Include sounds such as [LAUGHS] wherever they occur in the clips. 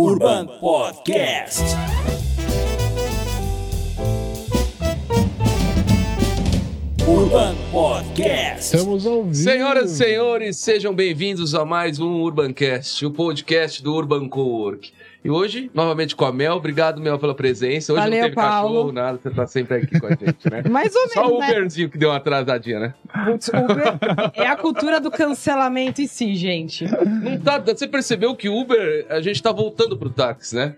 Urban Podcast. Urban Podcast. Estamos ao vivo. Senhoras e senhores, sejam bem-vindos a mais um UrbanCast, o podcast do Urban Cowork. E hoje, novamente com a Mel, obrigado Mel pela presença. Hoje Valeu, não teve Paulo. cachorro, nada, você tá sempre aqui com a gente, [LAUGHS] né? Mais ou Só o menos, né? Uberzinho que deu uma atrasadinha, né? Putz, Uber é a cultura do cancelamento em si, gente. Não tá, você percebeu que Uber, a gente tá voltando pro táxi, né?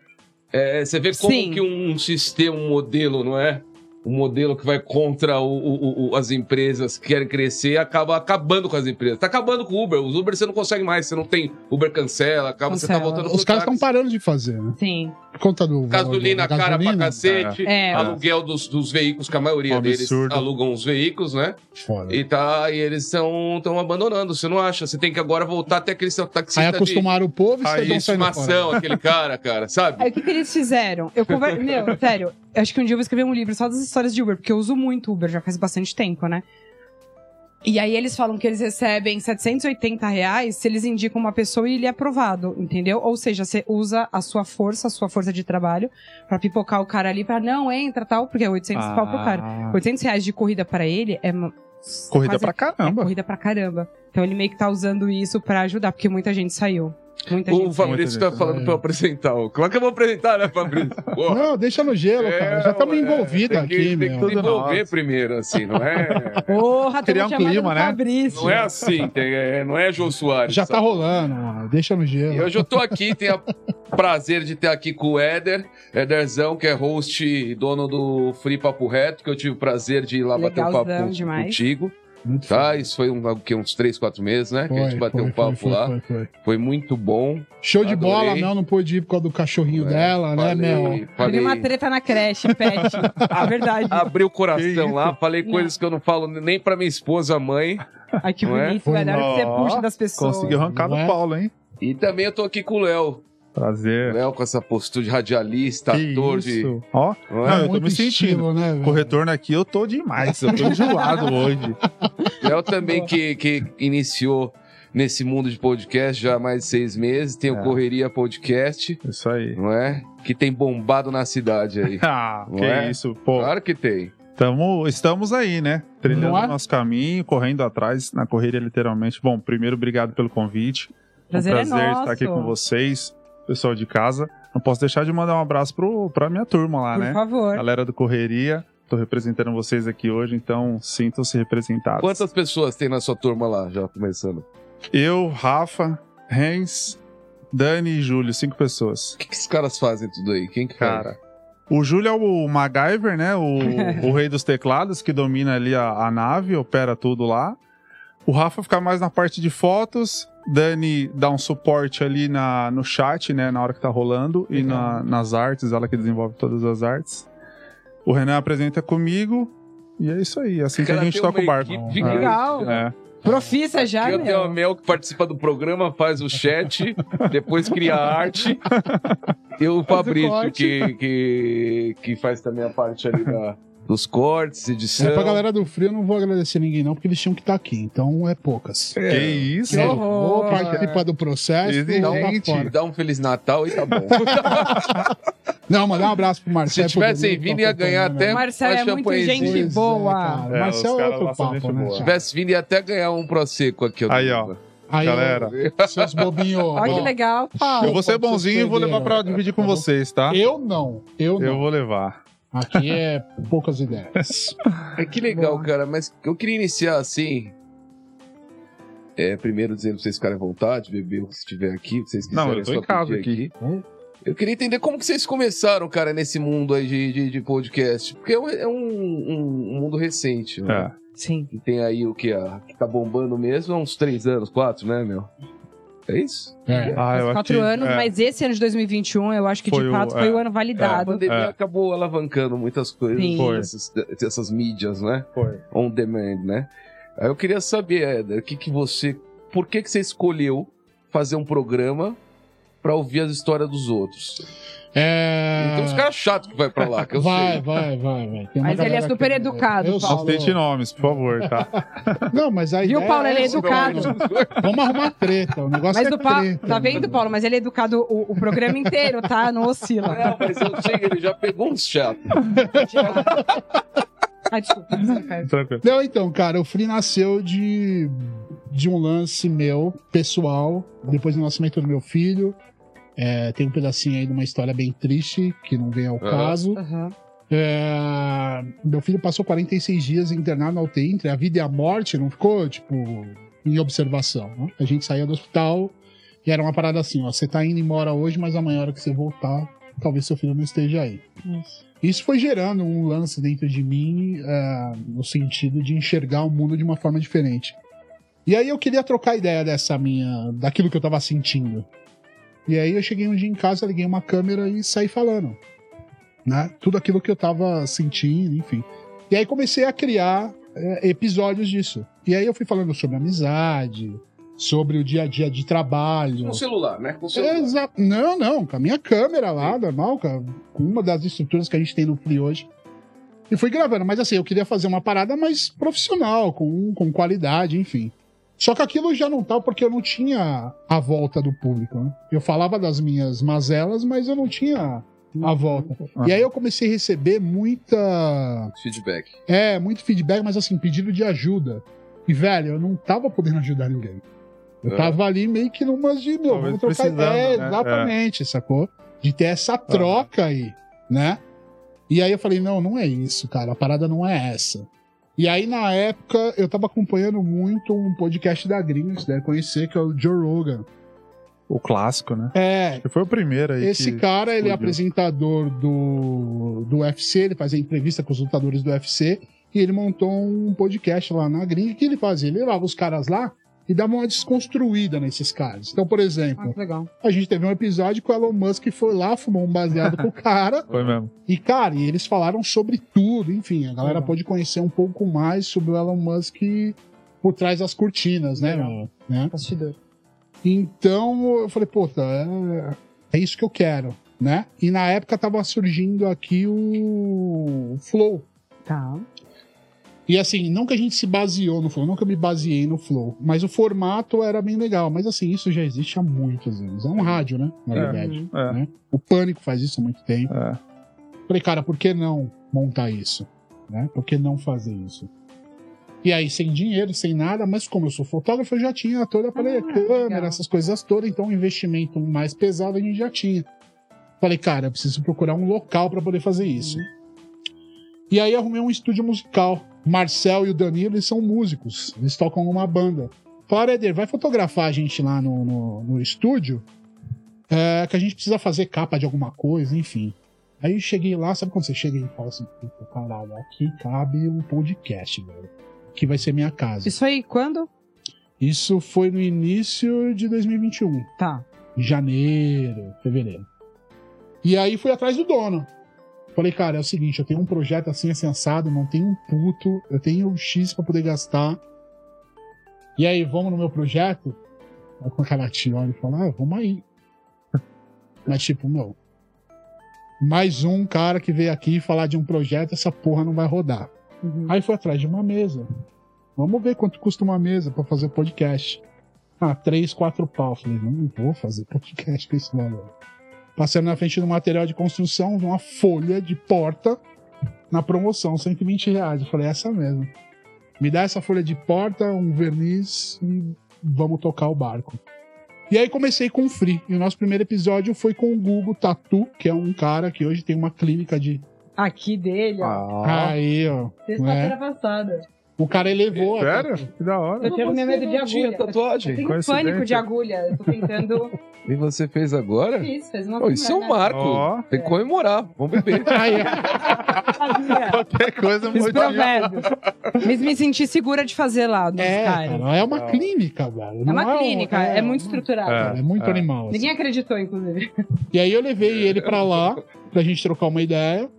É, você vê como Sim. que um sistema, um modelo, não é? Um modelo que vai contra o- o- o- as empresas que querem crescer acaba acabando com as empresas. Tá acabando com o Uber. Os Uber você não consegue mais, você não tem. Uber cancela, acaba, você tá Cancela. voltando pro Os caras estão táxi. parando de fazer, né? Sim. Por conta do. Gasolina da cara pra gasolina, cacete, É. aluguel dos, dos veículos, que a maioria Um deles absurdo. alugam os veículos, né? Foda. E, tá, e eles estão tão abandonando, você não acha? Você tem que agora voltar até aquele seu taxista Aí de- acostumaram o povo e Aí, vocês estão saindo fora. estimação, aquele cara, cara, sabe? Aí o que, que eles fizeram? Eu conver... Meu, sério, eu acho que um dia eu vou escrever um livro só das histórias de Uber, porque eu uso muito Uber, já faz bastante tempo, né? E aí eles falam que eles recebem 780 reais se eles indicam uma pessoa e ele é aprovado, entendeu? Ou seja, você usa a sua força, a sua força de trabalho, pra pipocar o cara ali, pra não entra tal, porque é 800 pau pro cara. 800 reais de corrida pra ele é. uma- Corrida quase pra É caramba. corrida pra caramba. Então ele meio que tá usando isso pra ajudar, porque muita gente saiu. Muita O gente saiu. Fabrício Muita tá gente, falando né? pra eu apresentar. ó. Como é que eu vou apresentar, né, Fabrício? Pô, Não, deixa no gelo, é, cara. Já estamos é, envolvidos tem que- aqui, Tem meu. que se Tudo envolver nosso. primeiro, assim, não é? Porra, tô Criar um chamando clima, do né? Fabrício. Não é assim, tem- é- não é Jô Soares. Já tá sabe? rolando, mano. Deixa no E gelo. hoje eu tô aqui, tenho o prazer de ter aqui com o Éder, Éderzão, que é host e dono do Free Papo Reto, que eu tive o prazer de ir lá bater um Legalzão papo com- demais. contigo, Muito tá? Isso foi um, o quê? uns 3, 4 meses, né? que a gente bateu um papo foi, lá. foi, foi. Foi muito bom. Show de Adorei. É, bola, Mel não pôde ir por causa do cachorrinho dela, é né, Mel? Falei, Teve falei, uma treta na creche, [LAUGHS] Pet. É verdade. abri o Que coração isso? lá, falei Não. coisas que eu não falo nem pra minha esposa, mãe. Ai, que Não é? bonito, velho. A hora que você Ó, puxa das pessoas. Conseguiu arrancar Não é? no Paulo, hein? E também eu tô aqui com o Léo. O Prazer. Léo com essa postura de radialista, É. Que ator de. isso. Ó, Não Não, [LAUGHS] é? eu tô Muito me sentindo. estilo, né, velho? com o retorno aqui eu tô demais. Eu tô enjoado [LAUGHS] hoje. O Léo também que, que iniciou nesse mundo de podcast já há mais de seis meses. Tem o É. Correria Podcast, Isso aí. não é? Que tem bombado na cidade [LAUGHS] aí. Ah, Não que é? isso, pô. Claro que tem. Tamo, estamos aí, né? Trilhando Não é? o nosso caminho, correndo atrás, na correria, literalmente. Bom, primeiro, obrigado pelo convite. Prazer, um é prazer nosso. estar aqui com vocês, pessoal de casa. Não posso deixar de mandar um abraço pro, pra minha turma lá, Por né? favor. Galera do Correria, tô representando vocês aqui hoje, então sintam-se representados. Quantas pessoas tem na sua turma lá, já começando? Eu, Rafa, Renz, Dani e Júlio, cinco pessoas. O que, que esses caras fazem tudo aí? Quem que faz? Cara. O Júlio é o MacGyver, né? O, o rei dos teclados, que domina ali a, a nave, opera tudo lá. O Rafa fica mais na parte de fotos. Dani dá um suporte ali na, no chat, né? Na hora que tá rolando. E na- nas artes, ela que desenvolve todas as artes. O Renan apresenta comigo. E é isso aí. é Assim Cara, que a gente tem toca o uma barco. equipe É, gigante, Legal. né? é. Profissa já, Eu tenho um a meu. Mel que participa do programa, faz o [LAUGHS] chat, depois cria a arte. E o Fabrício, corte. que, que, que faz também a parte ali da- dos cortes, edição. É, pra galera do frio, eu não vou agradecer ninguém, não, porque eles tinham que estar aqui. Então é poucas. Que isso? Eu vou Né? horror. participar do processo. Exigente. então tá Gente, fora. dá um Feliz Natal e tá bom. Não, mandar um abraço pro Marcelo. tá Se tivessem vindo, ia ganhar né? até O Marcelo uma é muito champanhezinha. gente boa. É, É, Marcel os é caras outro lá são papo, gente né? boa. Se cara? tivesse vindo, ia até ganhar um Prosecco aqui. Aí, ó. Aí, Galera. Seus bobinhos. Olha que ó. legal, Paulo. Eu vou ser bonzinho e vou levar pra dividir com vocês, tá? Eu não, eu não. Eu [LAUGHS] vou levar. Aqui é poucas ideias. É que legal, Boa. cara, mas eu queria iniciar assim. É, primeiro dizendo pra vocês ficarem à vontade, beber o que estiver aqui, o que vocês quiserem. Não, eu tô é só em casa pedir aqui. Eu queria entender como que vocês começaram, cara, nesse mundo aí de, de, de podcast. Porque é um, é um- um- um mundo recente, né? É. Sim. E Tem aí o que, a, que tá bombando mesmo há uns três anos, quatro, né, meu? É isso? É. Ah, Faz quatro anos, é. mas esse ano de 2021, eu acho que Foi de o- fato foi é. o ano A validado. pandemia É. acabou alavancando muitas coisas Sim. Foi. Essas, essas mídias, né? Foi. On demand, né? Aí eu queria saber, Éder, o que, que você. Por que, que você escolheu fazer um programa pra ouvir as histórias dos outros. É... Então os caras chatos que vai pra lá, que eu vai, sei. vai, vai, vai. Tem uma Mas ele é galera super que- educado, Eu Paulo. sou. Aceite nomes, por favor, tá? [LAUGHS] Não, mas a Viu, ideia Paulo? Ele é essa, educado. Paulo. Vamos arrumar treta. O negócio Mas é o Paulo. treta. Tá vendo, Paulo? Mas ele é educado o, o programa inteiro, tá? Não oscila. Não, mas eu chego, ele já pegou uns chatos. Ah, desculpa. cara. Tranquilo. Não, então, cara, o Free nasceu de, de um lance meu, pessoal, depois do nascimento do meu filho. É, tem um pedacinho aí de uma história bem triste, que não vem ao caso. Aham. É, meu filho passou 46 dias internado na UTI, entre a vida e a morte, não ficou, tipo, em observação. né? A gente saía do hospital e era uma parada assim, ó, você tá indo embora hoje, mas amanhã, a hora que você voltar, talvez seu filho não esteja aí. Isso foi gerando um lance dentro de mim, ah, no sentido de enxergar o mundo de uma forma diferente. E aí eu queria trocar ideia dessa minha, daquilo que eu tava sentindo. E aí eu cheguei um dia em casa, liguei uma câmera e saí falando, né? Tudo aquilo que eu tava sentindo, enfim. E aí comecei a criar eh, episódios disso. E aí eu fui falando sobre amizade, sobre o dia a dia de trabalho. Com celular, né? Com É, celular. exa- Não, não, com a minha câmera lá, normal, com a- com uma das estruturas que a gente tem no Free hoje. E fui gravando, mas assim, eu queria fazer uma parada mais profissional, com, com qualidade, enfim. Só que aquilo já não tal porque eu não tinha a volta do público, né? Eu falava das minhas mazelas, mas eu não tinha a volta. E aí eu comecei a receber muita. Feedback. É, muito feedback, mas assim, pedido de ajuda. E, velho, eu não tava podendo ajudar ninguém. Eu É. tava ali meio que numas de, meu, Talvez vamos trocar ideia. precisando, né? Exatamente, sacou? De ter essa troca aí, né? E aí eu falei, não, não é isso, cara. A parada não é essa. E aí, na época, eu tava acompanhando muito um podcast da gringa, você deve conhecer, que é o Joe Rogan. O clássico, né? É, Que foi o primeiro aí. esse que... cara, ele é explodiu. apresentador do, do UFC, ele fazia entrevista com os lutadores do UFC, e ele montou um podcast lá na gringa, o que ele fazia? Ele levava os caras lá e dava uma desconstruída nesses caras. Então, por Ah, exemplo, que legal. a gente teve um episódio que o Elon Musk foi lá, fumou um baseado [LAUGHS] com o cara, Foi mesmo. e, cara, e eles falaram sobre tudo, enfim, a galera Uhum. Legal. pode conhecer um pouco mais sobre o Elon Musk por trás das cortinas, né, Legal. meu? né? Bastidor. Então eu falei, puta, é, é isso que eu quero, né? E na época tava surgindo aqui o Flow. Tá. E assim, não que a gente se baseou no Flow, não que eu me baseei no Flow, mas o formato era bem legal. Mas assim, isso já existe há muitos anos. É um rádio, né? Na É. verdade. Uhum. É, O Pânico faz isso há muito tempo. é. Falei, cara, por que não montar isso? Né? Por que não fazer isso? E aí, sem dinheiro, sem nada, mas como eu sou fotógrafo, eu já tinha toda falei, a Ah, câmera, legal. essas coisas todas, então o investimento mais pesado a gente já tinha. Falei, cara, eu preciso procurar um local para poder fazer isso. Uhum. E aí arrumei um estúdio musical. Marcel e o Danilo, eles são músicos, eles tocam numa banda. Falaram, Eder, vai fotografar a gente lá no, no, no estúdio, é, que a gente precisa fazer capa de alguma coisa, enfim. Aí eu cheguei lá, sabe quando você chega e fala assim, "Puta, caralho, aqui cabe um podcast, velho. Que vai ser minha casa. Isso aí, quando? Isso foi no início de 2021 Tá. janeiro, fevereiro. E aí fui atrás do dono. Falei, cara, é o seguinte, eu tenho um projeto assim, assim, assado, não tenho um puto, eu tenho um X pra poder gastar. E aí, vamos no meu projeto? Aí com aquela tia olha e fala, ah, vamos aí. [LAUGHS] Mas tipo, meu, mais um cara que veio aqui falar de um projeto, essa porra não vai rodar. Uhum. Aí foi atrás de uma mesa. Vamos ver quanto custa uma mesa pra fazer podcast. Ah, três, quatro pau. Falei, não vou fazer podcast com esse valor. Passando na frente do material de construção, vi uma folha de porta na promoção, 120 reais. Eu falei, "É essa mesmo. Me dá essa folha de porta, um verniz e vamos tocar o barco. E aí comecei com o Free. E o nosso primeiro episódio foi com o Gugu Tatu, que é um cara que hoje tem uma clínica de. Aqui dele, ó. Ah, Aí, ó. Sexta-feira passada. O cara elevou. a- sério? Que da hora. Eu tenho um Você meu medo de não tinha agulha. Eu tatuagem. tenho um coincidência. pânico de agulha. Eu tô tentando. [LAUGHS] E você fez agora? Fiz, fez uma Pô, isso é um marco. Ó. Tem que comemorar. Vamos beber. [LAUGHS] Aí, ó. Qualquer [LAUGHS] coisa Fiz motiva. provérbios. Mas me senti segura de fazer lá, dos É, caras. cara, é uma Não. clínica, velho. É uma clínica, é, muito estruturada. cara, um- é muito É. animal. assim. Ninguém acreditou, inclusive. E aí eu levei ele pra lá, pra gente trocar uma ideia.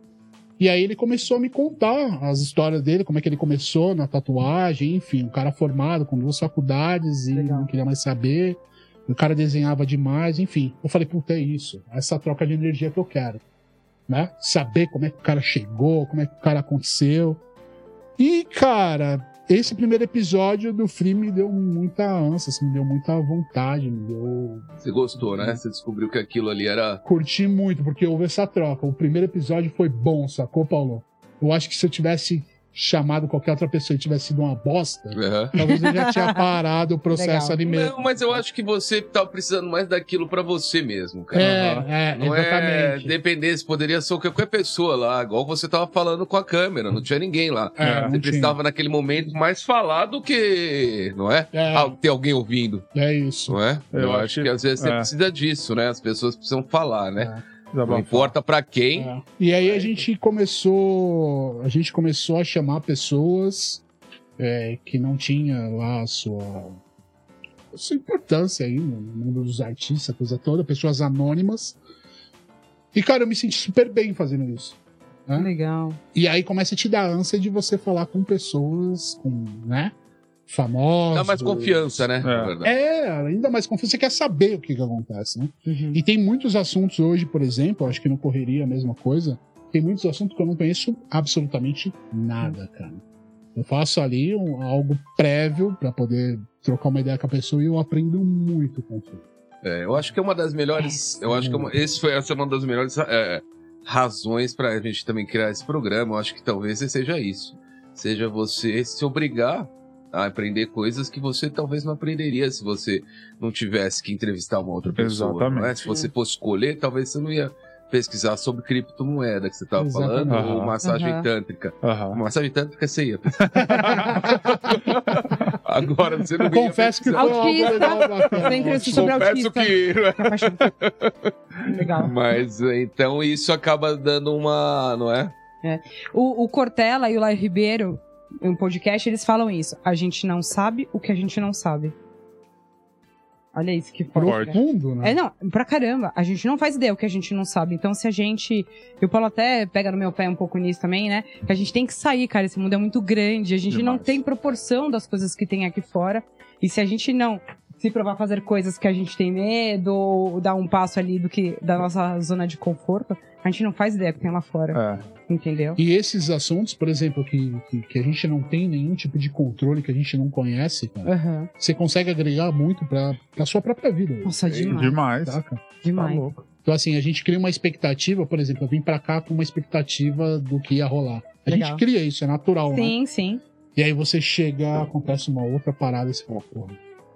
E aí ele começou a me contar as histórias dele, como é que ele começou na tatuagem, enfim, um cara formado com duas faculdades e Legal. não queria mais saber. O cara desenhava demais, enfim. Eu falei, puta, é isso. Essa troca de energia que eu quero. Né? Saber como é que o cara chegou, como é que o cara aconteceu. E, cara, esse primeiro episódio do Free me deu muita ânsia, assim, me deu muita vontade, me deu. Você gostou, né? Você descobriu que aquilo ali era. Curti muito, porque houve essa troca. O primeiro episódio foi bom, sacou, Paulo? Eu acho que se eu tivesse chamado qualquer outra pessoa e tivesse sido uma bosta, Aham. talvez eu já tinha parado o processo Legal. ali mesmo. Não, mas eu acho que você tava precisando mais daquilo pra você mesmo, cara. É, é, Não é exatamente. dependência, poderia ser qualquer pessoa lá, igual você tava falando com a câmera, não tinha ninguém lá. É, não você tinha. precisava naquele momento mais falar do que, não é? É. Ah, ter alguém ouvindo, É isso. não é? Eu Eu, acho acho que- que às vezes você é. precisa disso, né? As pessoas precisam falar, né? Não Desabafo. importa pra quem. tá É. E aí a gente começou, a gente começou a chamar pessoas é, que não tinha lá a sua, a sua importância aí no mundo dos artistas, coisa toda, pessoas anônimas. E cara, eu me senti super bem fazendo isso. Hã? Legal. E aí começa a te dar ânsia de você falar com pessoas, com, né, famosas. Dá mais confiança, né? É. na verdade. É, ainda mais confiança, você quer saber o que, que acontece, né? Uhum. E tem muitos assuntos hoje, por exemplo, acho que não correria a mesma coisa. Tem muitos assuntos que eu não conheço absolutamente nada, cara. Eu faço ali um- algo prévio pra poder trocar uma ideia com a pessoa e eu aprendo muito com isso. É, eu acho que é uma das melhores. Eu acho que é uma- esse foi, essa é uma das melhores é, razões pra gente também criar esse programa. Eu acho que talvez seja isso. Seja você se obrigar a aprender coisas que você talvez não aprenderia se você não tivesse que entrevistar uma outra pessoa. Exatamente. não é? Se você fosse escolher, talvez você não ia pesquisar sobre criptomoeda que você estava Exatamente. falando, ou Aham. massagem Aham. tântrica. Aham. Massagem tântrica você ia. Agora você não ia Confesso que foi pesquisar. algo Autista. legal bacana. Sem crescer sobre Confesso autista. que. Legal. Mas então isso acaba dando uma. Não é? O, o Cortella e o Lai Ribeiro, em um podcast, eles falam isso. A gente não sabe o que a gente não sabe. Olha isso que forte. né? Profundo, né? É, não, pra caramba. A gente não faz ideia o que a gente não sabe. Então, se a gente. E o Paulo até pega no meu pé um pouco nisso também, né? Que a gente tem que sair, cara. Esse mundo é muito grande. A gente não Demais. tem proporção das coisas que tem aqui fora. E se a gente não se provar a fazer coisas que a gente tem medo, ou dar um passo ali do que da nossa zona de conforto, a gente não faz ideia do que tem lá fora. É. Entendeu? E esses assuntos, por exemplo, que, que, que a gente não tem nenhum tipo de controle, que a gente não conhece, cara, Aham. você consegue agregar muito pra, pra sua própria vida, Nossa, demais. Demais. Tá saca? Demais. louco. Então, assim, a gente cria uma expectativa, por exemplo, eu vim pra cá com uma expectativa do que ia rolar. A Legal. gente cria isso, é natural, né? Sim, sim. E aí você chega, acontece uma outra parada e você fala, porra,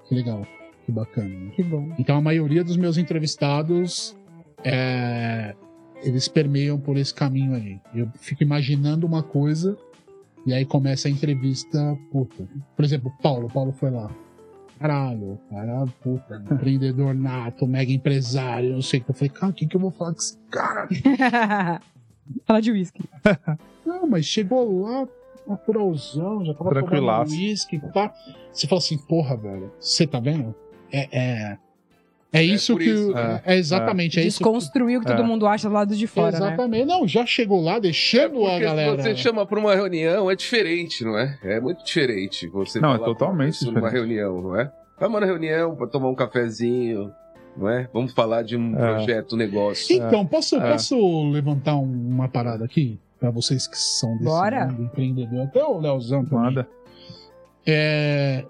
que legal, que bacana. né? Que bom. [LAUGHS] Então, a maioria dos meus entrevistados, é, eles permeiam por esse caminho aí. Eu fico imaginando uma coisa e aí começa a entrevista, puta. Por exemplo, Paulo, Paulo foi lá. Caralho, o cara, puta, empreendedor nato, mega empresário, não sei o que. Eu falei, cara, o que, que eu vou falar com esse cara? Fala de whisky. Não, Ah, mas chegou lá, naturalzão, já tava Tranquilaço. tomando uísque, pá. Você fala assim, porra, velho, você tá vendo? É, é, é isso por que... isso, né? é, exatamente, é, isso. Desconstruir o que É. todo mundo acha do lado de fora, né? exatamente. Não, já chegou lá, deixando a É Porque galera. né? se você chama pra uma reunião, é diferente, não é? É muito diferente. Você Não, é falar com totalmente isso numa diferente. reunião, não é? Vamos na reunião pra tomar um cafezinho, não é? Vamos falar de um É. projeto, um negócio. Então, posso, É. posso levantar um- uma parada aqui? Pra vocês que são desse Bora. mundo empreendedor. Até o Leozão também. Manda. É...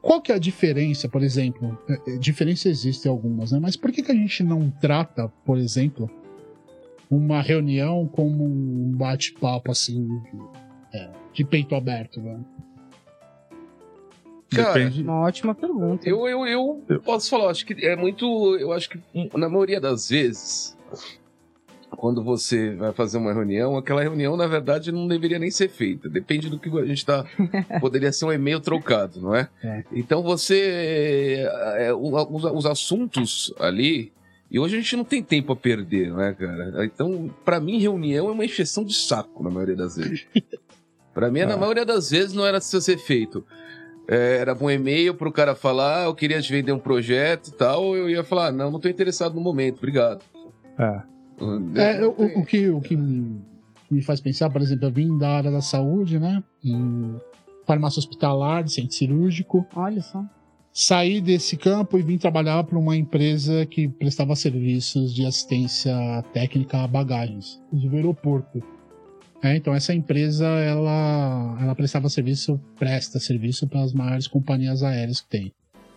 Qual que é a diferença, por exemplo? É, é, Diferença existem algumas, né? Mas por que, que a gente não trata, por exemplo, uma reunião como um bate-papo assim, de- é, de peito aberto, né? Cara, Depende. Uma ótima pergunta. Eu, eu, eu posso falar, eu acho que é muito. Eu acho que na maioria das vezes, quando você vai fazer uma reunião, aquela reunião, na verdade, não deveria nem ser feita. Depende do que a gente tá. Poderia ser um e-mail trocado, não é? É. Então você. é, o- os, os assuntos ali. E hoje a gente não tem tempo a perder, não é, cara? Então, pra mim, reunião é uma encheção de saco, na maioria das vezes. pra mim, na Ah. maioria das vezes, não era se ser feito. É, era um e-mail pro cara falar, eu queria te vender um projeto e tal, eu ia falar, "Ah, não, não tô interessado no momento, obrigado. É. É, o, o- o que, o que me, me faz pensar, por exemplo, eu vim da área da saúde, né? Em farmácia hospitalar, de centro cirúrgico. Olha só. saí desse campo e vim trabalhar para uma empresa que prestava serviços de assistência técnica a bagagens do aeroporto. É, então essa empresa ela, ela prestava serviço, presta serviço para as maiores companhias aéreas que tem.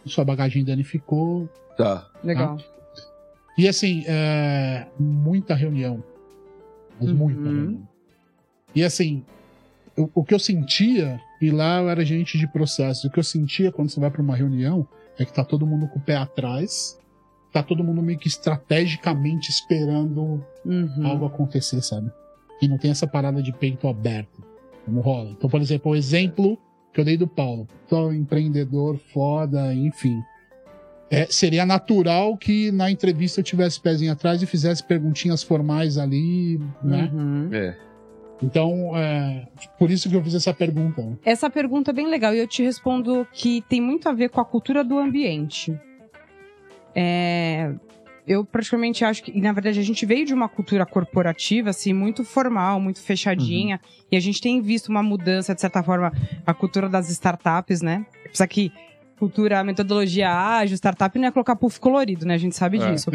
Sua bagagem danificou. Tá. Legal. E assim, é, muita reunião. Mas Uhum. muita reunião. E assim, o, o que eu sentia, e lá eu era gente de processo, o que eu sentia quando você vai para uma reunião é que tá todo mundo com o pé atrás, tá todo mundo meio que estrategicamente esperando Uhum. algo acontecer, sabe? E não tem essa parada de peito aberto, como rola. Então, por exemplo, o exemplo que eu dei do Paulo, então, empreendedor foda, enfim. É, seria natural que na entrevista eu tivesse pezinho atrás e fizesse perguntinhas formais ali, né? Uhum. É. Então, é, por isso que eu fiz essa pergunta. né? Essa pergunta é bem legal e eu te respondo que tem muito a ver com a cultura do ambiente. É, eu praticamente acho que, e na verdade, a gente veio de uma cultura corporativa, assim, muito formal, muito fechadinha. E a gente tem visto uma mudança, de certa forma, a cultura das startups, né? Apesar que cultura, metodologia ágil, startup não é colocar puff colorido, né? A gente sabe É. disso.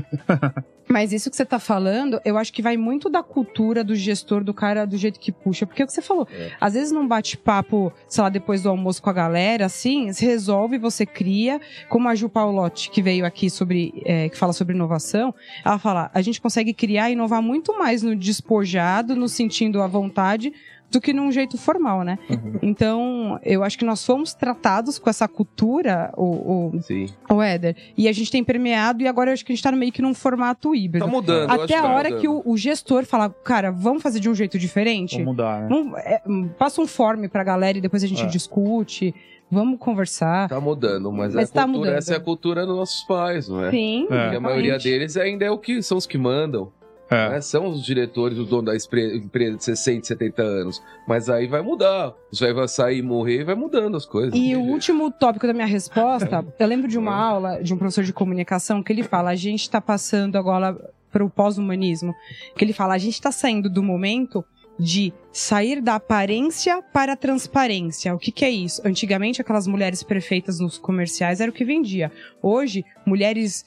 Mas isso que você tá falando, eu acho que vai muito da cultura do gestor, do cara, do jeito que puxa. Porque é o que você falou, É. às vezes num bate-papo, sei lá, depois do almoço com a galera, assim, se resolve, você cria. Como a Ju Paulotti, que veio aqui sobre, é, que fala sobre inovação, ela fala, a gente consegue criar e inovar muito mais no despojado, no sentindo à vontade, do que num jeito formal, né? Uhum. Então, eu acho que nós fomos tratados com essa cultura, o, Sim. o, o Éder, e a gente tem permeado, e agora eu acho que a gente tá meio que num formato híbrido. Tá mudando. eu acho Até a tá hora mudando. que o, o gestor fala, cara, vamos fazer de um jeito diferente? Uhum. Vamos mudar, né? Vamos- é, hum, passa um form pra galera e depois a gente É. discute. Vamos conversar. Tá mudando, mas, Mas a tá cultura, mudando. essa é a cultura dos nossos pais, não é? Sim. É. Porque a exatamente. maioria deles ainda é o que são os que mandam. É. né? São os diretores, os donos da expre- empresa de 60, 70 anos. Mas aí vai mudar. Isso aí vai sair, morrer e vai mudando as coisas. né, E o último tópico da minha resposta, eu lembro de uma aula de um professor de comunicação que ele fala: a gente está passando agora para o pós-humanismo, que ele fala: a gente está saindo do momento de sair da aparência para a transparência. O que, que é isso? Antigamente, aquelas mulheres perfeitas nos comerciais era o que vendia. Hoje, mulheres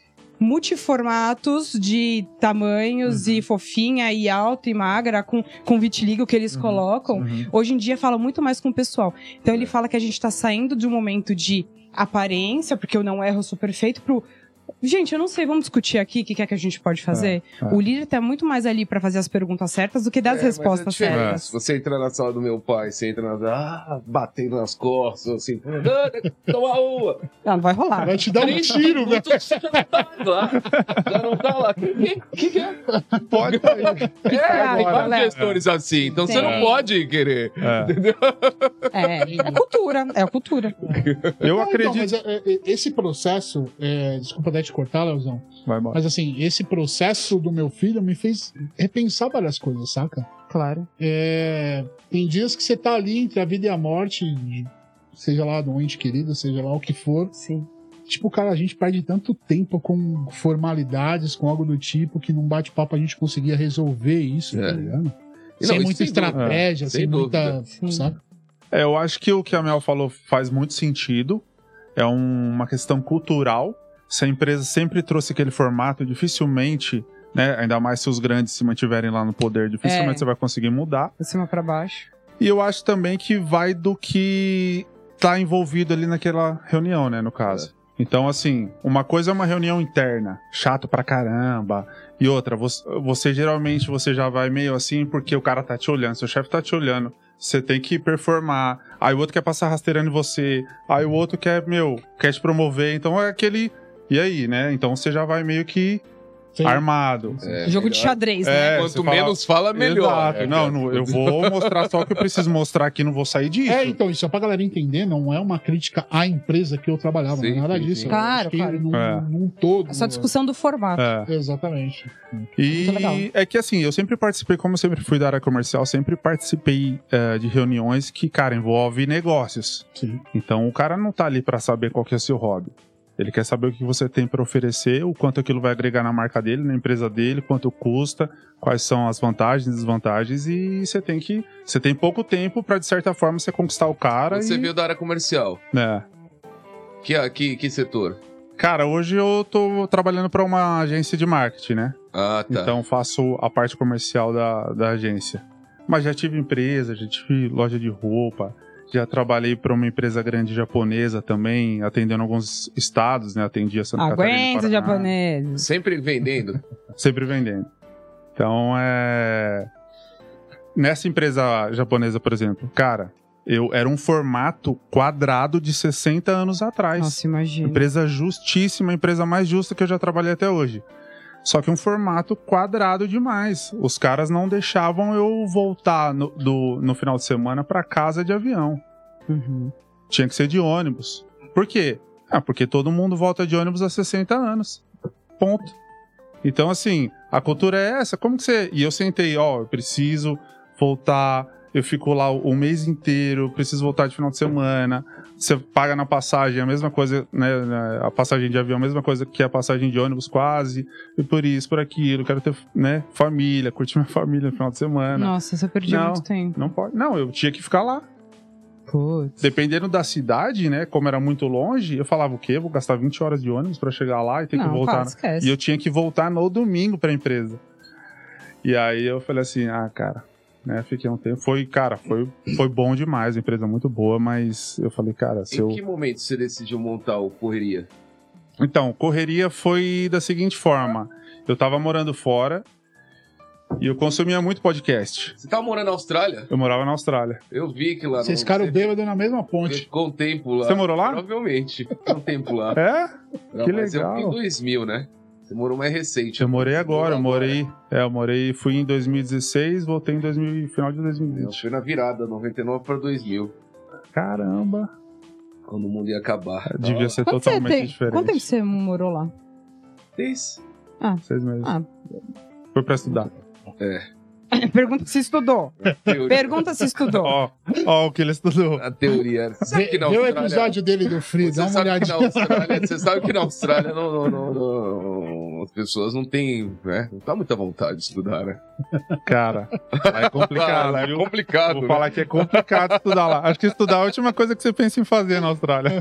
multiformatos de tamanhos e fofinha e alta e magra com, com vitiligo que eles Uhum. colocam Uhum. hoje em dia fala muito mais com o pessoal. Então É. ele fala que a gente tá saindo de um momento de aparência, porque eu não erro, eu sou perfeito, pro. Gente, eu não sei, vamos discutir aqui o que que é que a gente pode fazer. É, é. O líder tá muito mais ali pra fazer as perguntas certas do que dar as É, mas respostas é diferente. certas. Se você entrar na sala do meu pai, você entra na. Ah, batendo nas costas, assim. "Ah, [LAUGHS] Toma uma! É. Ah, não vai rolar. [LAUGHS] Vai Tá te dar um tiro, velho. Minutos, já não tá lá. Já não tá lá. Que que, que, que é? Pode sair. É, tem agora, vários né? gestores assim. Então você não Tem. pode querer. É. um- É, é cultura, é cultura. Eu Não, então, acredito. mas, é, é, esse processo, é, desculpa até te cortar, Leozão, Vai embora. Mas assim, esse processo do meu filho me fez repensar várias coisas, saca? Claro. É, tem dias que você tá ali entre a vida e a morte, de- seja lá do ente querido, seja lá o que for. Sim. Tipo, cara, a gente perde tanto tempo com formalidades, com algo do tipo, que num bate-papo a gente conseguia resolver isso, É. tá ligado? Não, sem isso muita sem estratégia, dúvida. É, sem, Sem muita. Sim. Saca? É, eu acho que o que a Mel falou faz muito sentido. É um- uma questão cultural. Se a empresa sempre trouxe aquele formato, dificilmente, né, ainda mais se os grandes se mantiverem lá no poder, dificilmente É. você vai conseguir mudar. De cima pra baixo. E eu acho também que vai do que tá envolvido ali naquela reunião, né, no É. caso. Então, assim, uma coisa é uma reunião interna, chato pra caramba. E outra, você, você geralmente você já vai meio assim porque o cara tá te olhando, seu chefe tá te olhando. Você tem que performar. Aí o outro quer passar rasteirando em você. Aí o outro quer, meu, quer te promover. Então é aquele. E aí, né? Então você já vai meio que Sem- armado. É, Jogo de melhor. xadrez, né? É, você Quanto fala- menos fala, melhor. Exato. É, não, cara. não, eu vou mostrar só o que eu preciso mostrar aqui, não vou sair disso. É, então, isso é pra galera entender, não é uma crítica à empresa que eu trabalhava, Sim, não é nada sim, disso. sim. eu acho Claro, que claro. Num, É. num todo. É só discussão do formato. É. Exatamente. Muito legal. E é que assim, eu sempre participei, como eu sempre fui da área comercial, sempre participei eh, de reuniões que, cara, envolve negócios. Sim. Então o cara não tá ali pra saber qual que é o seu hobby. Ele quer saber o que você tem pra oferecer, o quanto aquilo vai agregar na marca dele, na empresa dele, quanto custa, quais são as vantagens, desvantagens e você tem que, você tem pouco tempo pra de certa forma você conquistar o cara Você e, veio da área comercial. né? Que, ah, que, que setor? Cara, hoje eu tô trabalhando para uma agência de marketing, né? Ah, tá. Então faço a parte comercial da, da agência. Mas já tive empresa, já tive loja de roupa, já trabalhei para uma empresa grande japonesa também, atendendo alguns estados, né? Atendia Santa Catarina. Aguenta, Paraná, japonês. Sempre [LAUGHS] vendendo. Sempre vendendo. Então é. Nessa empresa japonesa, por exemplo, cara, eu era um formato quadrado de 60 anos atrás. Nossa, imagina. Empresa justíssima, a empresa mais justa que eu já trabalhei até hoje. Só que um formato quadrado demais. Os caras não deixavam eu voltar no, do- no final de semana para casa de avião. Uhum. Tinha que ser de ônibus. Por quê? Ah, porque todo mundo volta de ônibus há 60 anos. Ponto. Então, assim, a cultura é essa. Como que você. E eu sentei, ó, eu preciso voltar, eu fico lá o mês inteiro, eu preciso voltar de final de semana. Você paga na passagem é a mesma coisa, né? né, A passagem de avião, a mesma coisa que a passagem de ônibus, quase. E por isso, por aquilo, quero ter, né? Família, curtir minha [LAUGHS] família no final de semana. Nossa, eu perdi Não. muito tempo. Não pode. Não, eu tinha que ficar lá. Putz. Dependendo da cidade, né? Como era muito longe, eu falava o quê? Vou gastar 20 horas de ônibus pra chegar lá e ter Não, que voltar. né?" pá, esquece. E eu tinha que voltar no domingo pra empresa. E aí eu falei assim, ah, cara, né? Fiquei um tempo. Foi, cara, foi, foi bom demais, a empresa muito boa, mas eu falei, cara, se eu. Em que momento você decidiu montar o correria? Então, correria foi da seguinte forma. Eu tava morando fora e eu consumia muito podcast. Você tava morando na Austrália? Eu morava na Austrália. Eu vi que lá. no- Vocês ficaram você bêbados na mesma ponte. Ficou um tempo lá. Você morou lá? Provavelmente. Ficou um tempo lá. É? Não, [LAUGHS] que mas eu legal. fiquei em 2000, né? Você morou mais recente. Eu morei agora, eu Morou agora. morei. É, eu morei, fui em 2016, voltei em 2000, e- final de Eu 2020. fui na virada, 99 pra 2000, Caramba! quando o mundo ia acabar. Devia ser Quanto, você É totalmente tem... diferente. Quanto tempo você morou lá? Três. Seis meses. Ah. Foi pra estudar. [LAUGHS] Pergunta se estudou. É, Teoria- Pergunta se [LAUGHS] estudou. Ó, ó o que ele estudou. A teoria. Sabe Vê, que na vê o Austrália- episódio dele do Free, Você dá uma sabe, que olhadinha. na Austrália, [LAUGHS] você sabe que na Austrália não, não- não- não- as pessoas não têm, né? Não tá muita vontade de estudar, né? Cara, lá é complicado, Ah, é viu? complicado. Vou né? falar que é complicado estudar lá. Acho que estudar é a última coisa que você pensa em fazer na [LAUGHS] Austrália.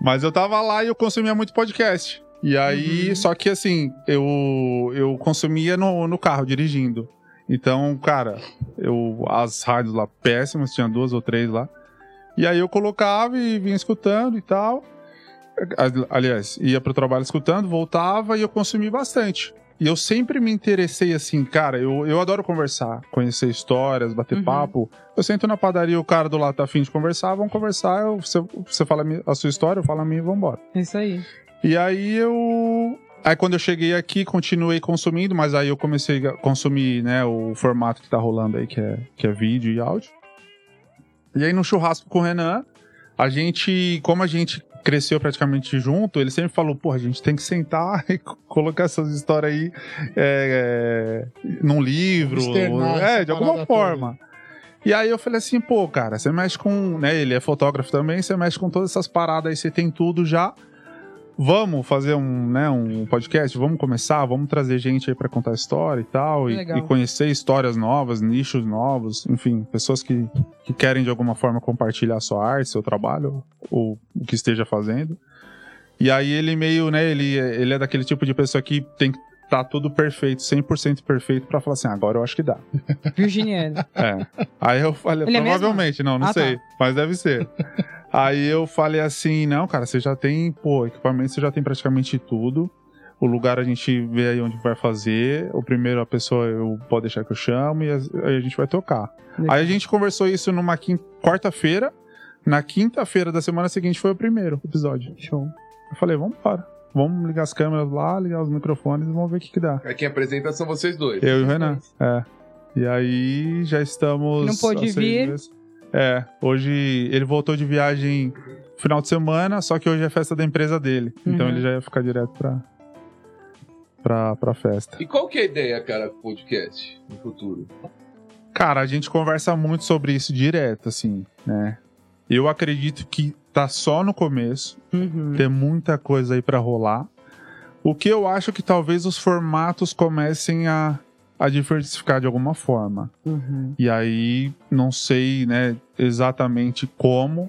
Mas eu tava lá e eu consumia muito podcast. E aí, só que assim, eu, eu consumia no, no carro, dirigindo. Então, cara, eu as rádios lá péssimas, tinha duas ou três lá. E aí eu colocava e vinha escutando e tal. Ali- Aliás, ia pro trabalho escutando, voltava e eu consumi bastante. E eu sempre me interessei assim, cara, eu, eu adoro conversar, conhecer histórias, bater Uhum. papo. Eu sento na padaria, o cara do lado tá afim de conversar, vamos conversar, eu- você, você fala a minha- a sua história, eu falo a minha e vambora. É Isso aí. E aí eu. Aí quando eu cheguei aqui, continuei consumindo, mas aí eu comecei a consumir, né, o formato que tá rolando aí, que é, que é vídeo e áudio. E aí no churrasco com o Renan, a gente, como a gente cresceu praticamente junto, ele sempre falou, pô, a gente tem que sentar [LAUGHS] e co- colocar essas histórias aí é, é, num livro, Externar é, essa de alguma parada forma. E aí eu falei assim, pô, cara, você mexe com, né, ele é fotógrafo também, você mexe com todas essas paradas aí, você tem tudo já. Vamos fazer um, né, um podcast, vamos começar, vamos trazer gente aí pra contar história e tal, e, Legal. e conhecer histórias novas, nichos novos, enfim, pessoas que que querem de alguma forma compartilhar sua arte, seu trabalho, ou o que esteja fazendo. E aí ele meio, né, ele, ele é daquele tipo de pessoa que tem que tá tudo perfeito, 100% perfeito pra falar assim, "Ah, agora eu acho que dá. Virginiano. É. Aí eu falei, Ele é mesmo? provavelmente, não, não Ah, tá. sei, mas deve ser. [LAUGHS] Aí eu falei assim, não, cara, você já tem, pô, equipamento, você já tem praticamente tudo. O lugar a gente vê aí onde vai fazer. O primeiro a pessoa eu pode deixar que eu chamo e as- aí a gente vai tocar. Legal. Aí a gente conversou isso numa quin- quarta-feira. Na quinta-feira da semana seguinte foi o primeiro episódio. Show. Eu falei, vamos embora. Vamos ligar as câmeras lá, ligar os microfones e vamos ver o que, que dá. Aqui apresenta são vocês dois. Eu e o Renan. É. E aí já estamos. Não pôde há seis vir. meses. É, hoje ele voltou de viagem final de semana, só que hoje é festa da empresa dele. Então Uhum. ele já ia ficar direto pra, pra, pra festa. E qual que é a ideia, cara, do podcast no futuro? Cara, a gente conversa muito sobre isso direto, assim, né? Eu acredito que tá só no começo. Uhum. Tem muita coisa aí pra rolar. O que eu acho que talvez os formatos comecem a, a diversificar de alguma forma. Uhum. E aí, não sei né, exatamente como,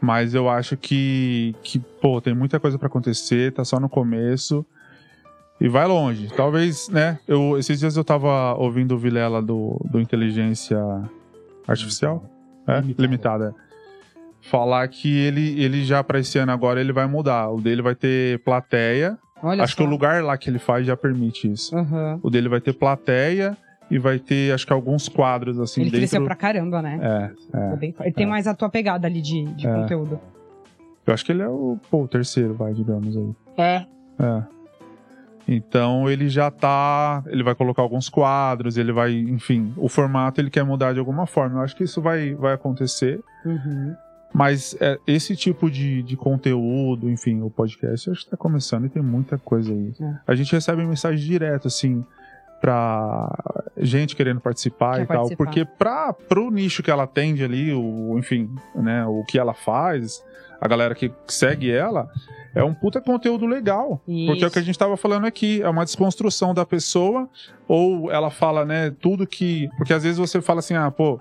Mas eu acho que, que pô, tem muita coisa pra acontecer, tá só no começo. E vai longe. Talvez, né? Eu, esses dias eu tava ouvindo o Vilela do, do Inteligência Artificial. É? Limitada. Limitada. Falar que ele, ele já pra esse ano agora ele vai mudar. O dele vai ter plateia. Olha acho só. Uhum. que o lugar lá que ele faz já permite isso. Aham. O dele vai ter plateia e vai ter, acho que alguns quadros assim Ele dentro. cresceu pra caramba, né? É, Tá é. bem forte. Ele tem mais a tua pegada ali de, de É. conteúdo. Eu acho que ele é o, pô, o terceiro, vai, digamos aí. É. É. Então ele já tá. Ele vai colocar alguns quadros, ele vai. Enfim, o formato ele quer mudar de alguma forma. Eu acho que isso vai, vai acontecer. Uhum. Mas é, esse tipo de, de conteúdo, enfim, o podcast, eu acho que tá começando e tem muita coisa aí. É. A gente recebe mensagem direto, assim, pra gente querendo participar Quer e tal. participar. Porque pra, pro nicho que ela atende ali, o, enfim, né, o que ela faz, a galera que segue ela, é um puta conteúdo legal. Porque é o que a gente estava falando aqui, é uma desconstrução da pessoa, ou ela fala, né, tudo que. Porque às vezes você fala assim, ah, pô,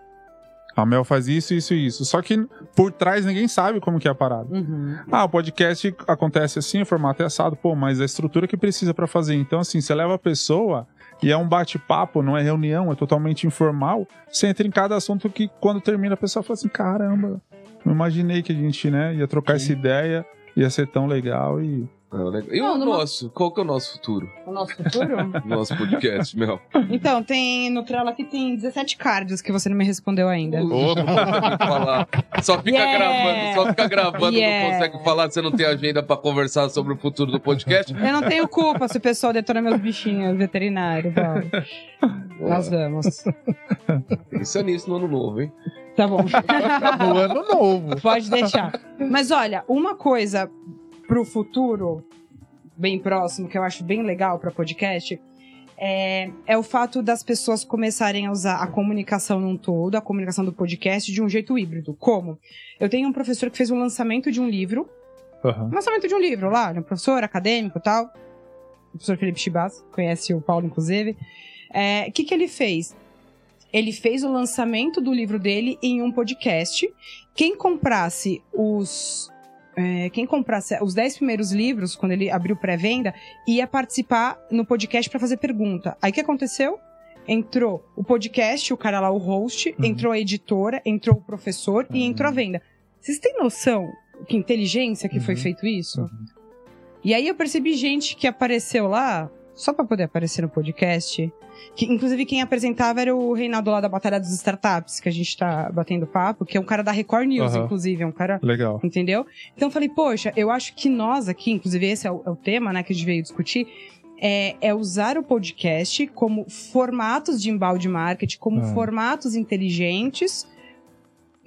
a Mel faz isso, isso e isso. Só que por trás ninguém sabe como que é a parada. Uhum. Ah, o podcast acontece assim, o formato é assado, pô, mas a estrutura que precisa pra fazer. Então, assim, você leva a pessoa e é um bate-papo, não é reunião, é totalmente informal. Você entra em cada assunto que quando termina a pessoa fala assim: caramba, não imaginei que a gente, né, ia trocar essa idelega, ia ser tão legal e. Ah, legal. E Não, o numa- nosso? Qual que é o nosso futuro? O nosso futuro? [LAUGHS] Nosso podcast, meu. então, tem no Trello aqui tem 17 cards que você não me respondeu ainda. Opa, não consegue [LAUGHS] falar. Só fica Yeah. gravando, só fica gravando, Yeah. não consegue falar, você não tem agenda pra conversar sobre o futuro do podcast. Eu não tenho culpa se o pessoal detona meus bichinhos veterinários. [LAUGHS] Paulo. Nós vamos. Pensa nisso no ano novo, hein? Tá [LAUGHS] bom. No ano novo. Pode deixar. Mas olha, uma coisa pro futuro, bem próximo, que eu acho bem legal pra podcast, é, é o fato das pessoas começarem a usar a comunicação num todo, a comunicação do podcast, de um jeito híbrido. Como? Eu tenho um professor que fez um lançamento de um livro, Aham. um lançamento de um livro lá, um professor acadêmico e tal, o professor Felipe Chibas, conhece o Paulo, inclusive. É, O que, que ele fez? Ele fez o lançamento do livro dele em um podcast. Quem comprasse os. é, quem comprasse os 10 primeiros livros, quando ele abriu pré-venda, ia participar no podcast para fazer pergunta. Aí o que aconteceu? Entrou o podcast, o cara lá, o host, Uhum. entrou a editora, entrou o professor e entrou a venda. Vocês têm noção que inteligência que foi Uhum. feito isso? E aí eu percebi gente que apareceu lá só pra poder aparecer no podcast. Que, inclusive, quem apresentava era o Reinaldo lá da Batalha dos Startups, que a gente tá batendo papo, que é um cara da Record News, Aham. inclusive, é um cara. Legal. Entendeu? Então eu falei, poxa, eu acho que nós aqui, inclusive esse é o, é o tema, né, que a gente veio discutir, é, é usar o podcast como formatos de embalde marketing, como Ah. formatos inteligentes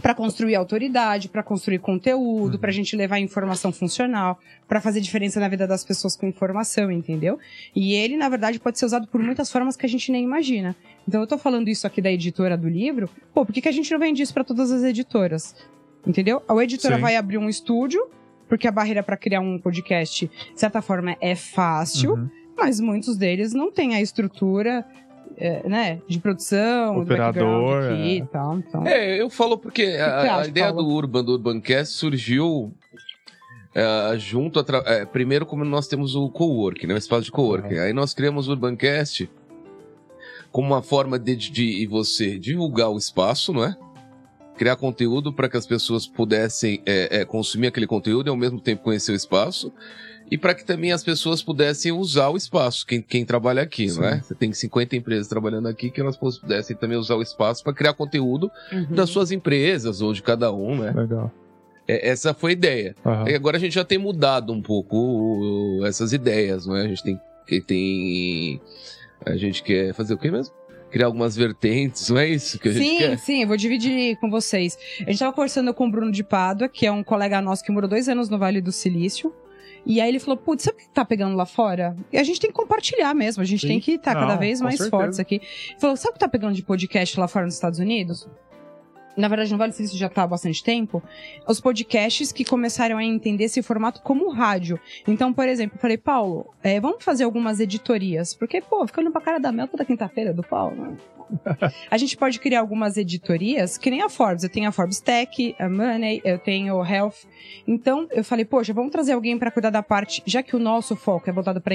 para construir autoridade, para construir conteúdo, pra gente levar informação funcional, pra fazer diferença na vida das pessoas com informação, entendeu? E ele, na verdade, pode ser usado por muitas formas que a gente nem imagina. Então eu tô falando isso aqui da editora do livro, pô, por que, que a gente não vende isso pra todas as editoras? Entendeu? A editora Sim. vai abrir um estúdio, porque a barreira pra criar um podcast, de certa forma, é fácil, Uhum. mas muitos deles não têm a estrutura, eh, né, de produção, Operador, do background aqui é. e tal. Então, É, eu falo porque O que você a, a acha, ideia Paulo? do Urban, do Urbancast, surgiu é, junto. atra- é, primeiro, como nós temos o coworking, né, o espaço de coworking. Aí nós criamos o Urbancast como uma forma de, de você divulgar o espaço, não é? Criar conteúdo para que as pessoas pudessem é, é, consumir aquele conteúdo e ao mesmo tempo conhecer o espaço. E para que também as pessoas pudessem usar o espaço, quem, quem trabalha aqui, não é? Você tem 50 empresas trabalhando aqui que elas pudessem também usar o espaço para criar conteúdo uhum. das suas empresas ou de cada um, né? Legal. É, essa foi a ideia. Aham. E agora a gente já tem mudado um pouco o- o- essas ideias, não é? A gente tem, que- tem a gente quer fazer o quê mesmo? Criar algumas vertentes, não é isso que a gente sim, quer? sim, eu vou dividir com vocês. A gente tava conversando com o Bruno de Pádua, que é um colega nosso que morou dois anos no Vale do Silício. E aí ele falou, putz, sabe o que tá pegando lá fora? E a gente tem que compartilhar mesmo, a gente Sim. tem que estar Não, cada vez com mais certeza. fortes aqui. Ele falou, sabe o que tá pegando de podcast lá fora nos Estados Unidos? na verdade no Vale do Silício já tá há bastante tempo, os podcasts que começaram a entender esse formato como rádio. Então, por exemplo, eu falei, Paulo, é, vamos fazer algumas editorias, porque, pô, fica olhando pra cara da Mel toda quinta-feira do Paulo. né? a gente pode criar algumas editorias, que nem a Forbes. Eu tenho a Forbes Tech, a Money, eu tenho o Health. Então, eu falei, poxa, vamos trazer alguém para cuidar da parte, já que o nosso foco é voltado para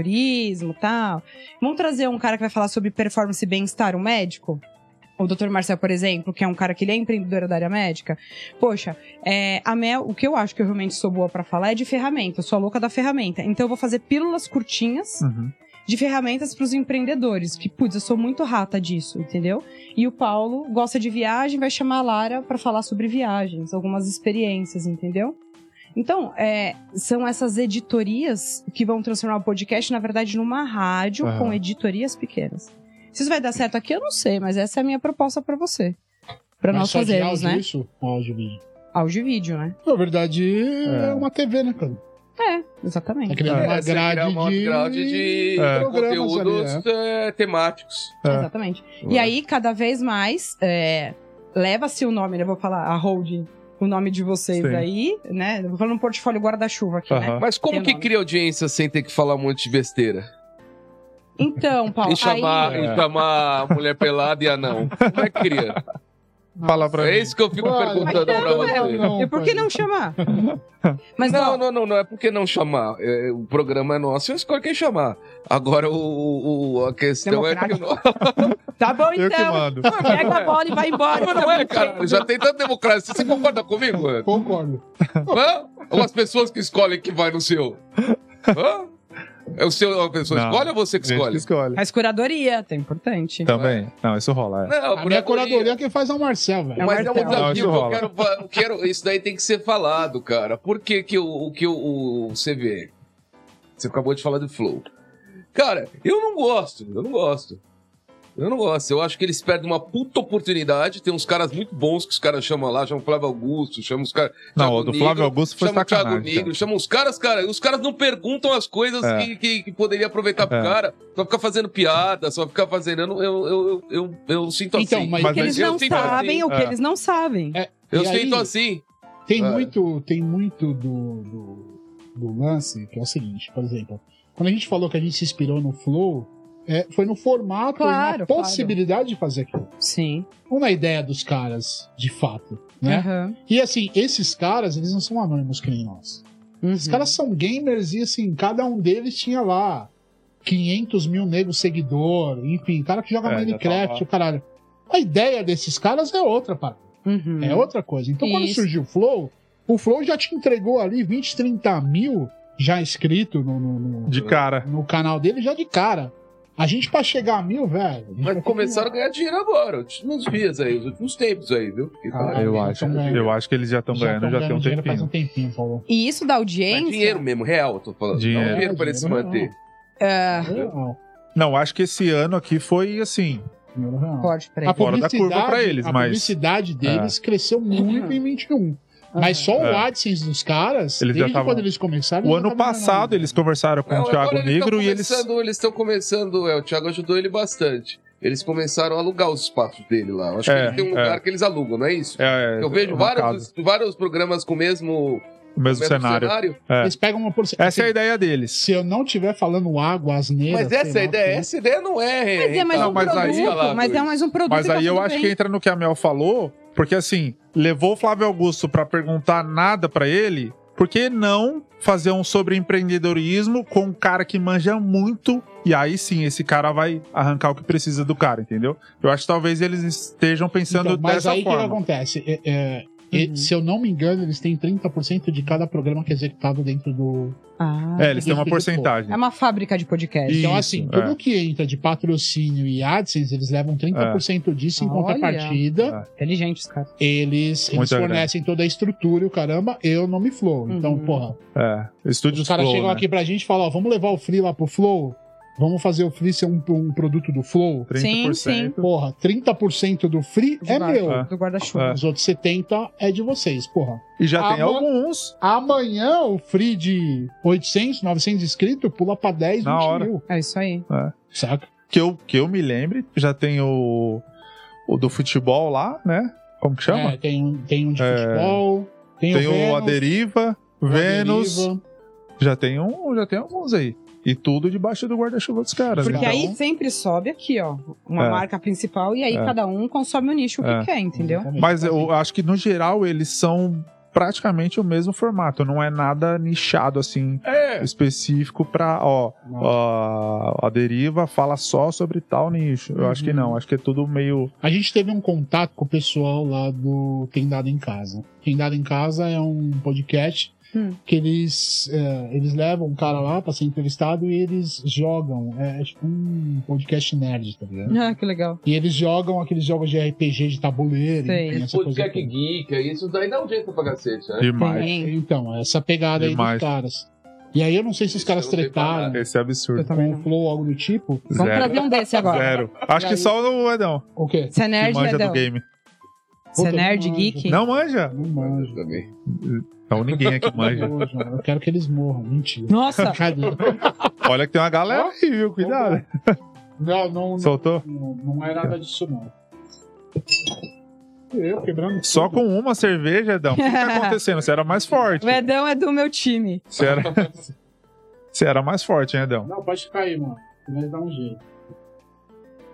empreendedorismo e tal, vamos trazer um cara que vai falar sobre performance e bem-estar, um médico? o Dr. Marcel, por exemplo, que é um cara que ele é empreendedor da área médica, poxa, é, a Mel, o que eu acho que eu realmente sou boa pra falar é de ferramenta, eu sou a louca da ferramenta. Então eu vou fazer pílulas curtinhas Uhum. de ferramentas pros empreendedores, que, putz, eu sou muito rata disso, entendeu? E o Paulo gosta de viagem, vai chamar a Lara pra falar sobre viagens, algumas experiências, entendeu? Então, é, são essas editorias que vão transformar o podcast, na verdade, numa rádio Aham. com editorias pequenas. Se isso vai dar certo aqui, eu não sei, mas essa é a minha proposta pra você. Pra Mas nós só de fazermos, áudio né? Isso? Áudio e vídeo. Áudio e vídeo, né? Na verdade, é. É. uma TV, né, cara? É, Tá exatamente. criando É, uma você criar grade uma de... grade de É. programas ali, conteúdos eh, temáticos. É. Exatamente. E aí, cada vez mais, é, leva-se o nome, né? Eu vou falar a holding, o nome de vocês Sim. aí, né? Eu Vou falar um portfólio guarda-chuva aqui, né? Aham. Mas como Tem que nome. cria audiência sem ter que falar um monte de besteira? [LAUGHS] Então, Paulo, E chamar, aí... É. e chamar a mulher pelada e anão. Como é que cria? Fala pra É mim. isso que eu fico Olha, perguntando mas é pra não, você. não. E por que não chamar? Mas Não, ó, não, não, não é porque não chamar. É, o programa é nosso, eu escolho quem chamar. Agora o, o- o- a questão é que não, tá bom Eu que então. mando. Pega a bola e vai embora. tá Mas não é, [LAUGHS] cara. Já tem tanta democracia. Você concorda comigo? Ana? Concordo. Hã? Ou as pessoas que escolhem que vai no seu? Hã? É o seu, a pessoa Não. escolhe ou você que Gente que escolhe? escolhe. Mas curadoria, tá importante. Também. Não, isso rola. é. Não, A por minha aí- curadoria é quem faz é o Marcel, velho. Não, Mas é um Marcelo. Não, desafio que isso eu rola. quero, fa- eu quero- Isso daí tem que ser falado, cara. Por que que o, o que o, o CV? Você acabou de falar do Flow. Cara, eu não gosto. Eu não gosto. Eu não gosto. Eu acho que eles perdem uma puta oportunidade. Tem uns caras muito bons que os caras chamam lá. Chamam Flávio Augusto, chamam os caras... Não, Thiago o do Negro, Flávio Augusto foi Chama o Thiago sacanagem. Negro, chama os caras, cara. e Os caras não perguntam as coisas É. que, que, que poderia aproveitar pro É. cara. Só ficar fazendo piada, só ficar fazendo. Eu, não- eu, eu, eu, eu, eu sinto Então, assim. mas- O que eles eu não sinto assim. sabem, o que É. eles não sabem. Eu E aí- sinto assim. Tem É. muito, tem muito do, do, do lance que é o seguinte, por exemplo, quando a gente falou que a gente se inspirou no Flow, é, foi no formato e na Claro, claro. possibilidade de fazer aquilo. Sim. Não na ideia dos caras, de fato, né? Aham. E assim, esses caras, eles não são anônimos que nem nós. Os Uhum. caras são gamers e assim, cada um deles tinha lá 500 mil negros seguidor, enfim, cara que joga É, já Minecraft, tava. o caralho. A ideia desses caras é outra, pá. Uhum. Hum. É outra coisa. Então, quando Isso. surgiu o Flow, o Flow já te entregou ali 20, 30 mil já inscrito no, no, no- De cara. no canal dele já de cara. A gente, pra chegar a mil, velho. a gente é Mas vai começaram a ganhar dinheiro agora, nos últimos dias aí, nos últimos tempos aí, viu? Porque tá- Ah, Eu eles acho. tão ganhando. Eu acho que eles já estão ganhando, tão já tem um dinheiro Faz um tempinho. tempinho, Paulo. E isso da Mas audiência. é dinheiro mesmo, real, eu tô falando. Dinheiro, Dinheiro. dinheiro pra ele se Dinheiro manter. É, Real, Não, acho que esse ano aqui foi assim. dinheiro real. pode, peraí. A Fora da publicidade, curva pra eles, a mas- Uhum. publicidade deles cresceu muito em 21. Mas só o É. AdSense dos caras, Eles já desde tavam- quando eles começaram... O eles já ano tavam passado ganhando. eles conversaram com Não, o Thiago agora eles tão Negro e eles. começando- Eles estão começando, é, o Thiago ajudou ele bastante. Eles começaram a alugar os espaços dele lá. Eu Acho que É, ele tem um é. lugar que eles alugam, não é isso? É, é, Eu vejo no vários, caso, vários programas com o mesmo, o mesmo mesmo cenário. cenário. É. Eles pegam uma porcentagem... Essa é a ideia deles. Se eu não estiver falando água, asneira... Mas sei essa é lá o ideia, quê. essa ideia não é. Mas é mais rentável. um Não, Então, mas aí- produto, mas é mais um produto. Mas e tá aí eu tudo acho bem. que entra no que a Mel falou, porque assim, levou o Flávio Augusto pra perguntar nada pra ele, por que não fazer um sobre empreendedorismo com um cara que manja muito? E aí sim, esse cara vai arrancar o que precisa do cara, entendeu? Eu acho que talvez eles estejam pensando Então, mas dessa aí o que que forma. acontece? É, é, e- Uhum. Se eu não me engano, eles têm 30% de cada programa que é executado dentro do. Ah. É, eles têm uma Isso, porcentagem. É [LAUGHS] uma fábrica de podcast. E- então, Isso, assim, é. tudo que entra de patrocínio e AdSense, eles levam É. 30% disso em Olha. contrapartida. Inteligentes, cara. Eles, eles Muito fornecem toda a estrutura e o caramba, eu não me flow. Então, Uhum. porra, É, estúdios os caras Flow, chegam né? aqui pra gente e falam: ó, vamos levar o Free lá pro Flow, vamos fazer o Free ser um, um produto do Flow. 30%. Sim, Porra, 30% do Free é Exato. meu. Ah. Do guarda-chuva. É. Os outros 70% é de vocês, porra. E já tem Ah, mano. alguns. Amanhã o free de 800, 900 inscritos pula pra 10, Na 20 hora. mil. É isso aí. Saca? Que eu, que eu me lembre, já tem o, o do futebol lá, né? Como que chama? É, tem, um- tem um de É. futebol. Tem, tem o Vênus, o A Deriva, o A Vênus. Deriva. Já tem um, já tem alguns aí. E tudo debaixo do guarda-chuva dos caras. Porque Porque então, aí sempre sobe aqui, ó, uma É. marca principal, e aí É. cada um consome o nicho É. que quer, entendeu? Exatamente. Mas eu acho que, no geral, eles são praticamente o mesmo formato. Não é nada nichado, assim, É. específico pra, ó, Não. ó, a deriva fala só sobre tal nicho. Eu acho que não. Acho que é tudo meio... A gente teve um contato com o pessoal lá do Tem Dado em Casa. Tem Dado em Casa é um podcast Hum. que eles, é, eles levam um cara lá pra ser entrevistado e eles jogam. É, é tipo um podcast nerd, tá ligado? Ah, que legal. E eles jogam aqueles jogos de RPG de tabuleiro. Sei. enfim, essa Pô, coisa Jack toda. Geek, aí isso daí dá um jeito pra cacete, né? Demais. Tem. Então, essa pegada aí Demais. dos caras. E aí eu não sei se os Isso caras eu não sei falar. tretaram Esse é absurdo. Eu também com não. o Flow, algo do tipo. Vamos Zero. trazer um desse agora. Zero. Acho E que aí? só o Edão, O quê? Você é que nerd, manja do Edão? game. Você é Puta, nerd, eu não geek? Não manja? Não manjo. Também. Não, ninguém [LAUGHS] aqui manja. Eu eu quero que eles morram. Mentira. Nossa, Brincadeira. [LAUGHS] Olha que tem uma galera aí, viu? Cuidado. Não, não, Soltou? Não, não é nada disso, não. Eu quebrando. Só com uma cerveja, Edão. O que tá acontecendo? Você era mais forte. o Edão é do meu time. Você era, [LAUGHS] você era mais forte, hein, Edão? Não, pode ficar aí, mano. Vai dar um jeito.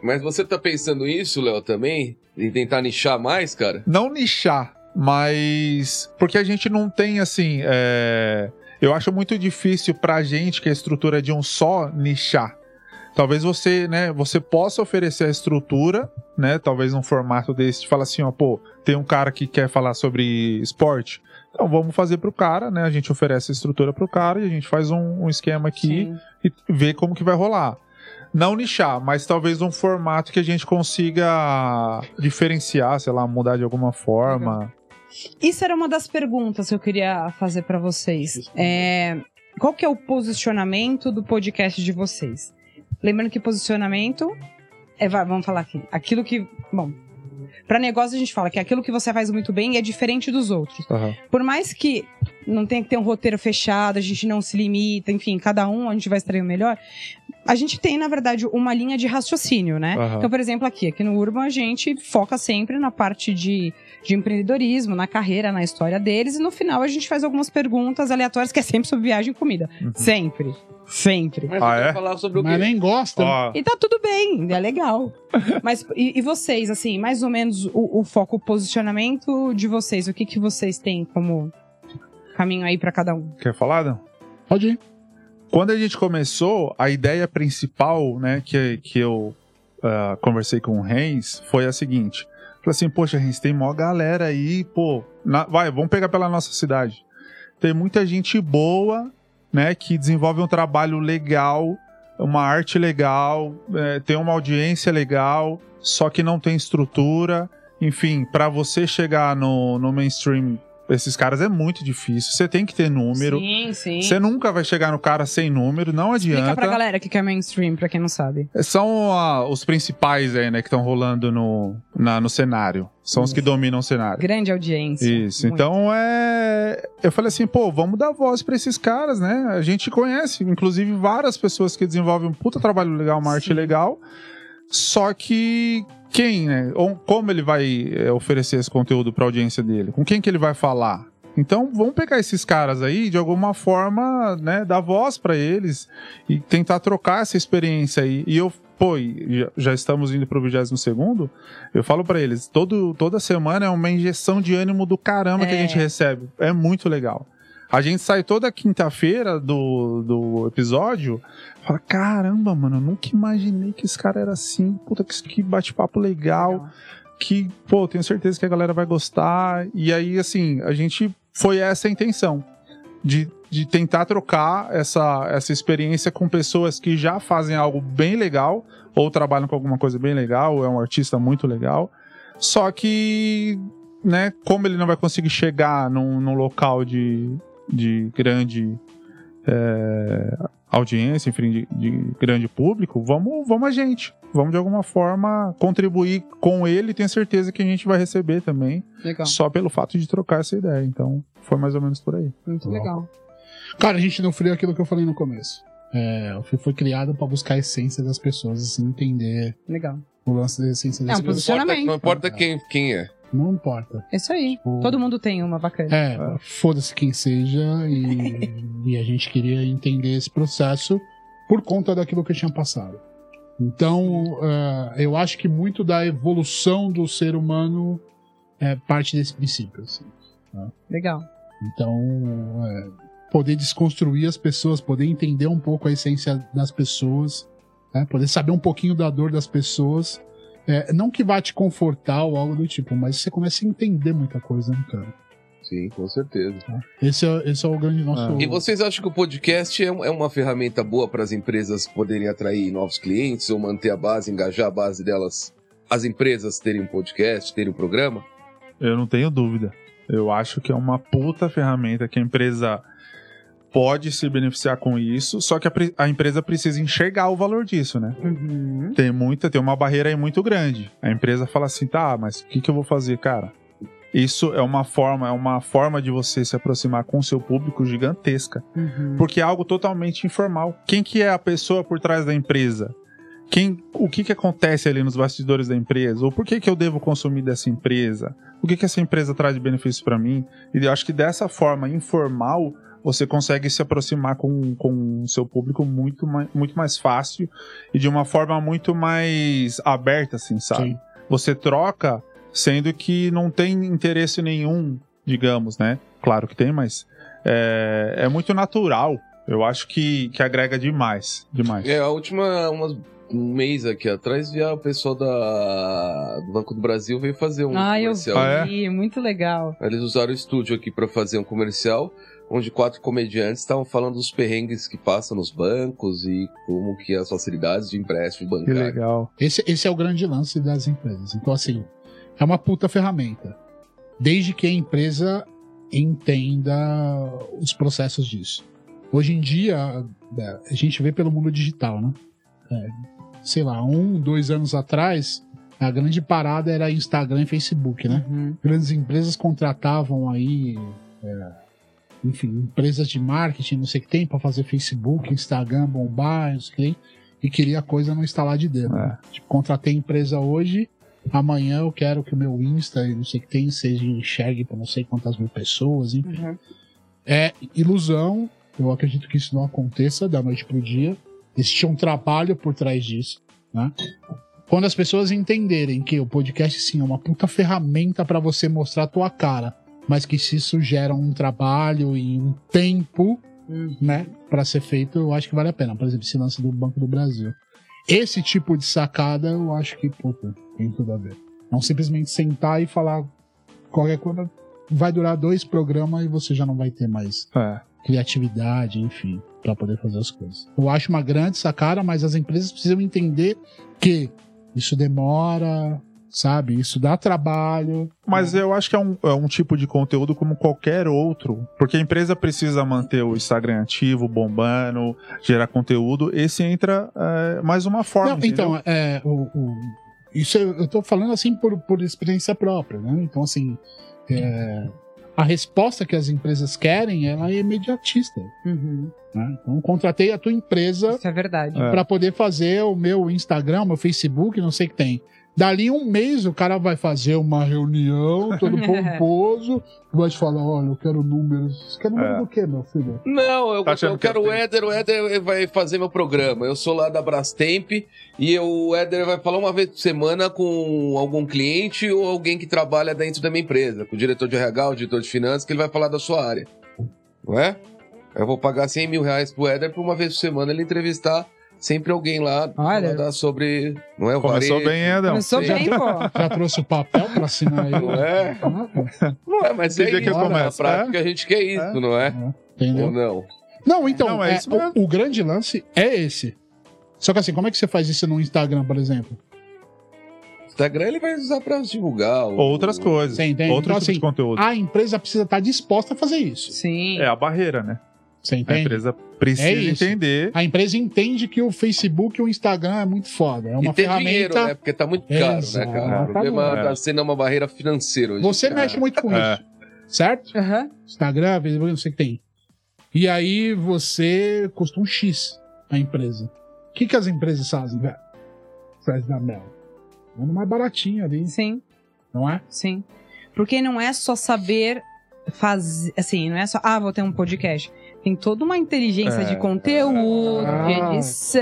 Mas você tá pensando isso, Léo, também? Em tentar nichar mais, cara? Não nichar, mas. Porque a gente não tem, assim. é, Eu acho muito difícil pra gente que a estrutura é de um só nichar. Talvez você, né, você possa oferecer a estrutura, né, talvez num formato desse, de falar assim, ó, pô, tem um cara que quer falar sobre esporte, então vamos fazer pro cara, né, a gente oferece a estrutura pro cara e a gente faz um, um esquema aqui, Sim. e ver como que vai rolar. Não nichar, mas talvez um formato que a gente consiga diferenciar, sei lá, mudar de alguma forma. Isso era uma das perguntas que eu queria fazer pra vocês. É, qual que é o posicionamento do podcast de vocês? Lembrando que posicionamento é, va- vamos falar aqui, aquilo que, bom, Pra negócio a gente fala que é aquilo que você faz muito bem e é diferente dos outros. Aham. Por mais que não tenha que ter um roteiro fechado, a gente não se limita, enfim, cada um a gente vai extrair o melhor. A gente tem, na verdade, uma linha de raciocínio, né? Aham. Então, por exemplo, aqui, aqui no Urban, a gente foca sempre na parte de, de empreendedorismo, na carreira, na história deles, e no final a gente faz algumas perguntas aleatórias, que é sempre sobre viagem e comida. Sempre. Sempre. Mas Ah, você é? vai falar sobre o Mas quê? nem gosta. Ó, E tá tudo bem, é legal. Mas e, e vocês, assim, mais ou menos o, o foco, o posicionamento de vocês, o que, que vocês têm como caminho aí pra cada um? quer falar, não? Pode ir. Quando a gente começou, a ideia principal, né, que, que eu ah, conversei com o Reis foi a seguinte. Falei assim, poxa, Reis, tem mó galera aí, pô. na- vai, vamos pegar pela nossa cidade. Tem muita gente boa, né, que desenvolve um trabalho legal, uma arte legal, eh, tem uma audiência legal, só que não tem estrutura. Enfim, pra você chegar no, no mainstream, esses caras é muito difícil. Você tem que ter número. Sim, sim. Você nunca vai chegar no cara sem número, não Explica pra adianta. galera o que, que é mainstream, pra quem não sabe. São ah, os principais aí, né, que estão rolando no, na- no cenário. São os que dominam o cenário. Grande audiência. Isso. Muito. Então é. Eu falei assim, pô, vamos dar voz pra esses caras, né? A gente conhece, inclusive, várias pessoas que desenvolvem um puta trabalho legal, uma arte Sim. legal. Só que quem, né? Ou como ele vai é, oferecer esse conteúdo pra audiência dele? Com quem que ele vai falar? Então, vamos pegar esses caras aí, de alguma forma, né, dar voz pra eles e tentar trocar essa experiência aí. E eu, pô, e já, já estamos indo pro 22º, eu falo pra eles, todo, toda semana é uma injeção de ânimo do caramba que a É. gente recebe. É muito legal. A gente sai toda quinta-feira do, do episódio Fala, caramba, mano, eu nunca imaginei que esse cara era assim. Puta, que, que bate-papo legal. Que, pô, tenho certeza que a galera vai gostar. E aí, assim, a gente foi essa a intenção. De, de tentar trocar essa, essa experiência com pessoas que já fazem algo bem legal, ou trabalham com alguma coisa bem legal, ou é um artista muito legal. Só que, né, como ele não vai conseguir chegar num, num local de, de grande é, audiência, enfim, de, de grande público, vamos, vamos a gente. Vamos de alguma forma contribuir com ele. Tenho certeza que a gente vai receber também, Legal. só pelo fato de trocar essa ideia. Então, foi mais ou menos por aí. Muito legal. Cara, a gente não frio aquilo que eu falei no começo. É, o Frio foi criado pra buscar a essência das pessoas, assim, entender Legal. o lance da essência É das um pessoas. posicionamento. Ah. Não importa quem, quem é. Não importa. É isso aí. Tipo- Todo mundo tem uma bacana. É, foda-se quem seja, e, e a gente queria entender esse processo por conta daquilo que eu tinha passado. Então, eh, eu acho que muito da evolução do ser humano é parte desse princípio. assim. Legal. Então, é, poder desconstruir as pessoas, poder entender um pouco a essência das pessoas, né, poder saber um pouquinho da dor das pessoas. É, não que vá te confortar ou algo do tipo, mas você começa a entender muita coisa, né, cara? Sim, com certeza. Esse é, esse é o grande nosso. Ah. E vocês acham que o podcast é um- é uma ferramenta boa para as empresas poderem atrair novos clientes ou manter a base, engajar a base delas? As empresas terem um podcast, terem um programa? Eu não tenho dúvida. Eu acho que é uma puta ferramenta que a empresa pode se beneficiar com isso, só que a, pre- a empresa precisa enxergar o valor disso, né? Uhum. Tem muita, tem uma barreira aí muito grande. A empresa fala assim, tá, mas o que, que eu vou fazer, cara? Isso é uma forma, é uma forma de você se aproximar com o seu público gigantesca Uhum. porque é algo totalmente informal. Quem que é a pessoa por trás da empresa? Quem, o que, que acontece ali nos bastidores da empresa? Ou por que, que eu devo consumir dessa empresa? O que, que essa empresa traz de benefício para mim? E eu acho que dessa forma informal você consegue se aproximar com, com o seu público muito mais, muito mais fácil e de uma forma muito mais aberta, assim, sabe? Sim. Você troca sendo que não tem interesse nenhum, digamos, né? Claro que tem, mas é, é muito natural. Eu acho que, que agrega demais. Demais. É, a última, umas- um mês aqui atrás, já o pessoal da, do Banco do Brasil veio fazer um Ah, eu comercial. Ah, vi. Muito legal. Eles usaram o estúdio aqui para fazer um comercial, onde quatro comediantes estavam falando dos perrengues que passam nos bancos e como que as facilidades de empréstimo Que bancário. legal. Esse, esse é o grande lance das empresas. Então, assim, é uma puta ferramenta. Desde que a empresa entenda os processos disso. Hoje em dia, é, a gente vê pelo mundo digital, né? É, sei lá, um, dois anos atrás, a grande parada era Instagram e Facebook, né? Uhum. grandes empresas contratavam aí, é, enfim, empresas de marketing, não sei o que tem, para fazer Facebook, Instagram, bombar, não sei o que tem, e queria a coisa não instalar de dedo. né? Tipo, contratei empresa hoje, amanhã eu quero que o meu Insta e não sei o que tem seja enxergue para não sei quantas mil pessoas, enfim. Uhum. É ilusão, eu acredito que isso não aconteça da noite pro dia. Existe um trabalho por trás disso, né? Quando as pessoas entenderem que o podcast sim é uma puta ferramenta pra você mostrar a tua cara, mas que se isso gera um trabalho e um tempo, Uhum. né, Pra ser feito, eu acho que vale a pena. Por exemplo, esse lance do Banco do Brasil. Esse tipo de sacada, eu acho que, puta, tem tudo a ver. Não simplesmente sentar e falar qualquer coisa. Vai durar dois programas e você já não vai ter mais É. criatividade, enfim, para poder fazer as coisas. Eu acho uma grande sacada, mas as empresas precisam entender que isso demora, sabe? Isso dá trabalho. Mas eu acho que é um, é um tipo de conteúdo como qualquer outro. Porque a empresa precisa manter o Instagram ativo, bombando, gerar conteúdo. Esse entra é, mais uma forma. Não, entendeu? então, é, o- o- isso eu, eu tô falando assim por, por experiência própria, né? Então, assim, é, a resposta que as empresas querem, ela é imediatista. Uhum. Né? Então, contratei a tua empresa Isso é verdade. É. Pra poder fazer o meu Instagram, o meu Facebook, não sei o que tem. Dali um mês o cara vai fazer uma reunião, todo pomposo, vai te falar, olha, eu quero números. Você quer número É. do quê, meu filho? Não, eu, Tá achando eu que quero eu o Éder, o Éder vai fazer meu programa. Eu sou lá da Brastemp e eu- o Éder vai falar uma vez por semana com algum cliente ou alguém que trabalha dentro da minha empresa, com o diretor de RH, o diretor de finanças, que ele vai falar da sua área. Não é? Eu vou pagar 100 mil reais pro Éder por uma vez por semana ele entrevistar sempre alguém lá Olha. falar sobre. Não é o Começou varejo, bem, Edão. Começou sei. bem, [LAUGHS] pô. Já trouxe o papel pra cima aí. Não é? Não é, mas Que é dia que eu isso, na começo? prática a gente quer isso, É? não é? Ou Entendeu? não? Não, então, Não, é é, isso o- mesmo. o, grande lance é esse. Só que assim, como é que você faz isso no Instagram, por exemplo? Instagram ele vai usar pra divulgar. o- Outras coisas. Você entende? Outro Então, tipo assim, de conteúdo. a empresa precisa estar disposta a fazer isso. Sim. É a barreira, né? Você A entende? empresa precisa É isso. entender. A empresa entende que o Facebook e o Instagram é muito foda. É uma e ter ferramenta. dinheiro, né? Porque tá muito caro, Exato. né, cara? O problema É. tá sendo uma barreira financeira hoje. Você cara. mexe muito com É. isso, certo? Aham. Instagram, Facebook, não sei o que tem. E aí você custa um X a empresa. O que, que as empresas fazem, velho? Faz da Mel. Manda mais baratinho ali, Sim, não é? sim. Porque não é só saber fazer. Assim, não é só. Ah, vou ter um podcast. Tem toda uma inteligência É. de conteúdo, de Ah. edição.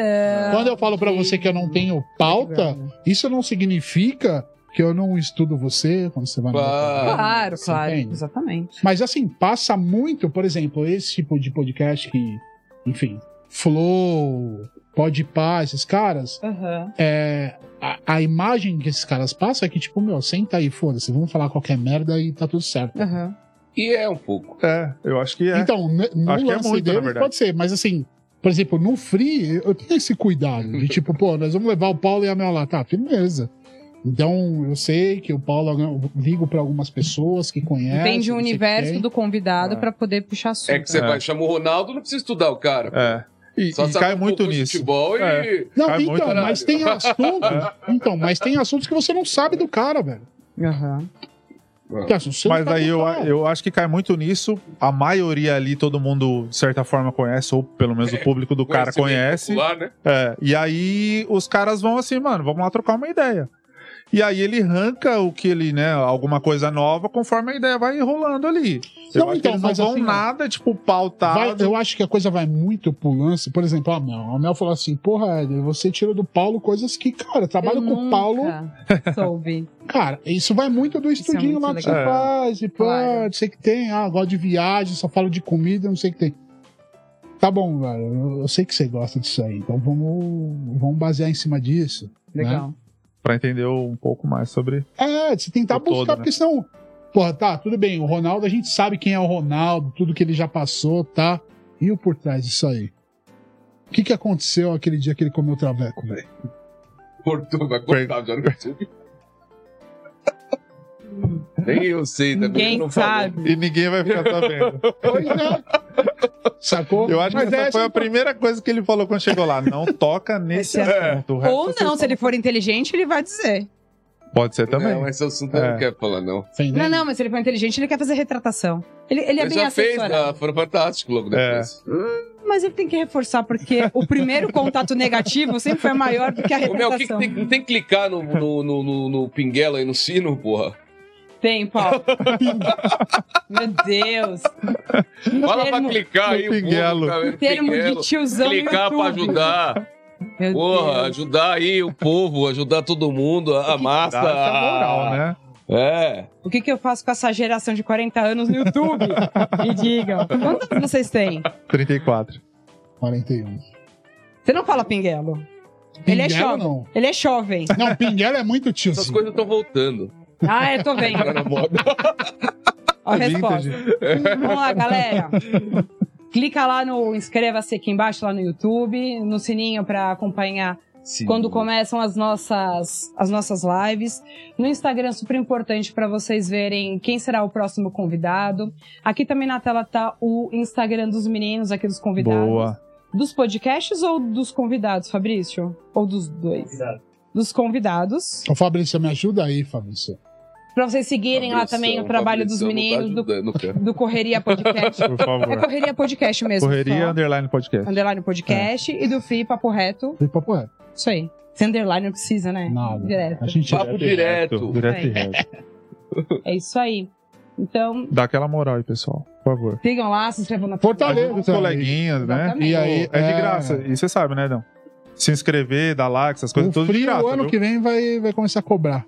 Quando eu falo pra você que eu não tenho pauta, isso não significa que eu não estudo você quando você vai no meu Claro. trabalho, Claro, Ah, você claro. entende? Exatamente. Mas assim, passa muito, por exemplo, esse tipo de podcast que, enfim, Flow, Podpah, esses caras, Aham. é, a, a imagem que esses caras passam é que, tipo, meu, senta aí, foda-se, vamos falar qualquer merda e tá tudo certo. Aham. E é um pouco. É, eu acho que é. Então, ne- no Acho que é lance muito, na deles verdade. pode ser, mas assim, por exemplo, no Free, eu- eu tenho esse cuidado [LAUGHS] de tipo, pô, nós vamos levar o Paulo e a Mel lá, tá, firmeza. Então, eu sei que o Paulo, eu ligo pra algumas pessoas que conhecem. Depende do não sei o que universo tem. do convidado pra poder puxar assunto. É que você É. vai chamar o Ronaldo, não precisa estudar o cara. É. E, Só e sabe cai um muito pouco de nisso. Futebol e... É. Não, Cai muito, então, caralho. mas tem [LAUGHS] assuntos. então, mas tem assuntos que você não sabe do cara, velho. Aham. Tem assuntos que você não Mas sabe aí do eu, cara. eu acho que cai muito nisso. A maioria ali, todo mundo, de certa forma, conhece, ou pelo menos o público [LAUGHS] do cara conhece. Popular, né? É, e aí os caras vão assim, mano, vamos lá trocar uma ideia. E aí ele arranca o que ele, né, alguma coisa nova, conforme a ideia vai rolando ali. Não, eu acho que então, eles não mas vão assim, ó, nada, tipo, pautado. Vai- eu acho que a coisa vai muito pro lance. Por exemplo, a Mel. A Mel falou assim: porra, Éder, você tirou do Paulo coisas que, cara, trabalho Eu com o Paulo. nunca [LAUGHS] Soube. Cara, isso vai muito do Isso é estudinho muito lá que você legal. faz, e pá, Claro. não sei o que tem, ah, gosto de viagem, só falo de comida, não sei o que tem. Tá bom, velho, eu- eu sei que você gosta disso aí, então vamos, vamos basear em cima disso. Legal. Pra entender um pouco mais sobre. É, de se tentar O todo, buscar, né? porque senão. Porra, tá, tudo bem. O Ronaldo, a gente sabe quem é o Ronaldo, tudo que ele já passou, tá? E o por trás disso aí? O que, que aconteceu aquele dia que ele comeu traveco, velho? Cortou, vai cortar já no YouTube. Nem eu sei também. Ninguém eu não falo. sabe. E ninguém vai ficar sabendo. Pois é. Sacou? [LAUGHS] Eu acho que Mas essa é foi a primeira coisa que ele falou quando chegou lá. Não [LAUGHS] toca Esse nesse assim. assunto. O resto Ou vocês não, se falam. ele for inteligente, ele vai dizer. Pode ser também. Não, esse assunto eu É. não quero falar, não. Entendeu? Não, não, mas se ele for inteligente, ele quer fazer retratação. Ele, ele é Ele bem já fez, ah, assessorado. na Fora Fantástico logo É. depois. Mas ele tem que reforçar, porque o primeiro contato negativo sempre foi maior do que a Ô, meu, o que, que retratação. tem, não tem que clicar no, no, no, no, no pinguela e no sino, porra? [LAUGHS] Tem, Paulo. Meu Deus. Um Fala pra termo- clicar no aí, o pinguelo. povo, cara, um termo pinguelo. de tiozão no Clicar pra YouTube. ajudar. Meu Porra, Deus. ajudar aí o povo, ajudar todo mundo, a a massa. Dá essa é moral, né? É. O que, que eu faço com essa geração de 40 anos no YouTube? Me digam. Quantos anos vocês têm? 34. 41. Você não fala pinguelo. Ele é Pinguela, jovem. não. Ele é jovem. Não, Pinguela é muito Essas tiozinho. coisas estão voltando. Ah, eu tô vendo. Tá na moda. Ó, a resposta. Vintage. Vamos lá, galera. Clica lá no inscreva-se aqui embaixo lá no YouTube, no sininho pra acompanhar Sim. quando começam as nossas as nossas lives. No Instagram é super importante pra vocês verem quem será o próximo convidado. Aqui também na tela tá o Instagram dos meninos aqui dos convidados. Boa. Dos podcasts ou dos convidados, Fabrício? Ou dos dois? Dos convidados. Ô, Fabrício, me ajuda aí, Fabrício. Pra vocês seguirem lá Fabrição, também o trabalho dos Fabrição não tá meninos, do, ajudando, cara. do Correria [LAUGHS] Podcast. Por [LAUGHS] É favor. Correria Podcast mesmo. Correria né? É. pessoal. underline podcast. Underline Podcast e do Free Papo Reto. Falei, papo é. Isso aí. Se underline não precisa, né? Nada. Direto. A gente é, Papo direto. Direto e reto. É isso aí. Então, Dá aquela moral aí, pessoal. Por favor. sigam lá, se inscrevam na Fortaleza. Ajuda os coleguinhas, né? Exatamente. E aí, É de é. graça. E você sabe, né, Dão? Se inscrever, dar like, essas coisas, o tudo de frio, graça. o ano viu? que vem, vai, vai começar a cobrar.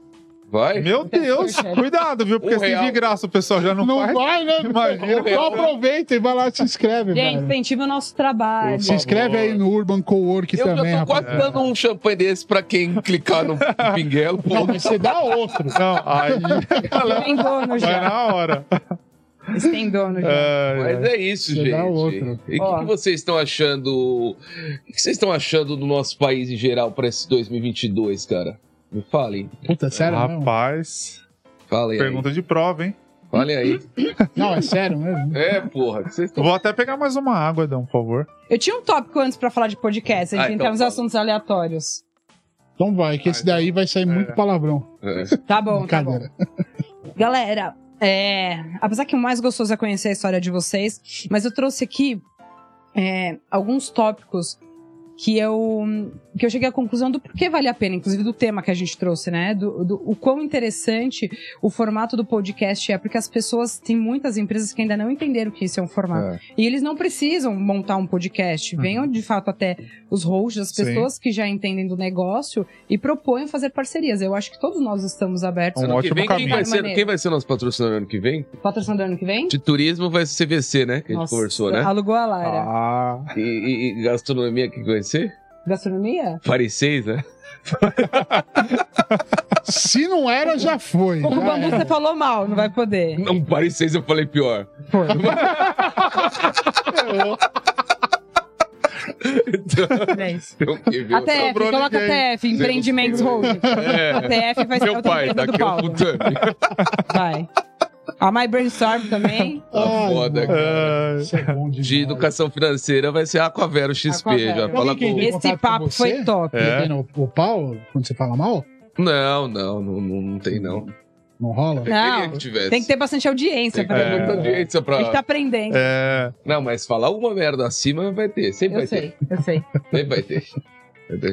Vai. Meu Deus, cuidado, viu? Porque Um se de real. graça o pessoal já não, Não faz. vai, né? Imagina. Só aproveita e vai lá e se inscreve, Gente, velho. incentiva o nosso trabalho. Se inscreve aí no Urban Cowork Eu também, já tô quase rapaz. dando um champanhe desse pra quem clicar no pinguelo, Não, pô. mas você dá outro. Não, [LAUGHS] aí Tem dono vai já. na hora. Eles têm dono já. É, Mas é isso, Você gente. dá outro. E o Ó. que, que vocês estão achando? O que, que vocês estão achando do nosso país em geral pra esse 2022, cara? Me falem. Puta, é sério mesmo? Rapaz, Falem aí. pergunta de prova, hein? Falem aí. Não, é sério mesmo? É, porra. o que Vocês estão Vou até pegar mais uma água, Dão, por favor. Eu tinha um tópico antes pra falar de podcast. A gente Ah, tem então uns fala. assuntos aleatórios. Então vai, que esse daí vai sair muito palavrão. é. Tá bom, tá bom. Brincadeira. Galera, é, apesar que o mais gostoso é conhecer a história de vocês, mas eu trouxe aqui é, alguns tópicos que eu, que eu cheguei à conclusão do porquê vale a pena, inclusive do tema que a gente trouxe, né? Do, do o quão interessante o formato do podcast é, porque as pessoas, tem muitas empresas que ainda não entenderam que isso é um formato. É. Uhum. E eles não precisam montar um podcast. Venham, de fato, até os hosts, as Sim. pessoas que já entendem do negócio e proponham fazer parcerias. Eu acho que todos nós estamos abertos. Um Ano que ótimo vem, quem, caminho. vai ser, Maneiro. quem vai ser nosso patrocinador ano que vem? Patrocinador ano que vem? De turismo vai ser CVC, né? Que a gente Nossa, conversou, né? Alugou a Lara. Ah, E, e- e gastronomia, quem vai ser? Ah. Gastronomia? Fariseis, né? Se não era, já foi. Como o tá já bambu era. você falou mal, não vai poder. Não, Fariseis eu falei pior. Foi. Então, [LAUGHS] É isso. tem o que ver. ATF, Sobrou coloca ninguém. ATF, empreendimentos [LAUGHS] holding. É. ATF vai ser Meu outra pai, tá empresa do aqui o Paulo. Futami. Vai. A My Brainstorm [LAUGHS] também. Tá Ai, foda, mano. cara. Isso é bom demais. De educação financeira vai ser Aquavero XP. Aquavero. Já Alguém fala que- com... Tem Esse contato com papo você? foi top. É. Perdendo o, o pau quando você fala mal? Não, não, não, não, não tem não. Não rola? Não, Queria que tivesse. Tem que ter bastante audiência Tem que pra ter É. muita audiência pra... A gente tá aprendendo. é. Não, mas falar alguma merda acima vai ter. Sempre Eu vai ter. sei, eu sei. Sempre vai ter. Vai [LAUGHS] ter.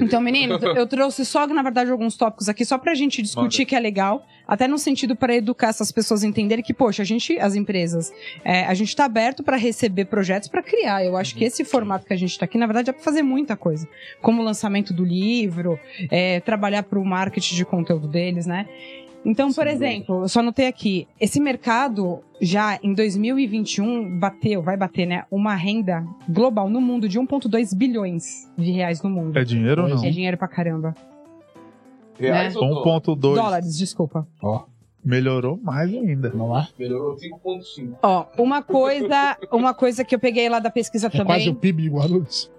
Então, meninos, eu trouxe só, na verdade, alguns tópicos aqui só pra gente discutir que é legal, até no sentido para educar essas pessoas a entenderem que, poxa, a gente, as empresas, é, a gente tá aberto pra receber projetos pra criar. Eu acho que esse formato que a gente tá aqui, na verdade, é pra fazer muita coisa, como o lançamento do livro, é, trabalhar pro marketing de conteúdo deles, né? Então, por exemplo, eu só anotei aqui, esse mercado já em 2021 bateu, vai bater, né, uma renda global no mundo de 1.2 bilhões de reais no mundo. É dinheiro ou não? Então. É dinheiro pra caramba. Reais Né? ou dólar? 1.2. Dólares, desculpa. Melhorou mais ainda. Não é? Melhorou 5.5. Ó, uma coisa, uma coisa que eu peguei lá da pesquisa É quase o também. PIB de Guarulhos.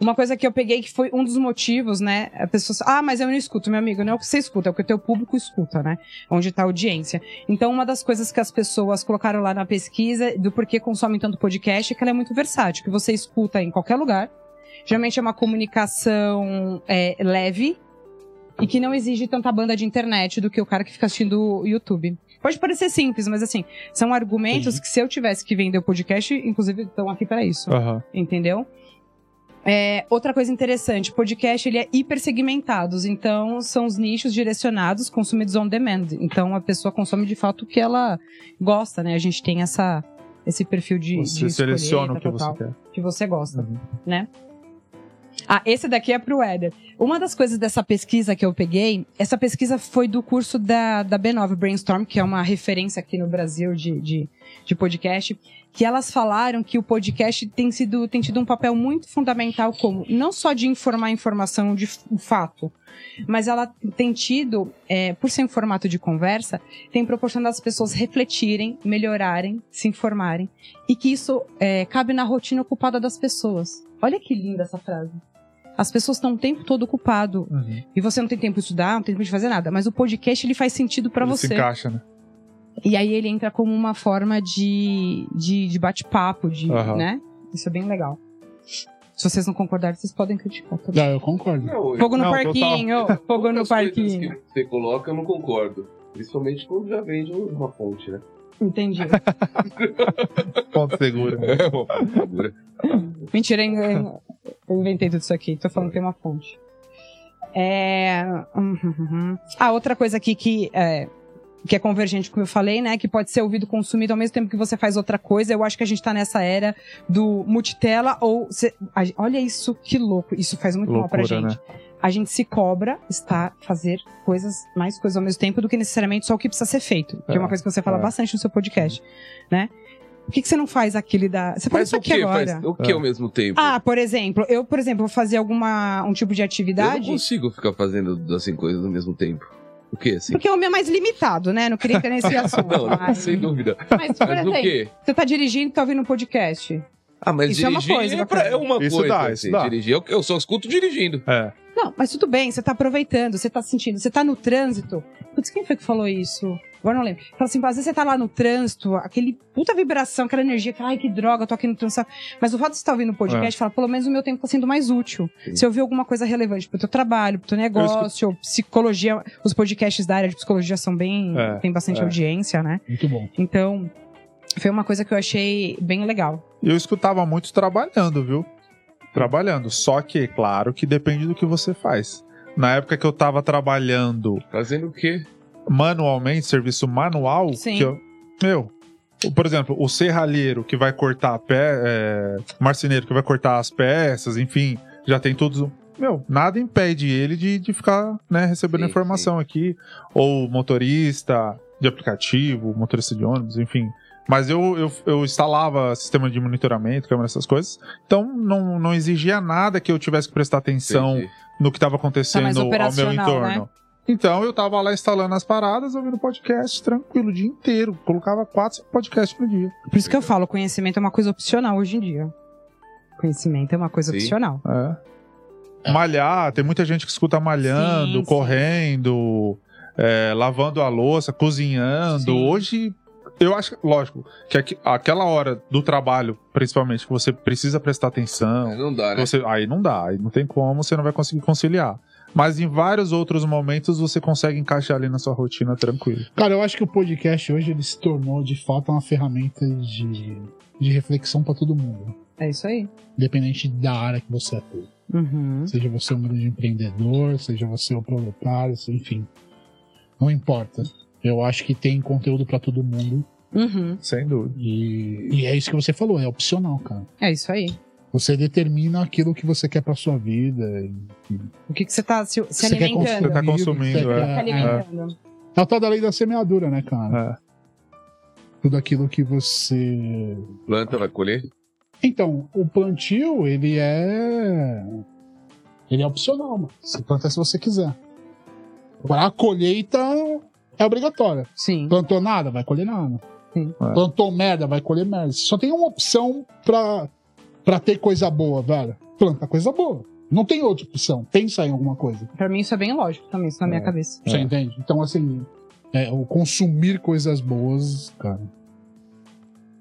Uma coisa que eu peguei que foi um dos motivos, né? A pessoa, ah, mas eu não escuto, meu amigo, não é o que você escuta, é o que o teu público escuta, né? Onde tá a audiência. Então, uma das coisas que as pessoas colocaram lá na pesquisa do porquê consomem tanto podcast é que ela é muito versátil, que você escuta em qualquer lugar. Geralmente é uma comunicação é, leve e que não exige tanta banda de internet do que o cara que fica assistindo o YouTube. Pode parecer simples, mas assim, são argumentos que se eu tivesse que vender o podcast, inclusive estão aqui para isso Aham. entendeu? É, outra coisa interessante, o podcast ele é hipersegmentados, então são os nichos direcionados consumidos on demand. Então a pessoa consome de fato o que ela gosta, né? A gente tem essa esse perfil de, Você de escolher, seleciona o tá tal, tal, que você tal, quer. que você gosta, Uhum. né? Ah, esse daqui é pro Éder. Uma das coisas dessa pesquisa que eu peguei, essa pesquisa foi do curso da, da B9 Brainstorm, que é uma referência aqui no Brasil de, de, de podcast, que elas falaram que o podcast tem, sido, tem tido um papel muito fundamental como, não só de informar informação de f- fato, mas ela tem tido, é, por ser um formato de conversa, tem proporcionado as pessoas refletirem, melhorarem, se informarem, e que isso é, cabe na rotina ocupada das pessoas. Olha que linda essa frase. As pessoas estão o tempo todo ocupado Uhum. e você não tem tempo de estudar, não tem tempo de fazer nada, mas o podcast ele faz sentido pra Ele Se você. encaixa, né? E aí ele entra como uma forma de, de, de bate-papo, de, Aham. né? Isso é bem legal. Se vocês não concordarem, vocês podem criticar também. Não, eu concordo. É, Fogo no Não, parquinho, fogo no parquinho. que você coloca, eu não concordo. Principalmente quando já vem de uma fonte, né? Entendi. [LAUGHS] Ponto seguro. É, uma figura. Mentira, eu eu- eu inventei tudo isso aqui. Tô falando que tem uma fonte. É... hum, hum, hum. Ah, outra coisa aqui que é, que é convergente, como eu falei, né? Que pode ser ouvido, consumido ao mesmo tempo que você faz outra coisa. Eu acho que a gente tá nessa era do multitela ou... se- a- Olha isso, que louco. Isso faz muito mal pra Loucura, gente. A gente se cobra estar fazer coisas, mais coisas ao mesmo tempo do que necessariamente só o que precisa ser feito. Que é, uma É, coisa que você fala é. bastante no seu podcast, né? Por que, que você não faz aquele da... Você [LAUGHS] Mas faz isso o aqui que? agora. Faz o que ao mesmo tempo? Ah, por exemplo, eu, por exemplo, vou fazer alguma um tipo de eu não atividade. consigo ficar fazendo assim coisas ao mesmo tempo. O que, [LAUGHS] assim? Porque o meu é mais limitado, né? Não queria entrar [LAUGHS] nesse assunto. Não, não, mas, sem dúvida. mas, Ah, por Mas o exemplo, quê? você tá dirigindo e tá ouvindo um podcast. Ah, mas Isso é uma dirigir é, coisa pra- bacana. é uma Isso coisa. dá, assim, isso dá. Dirigir, eu, eu só escuto dirigindo. É. Não, mas tudo bem, você tá aproveitando, você tá sentindo, você tá no trânsito. Putz, quem foi que falou isso? Agora não lembro. Fala assim, pô, às vezes você tá lá no trânsito, aquele puta vibração, aquela energia, aquela, ai que droga, eu tô aqui no trânsito. Mas o fato de você estar ouvindo o podcast, fala, pelo menos o meu tempo tá sendo mais útil. Sim. Se eu ouvir alguma coisa relevante pro teu trabalho, pro teu negócio, psicologia, os podcasts da área de psicologia são bem, É, tem bastante é. audiência, né? Muito bom. Então, foi uma coisa que eu achei bem legal. Eu escutava muito trabalhando, viu? trabalhando. Só que, claro, que depende do que você faz. Na época que eu tava trabalhando Fazendo o quê? manualmente, serviço manual, Sim. que eu- meu, o- por exemplo, o serralheiro que vai cortar a pé, é, marceneiro que vai cortar as peças, enfim, já tem tudo. Meu, nada impede ele de, de ficar né, recebendo Sim, informação aqui. Ou motorista de aplicativo, motorista de ônibus, enfim. Mas eu, eu, eu instalava sistema de monitoramento, câmera, essas coisas. Então não, não exigia nada que eu tivesse que prestar atenção Entendi. no que estava acontecendo ao meu operacional, entorno. né? Então eu tava lá instalando as paradas, ouvindo podcast tranquilo o dia inteiro. Colocava quatro, cinco podcasts no dia. Por isso que eu falo, conhecimento é uma coisa opcional hoje em dia. Conhecimento é uma coisa Sim. opcional. É. Malhar, tem muita gente que escuta malhando, Sim, sim. correndo, é, lavando a louça, cozinhando. Sim. Hoje, eu acho, que- lógico, que aqui- aquela hora do trabalho, principalmente, que você precisa prestar atenção, É, Não dá, né? Você- aí não dá, aí não tem como, você não vai conseguir conciliar. Mas em vários outros momentos você consegue encaixar ali na sua rotina tranquilo. Cara, eu acho que o podcast hoje ele se tornou de fato uma ferramenta de, de reflexão pra todo mundo. É isso aí. Independente da área que você atua. Uhum. Seja você um grande empreendedor, seja você um proletário, se- enfim. Não importa. Eu acho que tem conteúdo pra todo mundo. Uhum. Sem dúvida. E, e é isso que você falou, é opcional, cara. É isso aí. Você determina aquilo que você quer pra sua vida. e O que, que você tá se, se você quer alimentando? construir Você tá a vida, o que consumindo, você quer- é. Tá alimentando. É o tal da lei da semeadura, né, cara? É. Tudo aquilo que você Planta, vai colher. Então, o plantio, ele é. Ele é opcional, mano. Você planta se você quiser. Agora, a colheita é obrigatória. Sim. Plantou nada, vai colher nada. Sim. É. Plantou merda, vai colher merda. Só tem uma opção pra, pra ter coisa boa, velho. Planta coisa boa. Não tem outra opção. Pensa em alguma coisa. Pra mim isso é bem lógico também, isso na minha cabeça. Você É. entende? Então, assim, é, o consumir coisas boas, cara.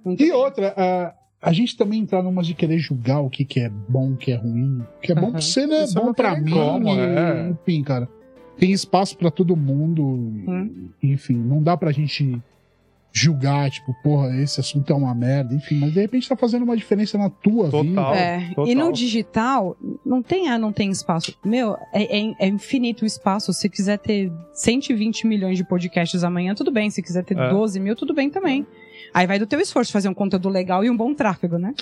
Muito E bem. outra, a, a gente também entrar numa de querer julgar o que, que é bom, o que é ruim. O que é bom Aham. pra você não é Isso bom não pra tem mim. como, e- é. Enfim, cara. Tem espaço pra todo mundo. e- Hum. Enfim, não dá pra gente julgar, tipo, porra, esse assunto é uma merda. Enfim, mas de repente tá fazendo uma diferença na tua Total. vida. É, Total. E no digital, não tem ah, não tem espaço. Meu, é, é- é infinito o espaço. Se quiser ter 120 milhões de podcasts amanhã, tudo bem. Se quiser ter É. 12 mil, tudo bem também. Aí vai do teu esforço fazer um conteúdo legal e um bom tráfego, né?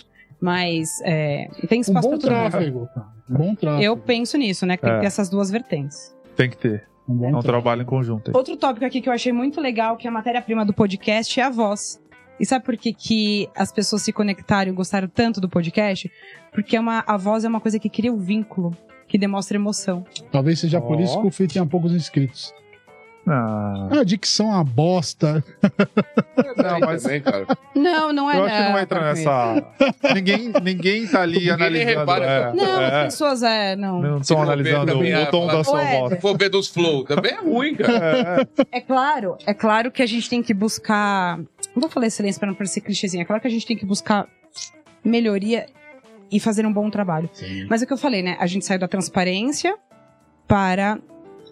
Mas é, tem Um espaço bom pra tudo. tráfego, cara. Um bom tráfego. Eu penso nisso, né? Que tem É. que ter essas duas vertentes. Tem que ter. Um bom É um tráfego. trabalho em conjunto. Outro tópico aqui que eu achei muito legal, que é a matéria-prima do podcast, é a voz. E sabe por que, que as pessoas se conectaram e gostaram tanto do podcast? Porque é uma, a voz é uma coisa que cria um vínculo, que demonstra emoção. Talvez seja por Ó. isso que o Fih tenha poucos inscritos. Ah, Ah, a dicção é uma bosta. Não, mas vem, [LAUGHS] cara. Não, não é eu acho que não entra nessa. ninguém, ninguém tá ali [LAUGHS] Ninguém nem analisando. repara. É, Não, é. as pessoas é. Não. Não estão não analisando vê também o tom a- da sua Ué, voz. Se for ver dos flow, também é ruim, [LAUGHS] cara. É, é. É claro, é claro que a gente tem que buscar. Não vou falar excelência pra não parecer clichêzinho. É claro que a gente tem que buscar melhoria e fazer um bom trabalho. Sim. Mas é o que eu falei, né? A gente saiu da transparência para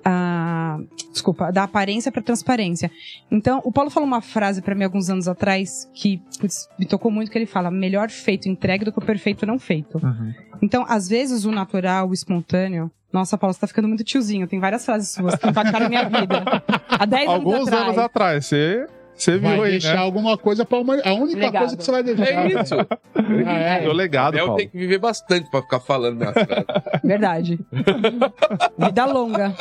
a. Desculpa, da aparência para transparência. Então, o Paulo falou uma frase pra mim alguns anos atrás que putz, me tocou muito que ele fala: melhor feito entregue do que o perfeito não feito. Uhum. Então, às vezes o natural, o espontâneo. Nossa, Paulo, você tá ficando muito tiozinho. Tem várias frases suas que impactaram minha vida. Há 10 anos Alguns atrás. anos atrás, você, você Vai viu aí, deixar né? alguma coisa pra uma. A única Legado. coisa que você vai deixar. É isso. Ah, é. Deu legado, Léo Paulo. tem que viver bastante pra ficar falando minhas [LAUGHS] frases. Verdade. vida longa.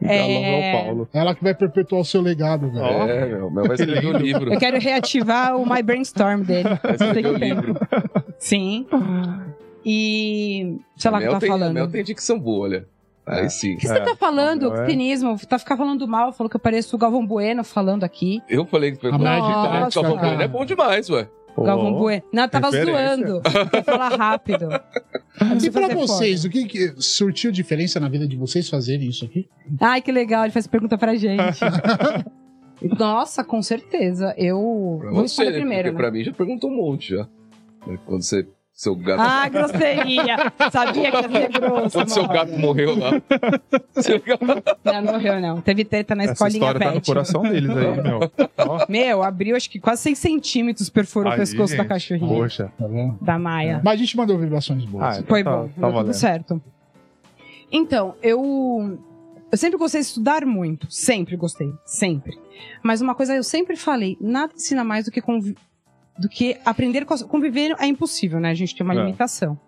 É, Galão ao Paulo. Ela que vai perpetuar o seu legado, velho. Ó. É, meu, meu, vai escrever um livro. Eu quero reativar o My Brainstorm dele. Vai escrever um Tem que ter. livro. Sim. E. Sei Tá lá o que eu Mel tava tem, falando. Mel tem dicção boa, olha. Aí sim. O que você tá falando? Mel é- Cinismo. Tá ficar falando mal. Falou que eu pareço o Galvão Bueno falando aqui. Eu falei que A mais de Ah, Nossa, tática, Galvão Bueno cara. é bom demais, ué. O Galvão Ô, Bueno. Não, eu tava Oh. referência. zoando. Quer falar rápido. E Preciso pra fazer vocês, o que, que surtiu diferença na vida de vocês fazerem isso aqui? foto. Ai, que legal. Ele faz pergunta pra [LAUGHS] gente. Nossa, com certeza. Eu. Pra Vou você, responder né? primeiro. Porque né? pra mim já perguntou um monte já. Quando você Seu gato. Ah, grosseria! Sabia que ia ser grosso. Quando um seu mano. gato morreu [LAUGHS] lá. Seu gato- Não, não morreu, não. Teve treta na Essa escolinha história tá no pet. coração deles [LAUGHS] aí, meu. Ó, Meu, abriu acho que quase 6 centímetros, perfurou aí, o pescoço da gente, cachorrinha. Poxa. Tá vendo? Da Maia. Mas a gente mandou vibrações boas. Ah, então Foi tá- bom, tá deu tudo valendo. certo. Então, eu. Eu sempre gostei de estudar muito. Sempre gostei. Sempre. Mas uma coisa eu sempre falei: nada ensina mais do que, convi- do que aprender com. As... Conviver é impossível, né? A gente tem uma É. limitação.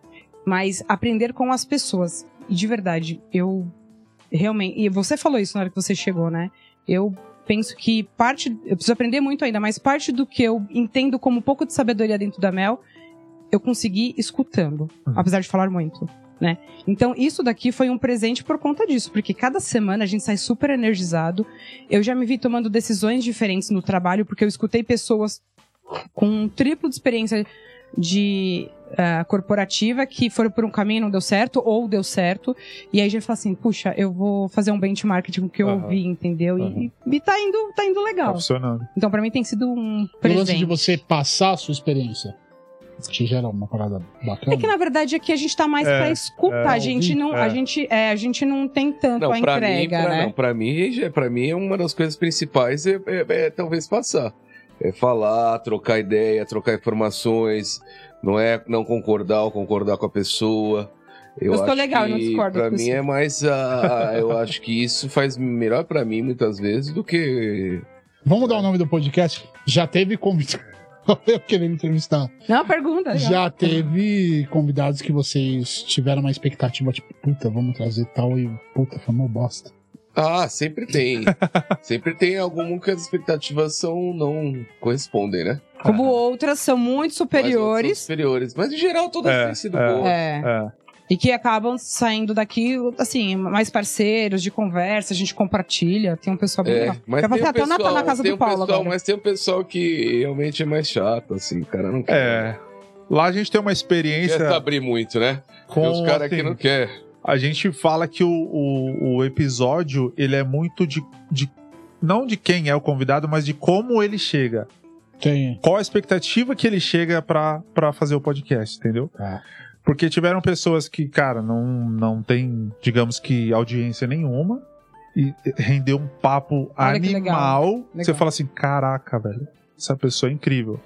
Mas aprender com as pessoas. E de verdade, eu. Realmente. E você falou isso na hora que você chegou, né? Eu penso que parte. Eu preciso aprender muito ainda, mas parte do que eu entendo como um pouco de sabedoria dentro da Mel, eu consegui escutando, apesar de falar muito. Né? Então, isso daqui foi um presente por conta disso, porque cada semana a gente sai super energizado. Eu já me vi tomando decisões diferentes no trabalho, porque eu escutei pessoas com um triplo de experiência de ah, corporativa que foram por um caminho e não deu certo, ou deu certo. E aí a gente fala assim: puxa, eu vou fazer um benchmarking com o que eu Aham. ouvi, entendeu? E- Aham. Uhum. E, e tá indo, tá indo Tá legal. funcionando. Então, pra mim tem sido O um lance de presente. você passar a sua experiência te gera uma parada bacana. É que na verdade aqui a gente tá mais É, pra escutar. é, a gente não, é. a gente, é, a gente não tem tanto Não, a pra entrega, mim, pra, né? não, pra mim, já- pra mim, uma das coisas principais é, é- é talvez passar. É falar, trocar ideia, trocar informações, não é não concordar ou concordar com a pessoa. Eu, Eu sou acho legal, eu não que, discordo Pra das mim é pessoas. mais a, [LAUGHS] a- Eu acho que isso faz melhor pra mim muitas vezes do que. Vamos mudar o nome do podcast? Já teve [LAUGHS] convidado. Eu querendo entrevistar. Não, pergunta. legal. Já teve convidados que vocês tiveram uma expectativa, tipo, puta, vamos trazer tal e puta, foi uma bosta. Ah, sempre [LAUGHS] tem. sempre tem algum que as expectativas são não correspondem, né? Como outras são muito Mas outras são superiores. superiores. Mas em geral todas É, têm sido é. boas. É. É. E que acabam saindo daqui, assim, mais parceiros de conversa, a gente compartilha, tem um pessoal bem É, legal. mas Eu vou tem um até anotar pessoal, na casa tem do um Paulo pessoal, agora. mas tem um pessoal que realmente é mais chato, assim, o cara não quer, É. Lá a gente tem uma não quer se experiência abrir muito, né? Tem com. os caras que assim, não quer. A gente fala que o, o, o episódio ele é muito de, de. Não de quem é o convidado, mas de como ele chega. Tem. Qual a expectativa que ele chega pra pra fazer o podcast, entendeu? Tá. Porque tiveram pessoas que, cara, não, não tem, digamos que, audiência nenhuma. E rendeu um papo Olha que animal. Você Legal. fala assim: caraca, velho, essa pessoa é incrível.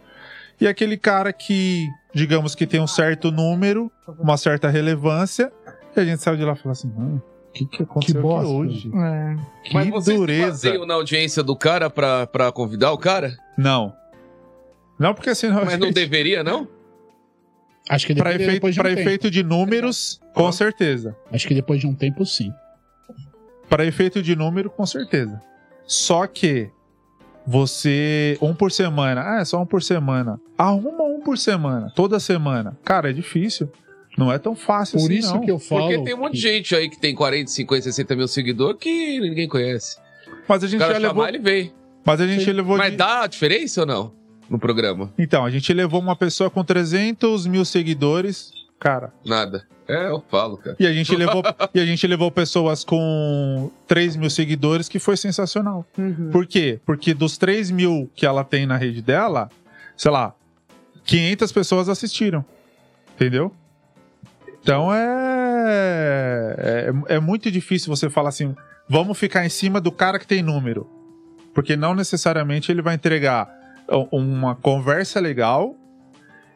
E aquele cara que, digamos que tem um certo número, uma certa relevância. E a gente saiu de lá e falou assim: mano, o que, que aconteceu Que aqui bosta, hoje? É. Que Mas vocês dureza. baseiam na audiência do cara pra, pra convidar o cara? Não. Não, porque senão. Mas não deveria, não? Acho que Para depois, efeito, depois de um pra tempo. efeito de números, com certeza. Acho que depois de um tempo, sim. Para efeito de número, com certeza. Só que você. Um por semana. Ah, é só um por semana. Arruma um por semana. Toda semana. Cara, é difícil. Não é tão fácil Por assim. isso não. que eu falo. Porque tem um monte de que- gente aí que tem 40, 50, 60 mil seguidores que ninguém conhece. Mas a O gente cara já chamar, levou. ele vem. Mas a gente levou. Mas de- dá a diferença ou não? No programa? Então, a gente levou uma pessoa com 300 mil seguidores. Cara. Nada. É, eu falo, cara. E a gente [LAUGHS] levou, e a gente levou pessoas com 3 mil seguidores, que foi sensacional. Uhum. Por quê? Porque dos 3 mil que ela tem na rede dela, sei lá, 500 pessoas assistiram. Entendeu? Então é, é. É muito difícil você falar assim, vamos ficar em cima do cara que tem número. Porque não necessariamente ele vai entregar u- uma conversa legal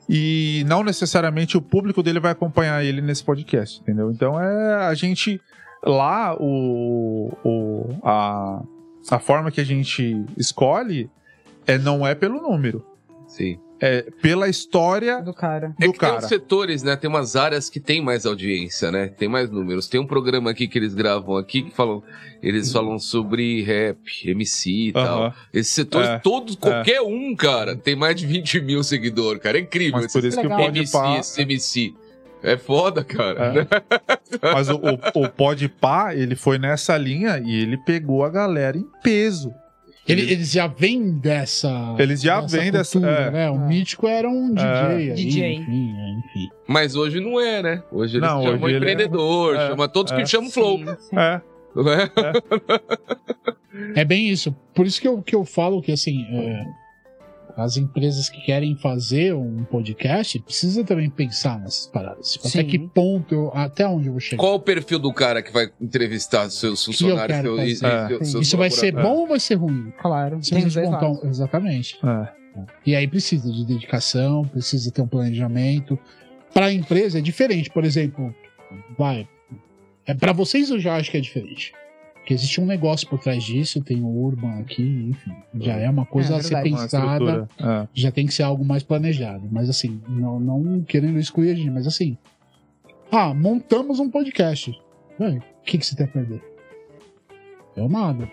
e não necessariamente o público dele vai acompanhar ele nesse podcast, entendeu? Então é a gente lá o, o a, a forma que a gente escolhe é não é pelo número, Sim. é pela história Do cara. do é que Tem cara. uns setores, né? Tem umas áreas que tem mais audiência, né? Tem mais números. Tem um programa aqui que eles gravam aqui que falam. Eles falam sobre rap, MC e tal. Uhum. Aham. Esses setores, É, todos, qualquer um, cara, tem mais de 20 mil seguidores, cara. É incrível. Mas por esses isso que o Legal. pode MC, esse MC. É foda, cara. É. Mas o, o, o Podpah, ele foi nessa linha e ele pegou a galera em peso. Ele- eles já vêm dessa. Eles já vêm dessa- cultura, é. né? O É. Mítico era um DJ. aí, DJ. Enfim, é, enfim. [LAUGHS] Mas hoje não é, né? Hoje eles Não, chamam hoje ele empreendedor, é- chama todos é. que chamam um flow. Sim, sim. É, não é? É bem isso. Por isso que eu, que eu falo que, assim, é, as empresas que querem fazer um podcast precisa também pensar nessas paradas. Tipo, até Sim. que ponto, eu- até onde eu vou chegar. Qual o perfil do cara que vai entrevistar seus eu funcionários? quero seus- fazer? seus- Sim. seus Isso vai ser colaboradores? bom ou vai ser ruim? Claro. Você Tem os precisa dois de montar um- lados. Exatamente. É. E aí precisa de dedicação, precisa ter um planejamento. Para a empresa é diferente, por exemplo, vai. É, para vocês eu já acho que é diferente. Porque existe um negócio por trás disso, tem o Urban aqui, enfim. Já é uma coisa É, a ser verdade. Uma pensada estrutura. É. já tem que ser algo mais planejado. Mas assim, não, não querendo excluir a gente, mas assim. Ah, montamos um podcast. Ué, O que, que você tem a perder? Eu nada.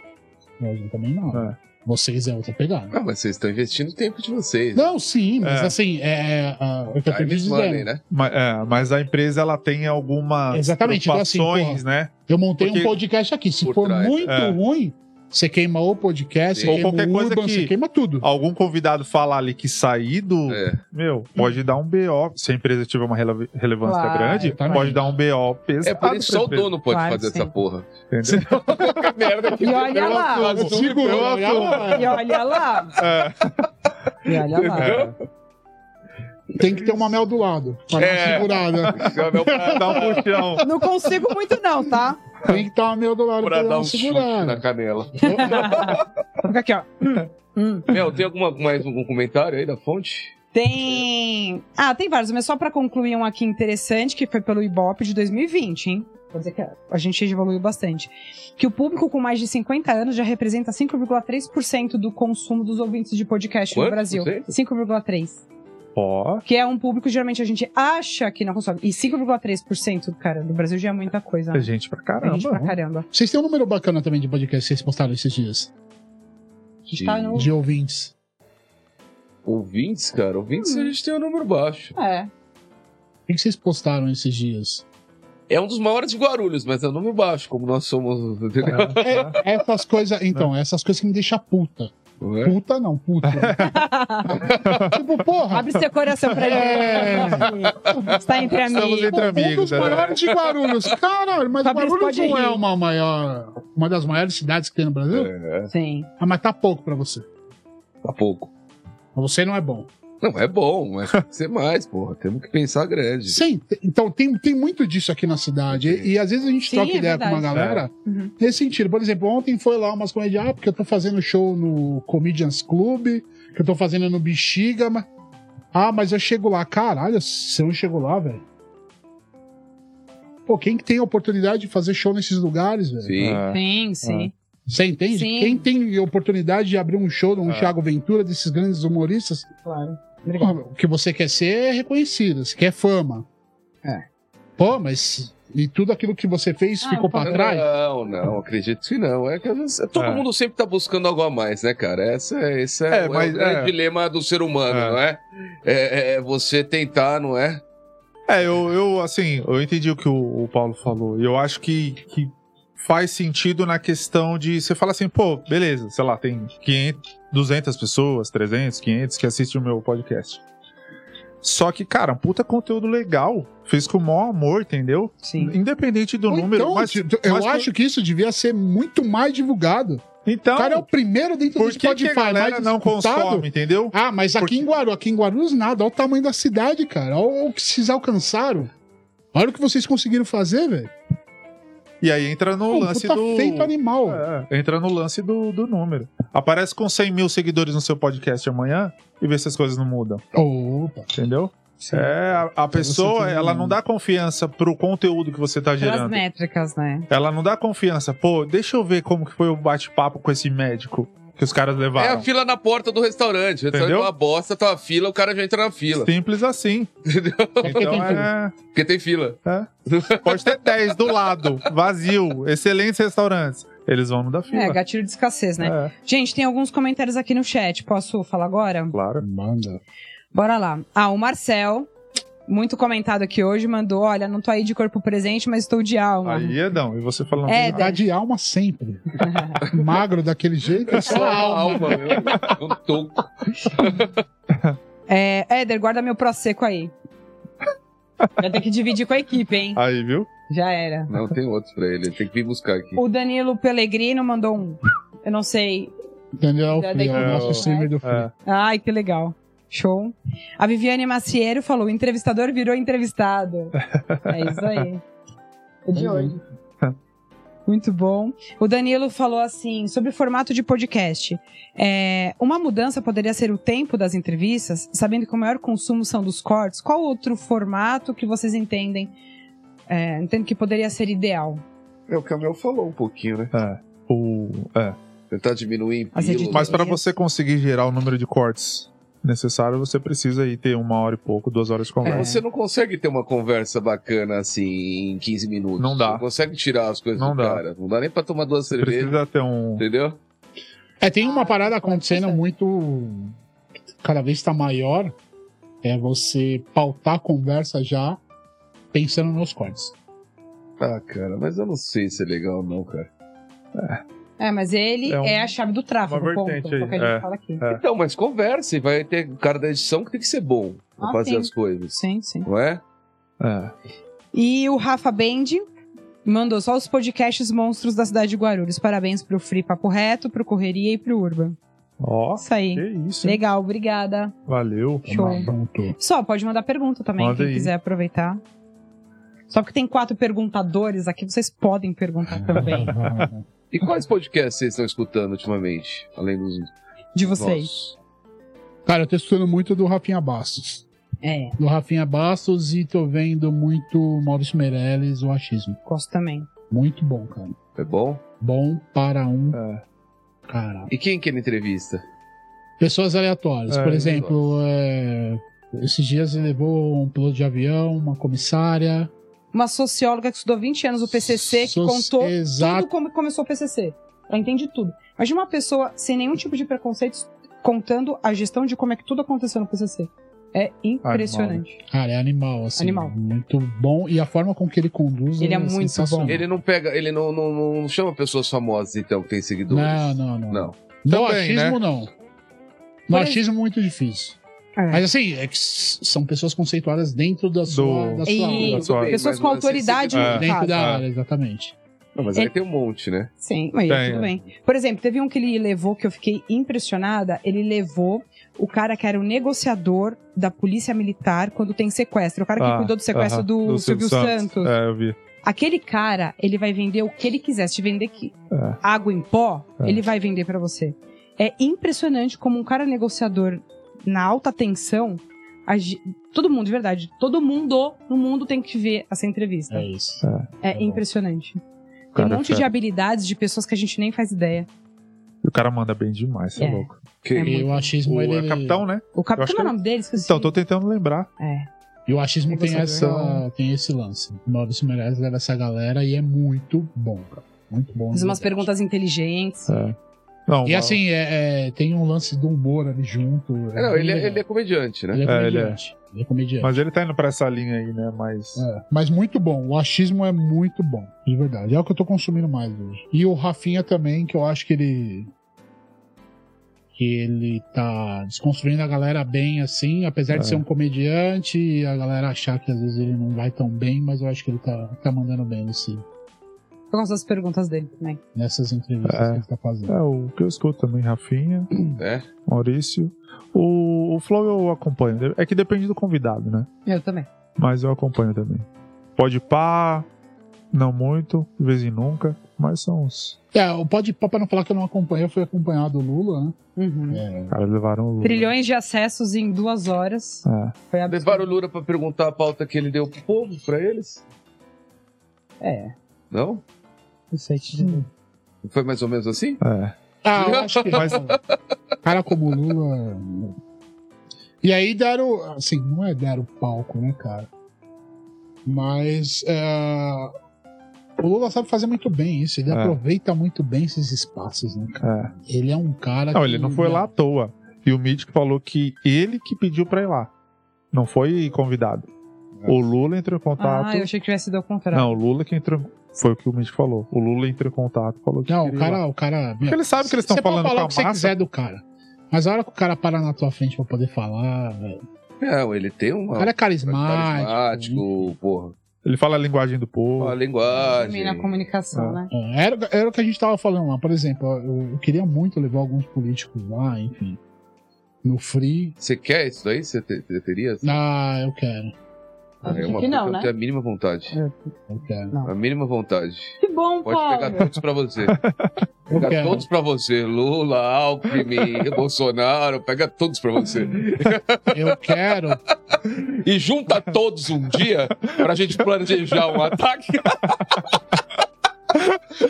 Nós eu também nada. Vocês é outra pegada. Ah, mas vocês estão investindo o tempo de vocês. Não, sim, mas É. assim, é. ah, eu tô Time is dizendo. money, né? Mas, é, mas a empresa ela tem algumas Exatamente, então assim, preocupações, né? Eu montei Porque- um podcast aqui. Se Por for trás, muito é. ruim, você queima o podcast, Sim. você Ou queima qualquer o coisa Urban, que- você queima tudo. Algum convidado falar ali que sair do. É. Meu, pode dar um BO. Se a empresa tiver uma rele- relevância Claro, grande, exatamente. pode dar um BO pesado. É por isso que pra só o empresa, dono pode Claro fazer que essa sim. porra. entendeu? merda que E olha um lá. Eu assumo, digo, eu olha assumo. lá. E olha lá. E olha lá. Tem que ter uma mel do lado. Pra dar É. uma segurada. [LAUGHS] [LAUGHS] Dá um puxão. Não consigo muito, não, tá? Tem que ter uma mel do lado pra, pra dar dar uma um chute segurada. na canela. Fica aqui, ó. Hum, Mel, tem alguma, mais um comentário aí da fonte? Tem. Ah, tem vários, mas só pra concluir um aqui interessante, que foi pelo Ibope de 2020, hein? Vou dizer que a gente evoluiu bastante. Que o público com mais de 50 anos já representa 5,3% do consumo dos ouvintes de podcast Quanto no Brasil. por cento? 5,3%. Ó, Que é um público que geralmente a gente acha que não consome. E 5,3%, cara, do Brasil já é muita coisa. é né? gente pra Tem gente pra caramba. caramba. Vocês têm um número bacana também de podcast que vocês postaram esses dias? A gente tá no. De ouvintes. Ouvintes, cara, ouvintes Hum. a gente tem um número baixo. É. O que que vocês postaram esses dias? É um dos maiores de Guarulhos, mas é um número baixo, como nós somos, [LAUGHS] entendeu? É. Essas coisas. Então, essas coisas que me deixam puta. Não é? Puta não, puta. tipo, porra. Abre seu coração pra É. ele. Está entre Estamos amigos. entre Um dos amigos. né? maiores de Guarulhos. Caralho, mas Fabrício Guarulhos pode não rir. é uma, maior, uma das maiores cidades que tem no Brasil? É, Sim. Ah, mas tá pouco pra você. tá pouco. Pra você não é bom. Não, é bom, mas tem que ser mais, porra. Temos que pensar grande. Sim, te- então tem, tem muito disso aqui na cidade. E, e às vezes a gente Sim, troca é ideia com uma verdade. galera Uhum. nesse sentido. Por exemplo, ontem foi lá umas comediantes, ah, porque eu tô fazendo show no Comedians Club, que eu tô fazendo no Bexiga. Mas... Ah, mas eu chego lá. Caralho, você não chegou lá, velho. Pô, quem que tem a oportunidade de fazer show nesses lugares, velho? Sim. É. Sim, sim. Você entende? Sim. Quem tem a oportunidade de abrir um show de um É. Thiago Ventura, desses grandes humoristas, Claro. Porra, o que você quer ser é reconhecido, você quer fama. É. Pô, mas. E tudo aquilo que você fez Ah, ficou pô, pra trás? Não, não, acredito que não. É que às vezes, todo É. mundo sempre tá buscando algo a mais, né, cara? Essa, é- esse é, É, o- mas, é o grande é. dilema do ser humano, É. não é? É, é- é você tentar, não é? É, eu, eu, assim, eu entendi o que o, o Paulo falou. E eu acho que, que faz sentido na questão de. Você fala assim, pô, beleza, sei lá, tem 500, 200 pessoas, 300, 500 que assistem o meu podcast. Só que, cara, um puta conteúdo legal. Fez com o maior amor, entendeu? Sim. Independente do Ou número. então, mas, ti- eu mas- acho que isso devia ser muito mais divulgado. Então, o cara é o primeiro dentro por do que, que Spotify a galera mais não escutado. consome, entendeu? Ah, mas Por aqui quê? em Guarulhos, aqui em Guarulhos nada. Olha o tamanho da cidade, cara. Olha o que vocês alcançaram. Olha o que vocês conseguiram fazer, velho. E aí entra no Um lance puta do. feito animal. É, entra no lance do, do número. Aparece com 100 mil seguidores no seu podcast amanhã e vê se as coisas não mudam, Opa. entendeu? É, a- um a, pessoa, sentido ela nenhum. não dá confiança pro conteúdo que você tá Pelas gerando. métricas, né? Ela não dá confiança. Pô, deixa eu ver como que foi o bate-papo com esse médico que os caras É levaram. a fila na porta do restaurante. O restaurante Entendeu? é uma bosta, tá uma fila, o cara já entra na fila. [LAUGHS] Simples assim. Então é, Porque tem fila. pode ter 10 do lado, vazio, excelentes restaurantes. Eles vão no da fila. É, gatilho de escassez, né? É, Gente, tem alguns comentários aqui no chat. Posso falar agora? claro. Manda. Bora lá. Ah, o Marcel, muito comentado aqui hoje, mandou: olha, não tô aí de corpo presente, mas estou de alma. Aí, Edão, e você falando. É, Tá de alma sempre. Magro daquele [LAUGHS] jeito, é só Só a alma. alma, meu. Um toco. É, Éder, guarda meu prosecco aí. Vai ter que dividir com a equipe, hein? Aí, viu? Já era. Não, tem outros pra ele. Ele tem que vir buscar aqui. O Danilo Pellegrino mandou um. Eu não sei Daniel Da- da Free, é o equipe. nosso streamer do Free. É. Ai, que legal. Show. A Viviane Maciero falou: "O entrevistador virou entrevistado. É isso aí. É de Tá bem. hoje. Muito bom. O Danilo falou assim sobre o formato de podcast. É, uma mudança poderia ser o tempo das entrevistas, sabendo que o maior consumo são dos cortes. Qual outro formato que vocês entendem? É, entendo que poderia ser ideal. É o que a Mel falou um pouquinho, né? É. O, é. Tentar diminuir em As pílula. editoras. Mas para Isso. você conseguir gerar o número de cortes necessário, você precisa aí ter uma hora e pouco, duas horas É. de conversa. Você não consegue ter uma conversa bacana assim em 15 minutos. Não dá. Não consegue tirar as coisas Não do dá. cara. Não dá nem pra tomar duas Você cervejas, precisa ter um. entendeu? É, tem uma Ah, parada pode acontecendo ser. muito. Cada vez está maior. É você pautar a conversa já pensando nos cortes. Ah, cara, mas eu não sei se é legal não, cara. É, mas ele é, É um- a chave do tráfego. uma ponto, vertente é o que a aí, gente é. fala aqui. É. Então, mas conversa e vai ter o cara da edição que tem que ser bom pra Ah, fazer sim. as coisas. Sim, sim. Não é? É. E o Rafa Bendi mandou só os podcasts monstros da cidade de Guarulhos. Parabéns pro Free Papo Reto, pro Correria e pro Urban. Ó, Isso aí. que isso. hein? Legal, obrigada. Valeu. Show. Pronto. Só, pode mandar pergunta também, Manda quem aí. quiser aproveitar. Só porque tem quatro perguntadores aqui, vocês podem perguntar [LAUGHS] também. E quais podcasts vocês estão escutando ultimamente? Além dos De vocês. nossos? Cara, eu tô estudando muito do Rafinha Bastos. É, Do Rafinha Bastos e tô vendo muito Maurício Meirelles, o achismo. gosto também. Muito bom, cara. É bom? Bom para um É. cara. E quem que ele entrevista? Pessoas aleatórias. É, Por exemplo, é, esses dias ele levou um piloto de avião, uma comissária. Uma socióloga que estudou 20 anos o PCC, que Soci- contou Exato. tudo como começou o PCC. Ela entende tudo. Imagina uma pessoa sem nenhum tipo de preconceito contando a gestão de como é que tudo aconteceu no PCC. É impressionante. Cara, é animal, assim. Animal. Muito bom. E a forma com que ele conduz Ele é muito sensacional. bom. Ele não pega, ele não, não, não chama pessoas famosas então que tem seguidores. Não, não, não. Não. No Também, né? achismo, não. No Mas- achismo, muito difícil. É. Mas assim, é que s- são pessoas conceituadas dentro da sua, da sua E- área. Tudo bem, mas Pessoas com não é assim, autoridade É. acessível. É. no Dentro caso. da Ah. área, exatamente. Não, mas aí tem um monte, né? Sim, mas Tem, tudo é. bem. Por exemplo, teve um que ele levou, que eu fiquei impressionada. Ele levou o cara que era o negociador da polícia militar quando tem sequestro. O cara que Ah, cuidou do sequestro aham, do, Silvio Santos. É, eu vi. Aquele cara, ele vai vender o que ele quiser. Se te vender que É. água em pó, É. ele vai vender pra você. É impressionante como um cara negociador na alta tensão. agi- Todo mundo, de verdade, todo mundo no mundo tem que ver essa entrevista. É É, isso. é bom. impressionante. O Tem um tá cara, monte é de fera. habilidades de pessoas que a gente nem faz ideia. o cara manda bem demais, você é, É. louco. Que- É E muito o achismo, O, ele... é capitão, né? O Eu acho capitão que é o nome dele? Esqueci. Então, tô tentando lembrar. E o achismo tem, Você essa, vê. tem esse lance. O Maurício Meirelles leva essa galera e é muito bom, cara. Muito bom. Faz de umas verdade. perguntas inteligentes. É. Não, E o- assim, é- é, tem um lance do humor ali junto. É, não, bem ele, é, legal. ele é comediante, né? Ele é É, ele é. comediante. Ele é comediante. Mas ele tá indo pra essa linha aí, né? Mas. É, mas muito bom. O achismo é muito bom, de verdade. É o que eu tô consumindo mais hoje. E o Rafinha também, que eu acho que ele. Que ele tá desconstruindo a galera bem, assim, apesar de É. ser um comediante e a galera achar que às vezes ele não vai tão bem, mas eu acho que ele tá, tá mandando bem nesse, Eu gosto das perguntas dele também. nessas entrevistas É. que ele tá fazendo. É, o que eu escuto também, Rafinha, É. Maurício. O, o Flow eu acompanho. É que depende do convidado, né? Eu também. Mas eu acompanho também. Pode pá, não muito, de vez em nunca, mas são uns. É, o pode pra não falar que eu não acompanhei, eu fui acompanhado do Lula, né? Uhum. Caras levaram o Lula. Trilhões de acessos em duas horas. É. Foi absurdo. Levaram o Lula pra perguntar a pauta que ele deu pro povo, pra eles? É. Não? Não sei te dizer. Foi mais ou menos assim? É. Ah, eu acho que mas, [LAUGHS] cara como o Lula. é- E aí deram. Assim, não é deram palco, né, cara? Mas. é, O Lula sabe fazer muito bem isso. Ele É. aproveita muito bem esses espaços, né, cara? é. Ele é um cara. Não, que- ele não foi lá à toa. E o Mítico falou que ele que pediu pra ir lá. Não foi convidado. O Lula entrou em contato. Ah, eu achei que tivesse sido ao contrário. Não, o Lula que entrou. Foi o que o Mítico falou. O Lula entrou em contato, falou que. Não, o queria ir lá. cara. O cara meu, Porque ele sabe que eles estão você pode falando falar com o a que você massa. quiser do cara. Mas a hora que o cara para na tua frente pra poder falar. velho, Não, ele tem um é O cara é carismático. né? porra. Ele fala a linguagem do povo. A linguagem. Termina a comunicação, né? É, Era, era o que a gente tava falando lá. Por exemplo, ó, eu, eu queria muito levar alguns políticos lá, enfim. No Free. Você quer isso daí? Você te- te- teria? Ah, eu quero, é Óbvio uma que não, eu né? É. tenho a mínima vontade. eu quero. A mínima vontade. Que bom, Pode Paulo. pegar todos pra você. Eu Pega quero. todos pra você. Lula, Alckmin, [LAUGHS] Bolsonaro, pega todos pra você. Eu quero. E junta todos um dia pra gente planejar um ataque.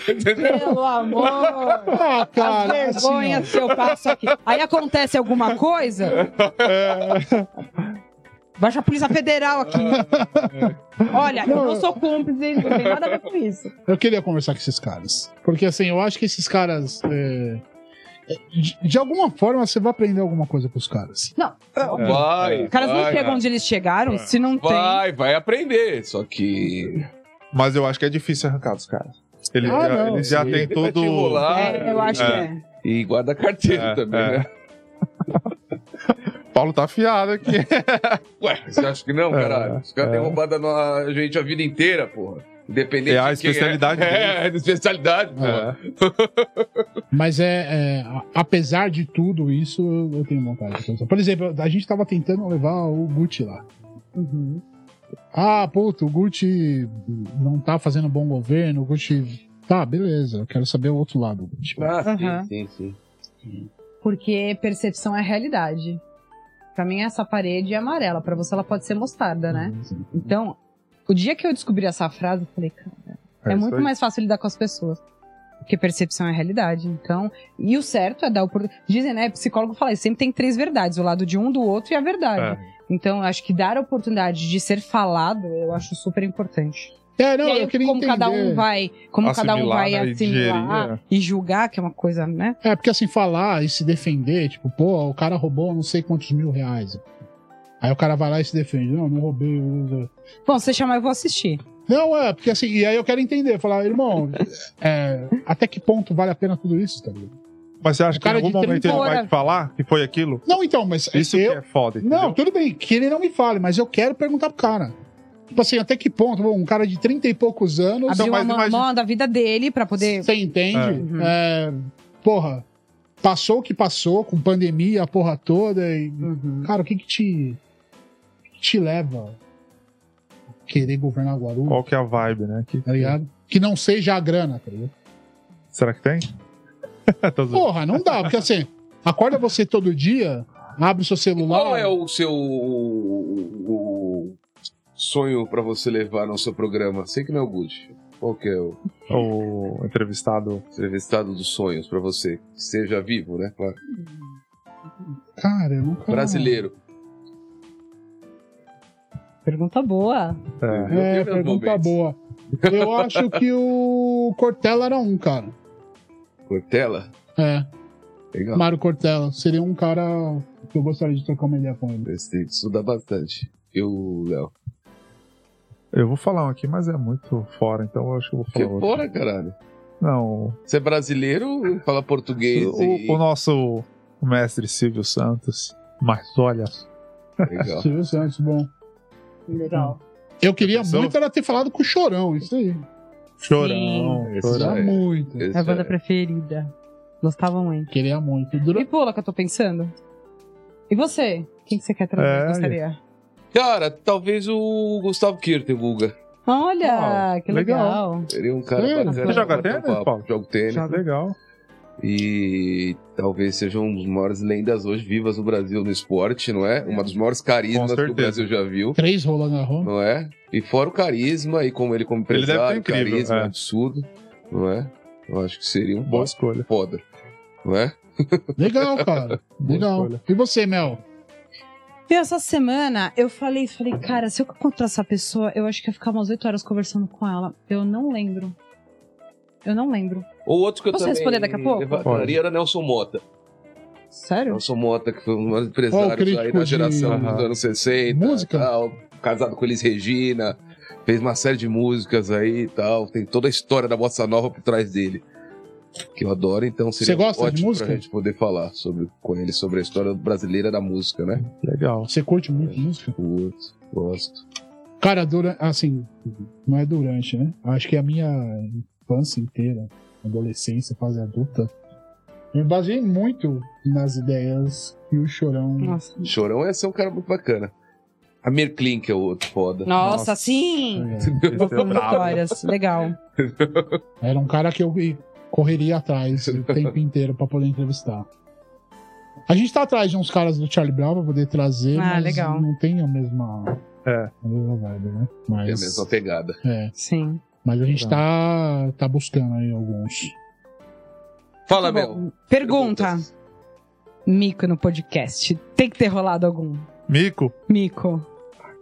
Entendeu? Pelo amor. Ah, A [LAUGHS] cara. assim, ó. vergonha que eu passo aqui. Aí acontece alguma coisa. Baixa a Polícia Federal aqui. Olha, eu não sou cúmplice, não tem nada a ver com isso. Eu queria conversar com esses caras. Porque assim, eu acho que esses caras. é, De, de alguma forma você vai aprender alguma coisa com os caras. Vai. É. Os caras vai, É. não chegam onde eles chegaram, se não tem. Vai, vai aprender. Só que. Mas eu acho que é difícil arrancar dos caras. Ele, Ah, já, não, ele já sim. Vai tem tá te todo. enrolar É, eu acho que é. E guarda a carteira É, também, é. né? Paulo tá afiado aqui. Ué, você acha que não, É, caralho? Os caras têm roubado a no- a gente a vida inteira, porra. Independente É a de quem especialidade É, é, é a especialidade, porra. [LAUGHS] É. Mas é, é, a- apesar de tudo isso, eu, eu tenho vontade. de conversar. Por exemplo, a gente tava tentando levar o Gucci lá. Ah, puto, o Gucci não tá fazendo bom governo, o Gucci. Tá, beleza, eu quero saber o outro lado. Tipo, do Gucci. É. Ah, sim, Aham. sim, sim. Porque percepção é realidade. Pra mim, essa parede é amarela. Pra você, ela pode ser mostarda, né? Então, o dia que eu descobri essa frase, eu falei, cara, é, isso muito aí. mais fácil lidar com as pessoas. Porque percepção é realidade. Então, e o certo é dar oportunidade. Dizem, né? Psicólogo fala isso, sempre tem três verdades: o lado de um, do outro e a verdade. Então, eu acho que dar a oportunidade de ser falado, eu acho super importante. É, não, e aí, eu queria como entender. cada um vai, como cada um Assimilar, vai né, e assimilar digerir, é. e julgar, que é uma coisa, né? É, porque assim, falar e se defender, tipo, pô, o cara roubou não sei quantos mil reais. Aí o cara vai lá e se defende. Não, não roubei. eu- Bom, se você chamar, eu vou assistir. Não, é, porque assim, e aí eu quero entender, falar, irmão, [LAUGHS] é, até que ponto vale a pena tudo isso, tá ligado? Mas você acha O que em cara algum de momento 30 ele vai horas- te falar que foi aquilo? Não, então, mas Isso eu, que é foda. entendeu? Não, tudo bem, que ele não me fale, mas eu quero perguntar pro cara. Tipo assim, até que ponto, bom, um cara de 30 e poucos anos, Então, abriu mas a mão- imagina- mão da vida dele pra poder. você entende? É, porra, passou o que passou, com pandemia, a porra toda, e. Cara, o que que te. o que te leva a querer governar Guarulhos, Qual que é a vibe, né? Que- tá ligado? Que não seja a grana, tá ligado? Será que tem? [LAUGHS] Tô zoando. Porra, não dá, porque assim, acorda você todo dia, abre o seu celular. Qual é o seu o- o sonho pra você levar no seu programa? Sei que não é o Good. Qual que é o O entrevistado. entrevistado dos sonhos pra você? Que Seja vivo, né? Claro. Cara, eu Uhum. nunca. Brasileiro. Pergunta boa. É. É, Eu tenho meus pergunta momentos. boa. Eu acho que o Cortella era um, cara. Cortella? É, Legal. Mário Cortella. Seria um cara que eu gostaria de trocar uma ideia com ele. Você tem que estudar bastante. Eu, Léo. Eu vou falar um aqui, mas é muito fora, então eu acho que eu vou Que falar outro. porra, caralho. Não. Você é brasileiro, fala português e... O, o nosso mestre Silvio Santos. Mas olha, [LAUGHS] Legal. Silvio Santos, bom. Legal. Eu queria pensou? muito era ter falado com o Chorão, isso aí. chorão, Esse chorão. já Queria é. muito. Esse É a banda é- preferida. Gostava muito. Queria muito. Dura- E pula que eu tô pensando. E você? Quem que você quer trazer? É, Gostaria? Cara, talvez o Gustavo Kirtenbuga. Olha, que legal. Seria um cara Sério? bacana. Você joga pra bater um tênis, papo. Paulo? Jogo tênis. é Já legal. E talvez seja uma das maiores lendas hoje vivas do Brasil no esporte, não é? Uma dos maiores Com carismas que certeza. o Brasil já viu, Três rolando a Roma. não é? E fora o carisma e como ele como Ele deve empresário, ter incrível, carisma é. absurdo, não é? Eu acho que seria um Boa boss escolha. foda, não é? Legal, [LAUGHS] cara. Boa Legal. escolha. E você, Mel? Meu, essa semana eu falei, falei, cara, se eu encontrar essa pessoa, eu acho que ia ficar umas 8 horas conversando com ela. Eu não lembro. Eu não lembro. Ou outro que eu Posso também responder daqui a pouco? Pode. levantaria era Nelson Mota. Sério? Nelson Mota, que foi um dos maiores empresários crítico aí da de- geração dos Aham. anos 60. Música? Tal, casado com Elis Regina, fez uma série de músicas aí e tal. Tem toda a história da Bossa Nova por trás dele. Que eu adoro, então seria Você gosta de ótimo música? pra gente poder falar sobre, com ele sobre a história brasileira da música, né? Legal. Você curte muito música? Putz, gosto. Cara, dura, assim, não é durante, né? Acho que a minha infância inteira, adolescência, fase adulta, eu me baseei muito nas ideias que o Chorão... Nossa. Chorão é ser um cara muito bacana. A Merklin, que é o outro foda. Nossa, Ah, sim! é Vitórias, assim, legal. Era um cara que eu correria atrás o [LAUGHS] tempo inteiro pra poder entrevistar. A gente tá atrás de uns caras do Charlie Brown pra poder trazer, Ah, mas legal. não tem a mesma, É. a mesma vibe, né? É a Mas, mesma pegada. é, Sim. mas a gente tá, tá buscando aí alguns. Fala, Muito Tá bom. Mel. Pergunta. Mico no podcast. Tem que ter rolado algum. Mico? Mico.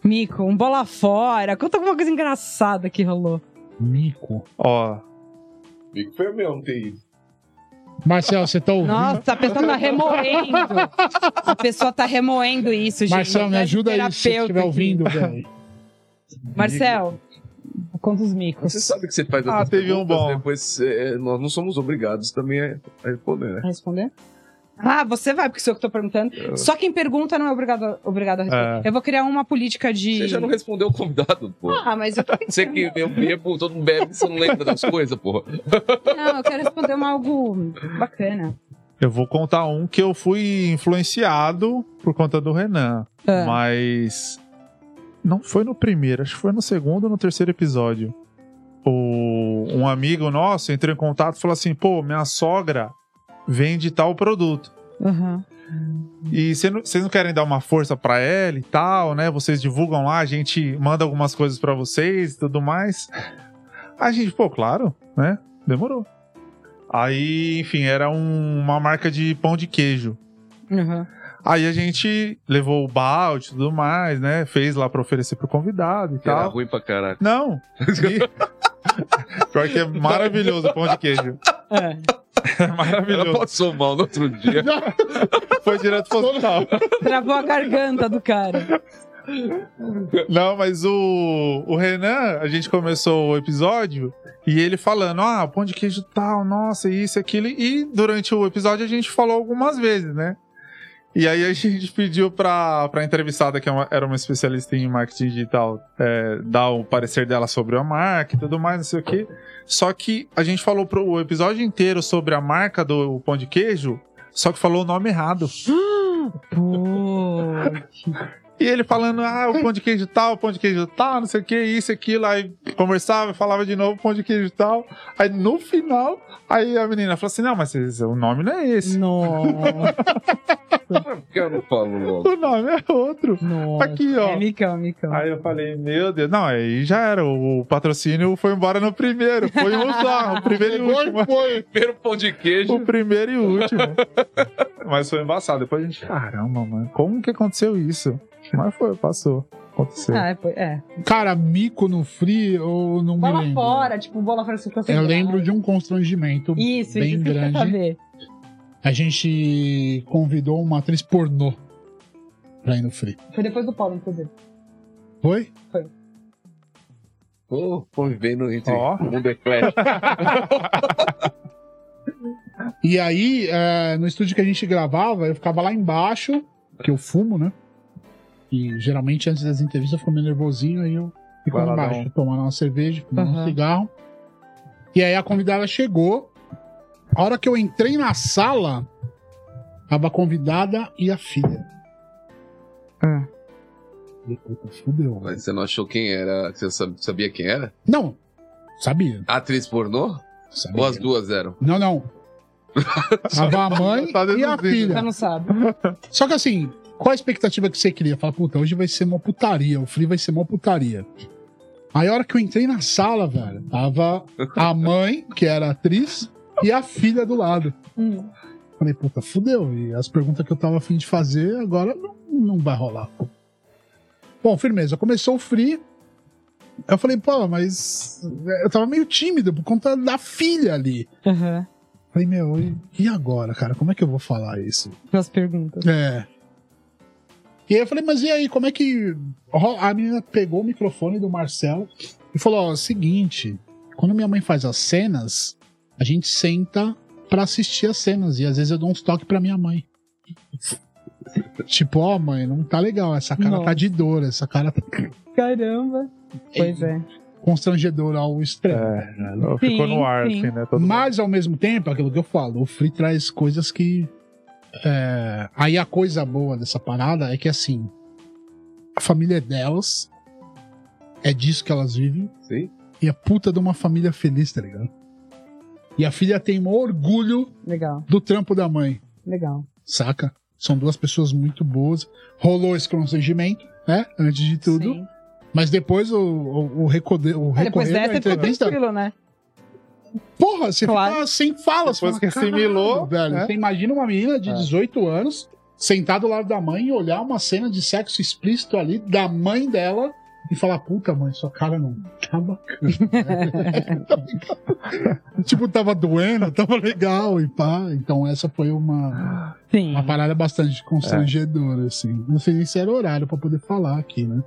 Mico, um bola fora. Conta alguma coisa engraçada que rolou. Mico. [LAUGHS] Ó. Comigo foi meu, não tem isso. Marcel, você tá ouvindo? Nossa, a pessoa tá remoendo. A pessoa tá remoendo isso, gente. Marcel, me Tá de ajuda aí se você terapeuta estiver aqui. ouvindo, velho. Marcel, conta os micos. Você sabe que você faz Ah, essas teve um perguntas, bom. Depois é, nós não somos obrigados também a a responder, né? Vai responder? Ah, você vai, porque sou eu que tô perguntando. Só quem pergunta não é obrigado, obrigado a é, Ah. responder. Eu vou criar uma política de. Você já não respondeu o convidado, pô. Ah, mas eu tô Você que eu bebo, todo mundo bebe, você não lembra das coisas, porra. Não, eu quero responder uma algo bacana. Eu vou contar um que eu fui influenciado por conta do Renan. Ah. Mas. Não foi no primeiro, acho que foi no segundo ou no terceiro episódio. O, um amigo nosso entrou em contato e falou assim: pô, minha sogra vende tal produto. Uhum. E vocês não, cês não querem dar uma força pra ela e tal, né? Vocês divulgam lá, a gente manda algumas coisas pra vocês e tudo mais. A gente, pô, claro, né? Demorou. Aí, enfim, era um- uma marca de pão de queijo. Uhum. Aí a gente levou o balde e tudo mais, né? Fez lá pra oferecer pro convidado e Era tal. ruim pra caraca. Não! E... [LAUGHS] Pior que é maravilhoso o pão de queijo. É Ela maravilhoso. passou mal no outro dia. Foi direto pro hospital. Travou a garganta do cara. Não, mas o, o Renan, a gente começou o episódio e ele falando, ah, pão de queijo tal, nossa, isso, aquilo. E durante o episódio a gente falou algumas vezes, né? E aí a [LAUGHS] gente pediu pra, pra entrevistada, que é uma- era uma especialista em marketing digital, é, dar o parecer dela sobre a marca e tudo mais, não sei o quê. Só que a gente falou pro, o episódio inteiro sobre a marca do pão de queijo, só que falou o nome errado. Pô. E ele falando, ah, o pão de queijo tal, o pão de queijo tal, não sei o que, isso, aquilo. Aí conversava, falava de novo, pão de queijo tal. Aí no final, aí a menina falou assim: não, mas esse- o nome não é esse. Nossa. Por que eu não falo logo? O nome é outro. Aqui, ó. É micão, micão. Aí eu falei, meu Deus. Não, aí já era. O, o patrocínio foi embora no primeiro. Foi um só. O primeiro e o último. foi. Primeiro pão de O queijo. primeiro e o último. Mas foi embaçado. Depois a gente, caramba, mano, como que aconteceu isso? Mas foi, passou. Aconteceu. Ah, é, pô, é. Cara, mico no free ou não me Bola lembro. fora, tipo, bola fora você ficou sem Eu graça. lembro de um constrangimento Isso, bem isso que eu quero grande. saber. A gente convidou uma atriz pornô pra ir no free. Foi depois do Paulo, inclusive. Foi? Ô, convivendo entre Ó. o mundo eclético. E aí, eh, no estúdio que a gente gravava, eu ficava lá embaixo, que eu fumo, né? E geralmente antes das entrevistas eu fico meio nervosinho, aí eu fico lá Vai lá dar um- embaixo, tomando uma cerveja, fumando Aham. um cigarro. E aí a convidada chegou. A hora que eu entrei na sala, tava a convidada e a filha. Ah. E, puta, Fudeu. Mas você não achou quem era? Você sab- sabia quem era? Não, sabia. A Atriz pornô? sabia. Ou as duas eram? Não, não. Tava a mãe Tá e a deduzindo. filha. Você não sabe. Só que assim, qual a expectativa que você queria? Falar, puta, hoje vai ser uma putaria, o Free vai ser uma putaria. Aí a hora que eu entrei na sala, velho, tava a mãe, que era atriz, e a filha do lado. Hum. Falei, puta, fudeu. E as perguntas que eu tava afim de fazer, agora não, não vai rolar. Bom, firmeza, começou o Free. Eu falei, pô, mas eu tava meio tímido por conta da filha ali. Aham. Falei, meu, e- e agora, cara? Como é que eu vou falar isso? As perguntas. É. E aí eu falei, mas e aí, como é que. Ro- A menina pegou o microfone do Marcelo e falou: ó, é seguinte, quando minha mãe faz as cenas, a gente senta pra assistir as cenas. E às vezes eu dou uns toques pra minha mãe. Tipo, ó, mãe, não tá legal. Essa cara tá Nossa. de dor, essa cara tá Caramba. Pois é. constrangedora ao extremo. Ficou Sim, no ar, sim. assim, né? Todo Mas, ao mesmo tempo, é aquilo que eu falo, o Free traz coisas que. é, Aí a coisa boa dessa parada é que, assim, a família é delas, é disso que elas vivem, Sim. e a puta de uma família feliz, tá ligado? E a filha tem um orgulho Legal, do trampo da mãe, legal. saca? São duas pessoas muito boas. Rolou esse constrangimento, né? Antes de tudo. Sim. Mas depois o, o, o recorde- o Ah, depois recorrer da dessa ficou entrevista. tranquilo, né? Porra, você Claro. fica sem fala. Depois você fala, que "Caralho, assimilou, velho. né? É. Você imagina uma menina de 18 anos sentada ao lado da mãe e olhar uma cena de sexo explícito ali da mãe dela e falar: Puta, mãe, sua cara não tá bacana. velho." [LAUGHS] tipo, tava doendo, tava legal e pá. Então, essa foi uma, Sim. uma parada bastante constrangedora, assim. Não sei nem se era horário pra poder falar aqui, né?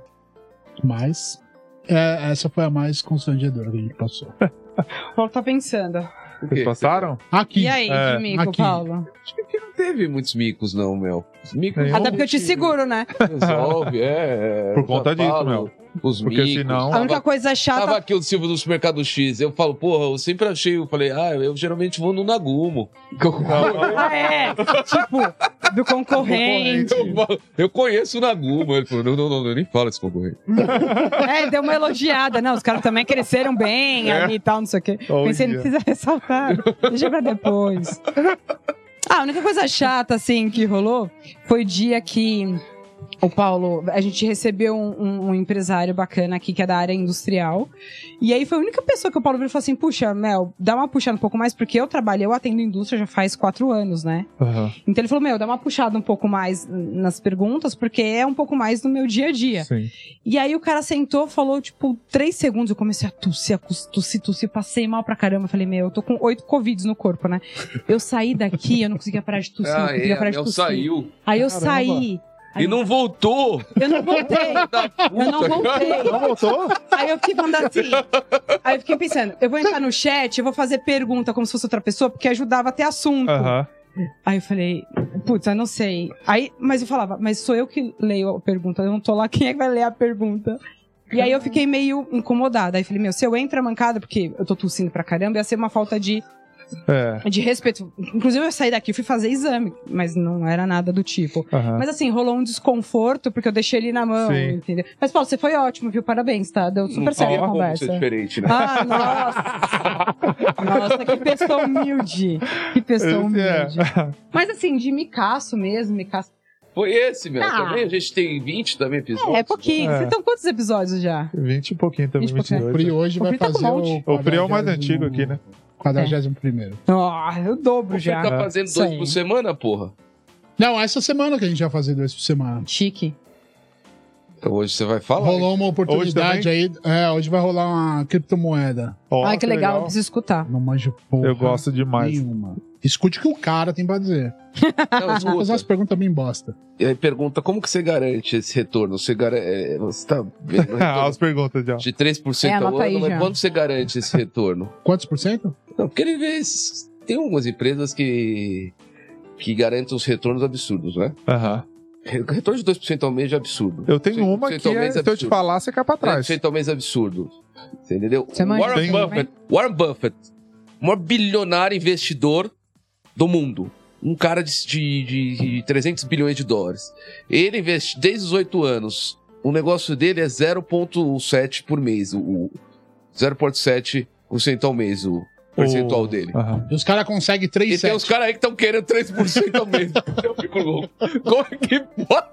Mas. é, essa foi a mais constrangedora que a gente passou. O Paulo tá pensando. Vocês passaram? Aqui. e aí, é, que mico, aqui. Paulo? Acho que aqui não teve muitos micos, não, Mel. Os micos É. não Até porque eu te seguro, né? resolve, é. é, Por eu conta já disso, falo, Mel. Os Porque micos. senão- A Tava- única coisa tá- Tava chata. aqui o Silvio do Supermercado X. Eu falo, porra, eu sempre achei, eu falei, ah, eu geralmente vou no Nagumo. [LAUGHS] Que eu- Ah, é! tipo, do concorrente. Eu, falo, eu conheço o Nagumo. Ele falou, não, não, não, eu nem falo esse concorrente. É, deu uma elogiada. Não, os caras também cresceram bem ali e tal, não sei o quê. Oh, Pensei, não yeah. [LAUGHS] precisa ressaltar. Deixa pra depois. Ah, a única coisa chata, assim, que rolou foi o dia que o Paulo. A gente recebeu um, um- um empresário bacana aqui, que é da área industrial. E aí foi a única pessoa que o Paulo virou e falou assim: Puxa, Mel, dá uma puxada um pouco mais, porque eu trabalho, eu atendo indústria já faz quatro anos, né? Aham, Então ele falou: Meu, dá uma puxada um pouco mais nas perguntas, porque é um pouco mais do meu dia a dia. Sim. E aí o cara sentou, falou, tipo, três segundos. Eu comecei a tossir, a cus- tossir, tossir. Passei mal pra caramba. Eu Falei, meu, eu tô com oito covids no corpo, né? Eu saí daqui, eu não conseguia parar de tossir, não Ah, conseguia é, parar de Mel tossir. saiu Aí eu Caramba. saí. Aí e não voltou. Eu não voltei. Eu não voltei. Não voltou? Aí eu fiquei falando assim. Aí eu fiquei pensando, eu vou entrar no chat, eu vou fazer pergunta como se fosse outra pessoa, porque ajudava a ter assunto. Aham. Aí eu falei, putz, eu não sei. Aí, mas eu falava, mas sou eu que leio a pergunta, eu não tô lá, quem é que vai ler a pergunta? E aí eu fiquei meio incomodada. Aí eu falei, meu, se eu entrar mancada, porque eu tô tossindo pra caramba, ia ser uma falta de, É. de respeito. Inclusive, eu saí daqui, fui fazer exame, mas não era nada do tipo. Aham. Mas assim, rolou um desconforto, porque eu deixei ele na mão, Sim. entendeu? Mas, Paulo, você foi ótimo, viu? Parabéns, tá? Deu tem super certo a como ser conversa. diferente, né? Ah, nossa! Nossa, que pessoa humilde! Que pessoa É. humilde. Mas assim, de Micaço mesmo, Micaço. é Foi esse, Mel. Ah. Também a gente tem 20 também episódios. É, é pouquinho. É. Vocês estão quantos episódios já? 20 e pouquinho também, 20 e né? pouquinho. O 28. Pri hoje O vai Pri tá com fazer um monte. O Pri é o mais antigo aqui, né? 41 Ah, eu dobro Você já. tá fazendo Isso dois aí. por semana, porra? Não, essa semana que a gente vai fazer dois por semana. Chique. Então hoje você vai Tá falar. Rolou uma oportunidade aí. É, hoje vai rolar uma criptomoeda. Ó, Ai, que legal, eu preciso escutar. Não manjo porra. Eu gosto demais. [LAUGHS] Nenhuma. Escute o que o cara tem pra dizer. Não, Vou fazer então, escuta. umas perguntas bem bosta. E aí pergunta, como que você garante esse retorno? Você, gar... é, você tá vendo o [LAUGHS] Ah, retorno as perguntas já. de 3% É, ao anota aí ano, mas já. quando você garante esse retorno? Quantos por cento? Não, porque ele vê... esses- Tem algumas empresas que... que garantem os retornos absurdos, né? Aham. Retorno de 2% ao mês é absurdo. Eu tenho uma que ao é, mês se eu te absurdo. falar, você cai pra trás. 3% ao mês é absurdo. Você entendeu? Você manja Warren bem, Buffett, Warren Buffett, o maior bilionário investidor do mundo. Um cara de, de- de- de 300 bilhões de dólares. Ele investe desde os 8 anos. O negócio dele é 0,7 por mês. O, o 0,7% ao mês, o percentual O- dele. Aham. E os caras conseguem E 3 tem uns caras aí que estão querendo 3% ao [LAUGHS] mês. Eu fico louco. Como é que pode?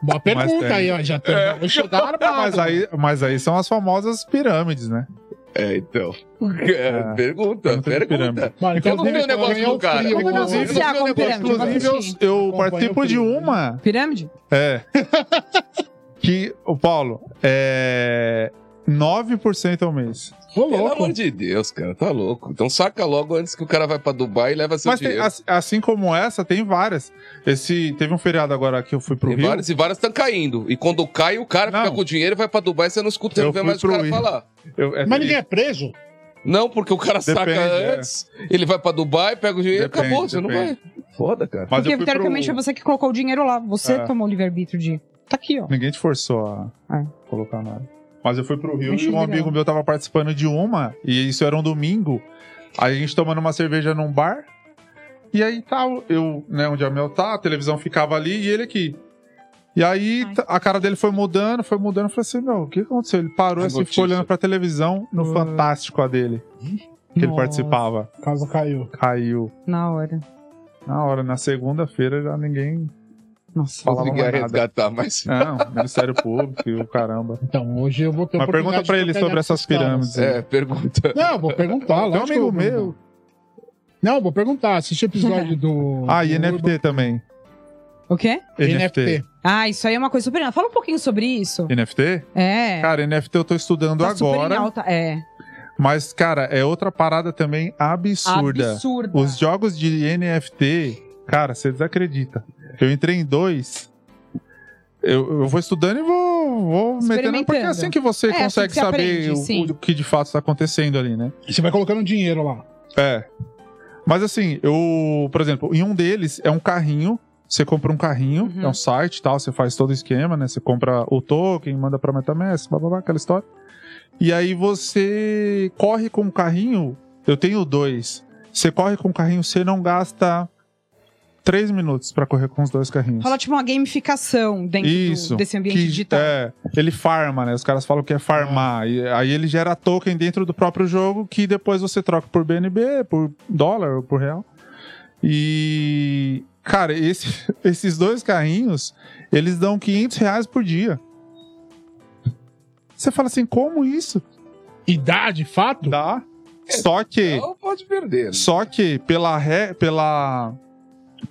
Boa pergunta tem. É. aí, ó. Já tem. Vou chegar [LAUGHS] tá armado. Mas aí, mas aí são as famosas pirâmides, né? É, então. É, pergunta, Ah, Pergunta de pirâmide. pergunta. Mano, Eu não vi o inclusive, negócio ganhei do o cara. frio, Como mano. não, Eu Zé? não- Ah, como pirâmide, Inclusive, eu, assistir. eu Acompanha participo o né? de Felipe. uma Pirâmide? é, [LAUGHS] que, o Paulo, é 9% ao mês. Ô, Pelo louco. amor de Deus, cara, tá louco. Então saca logo antes que o cara vai pra Dubai e leva seu Mas tem- dinheiro. as- assim como essa, tem várias. Esse, teve um feriado agora que eu fui pro Tem Rio. várias e várias estão caindo. E quando cai, o cara Não. fica com o dinheiro e vai pra Dubai você não escuta, você Eu não vê fui mais o pro cara Rio. falar. Eu- é Mas triste. ninguém é preso? Não, porque o cara saca Depende, é. antes, ele vai pra Dubai, pega o dinheiro e Depende, acabou. Você não vai. depende. foda, cara. Mas eu Porque fui teoricamente pro- foi você que colocou o dinheiro lá. Você É. tomou o livre-arbítrio de. Tá aqui, ó. Ninguém te forçou a É. colocar nada. Mas eu fui pro Rio Deixa e eu um virar. amigo meu tava participando de uma, e isso era um domingo. Aí a gente tomando uma cerveja num bar. E aí tal, eu, né, onde a Mel tá, a televisão ficava ali e ele aqui. E aí Ai. t- a cara dele foi mudando, foi mudando. Eu falei assim, meu, o que aconteceu? Ele parou A assim, notícia. ficou olhando pra televisão no Ah. Fantástico a dele. Que ele Nossa. participava. A casa caiu. Caiu. Na hora. Na hora, na segunda-feira já ninguém Nossa. falava Consegui mais nada. resgatar, mas. Não, Ministério Público e o caramba. Então, hoje eu vou ter Mas oportunidade pergunta pra de ele trocar sobre ideia com esses essas pirâmides. caras. É, pergunta. Não, eu vou perguntar. Tem um lógico que eu amigo vou perguntar. meu. Não, eu vou perguntar. Assiste o episódio do... Ah, do e NFT também. O quê? NFT. NFT. Ah, isso aí é uma coisa super. Fala um pouquinho sobre isso. NFT? É. Cara, NFT eu tô estudando tá super em agora. alta. É. Mas, cara, é outra parada também absurda. Absurda. Os jogos de NFT, cara, você desacredita. Eu entrei em dois. Eu, eu vou estudando e vou, vou metendo. Porque é Experimentando. assim que você É, assim consegue que você saber aprende, o- sim. o que de fato está acontecendo ali, né? E Você vai colocando dinheiro lá. É. Mas assim, eu, por exemplo, em um deles é um carrinho. Você compra um carrinho, Uhum. é um site e tal, você faz todo o esquema, né? Você compra o token, manda pra MetaMask, blá blá blá, aquela história. E aí você corre com o carrinho. Eu tenho dois. Você corre com o carrinho, você não gasta três minutos pra correr com os dois carrinhos. Fala tipo uma gamificação dentro do- Isso, desse ambiente que, digital. É, ele farma, né? Os caras falam que é farmar. E aí ele gera token dentro do próprio jogo que depois você troca por BNB, por dólar ou por real. E, cara, esse- [LAUGHS] esses dois carrinhos, eles dão 500 reais por dia. Você fala assim, como isso? E dá, de fato? Dá. Só que... Não pode perder. né? Só que pela, ré- pela,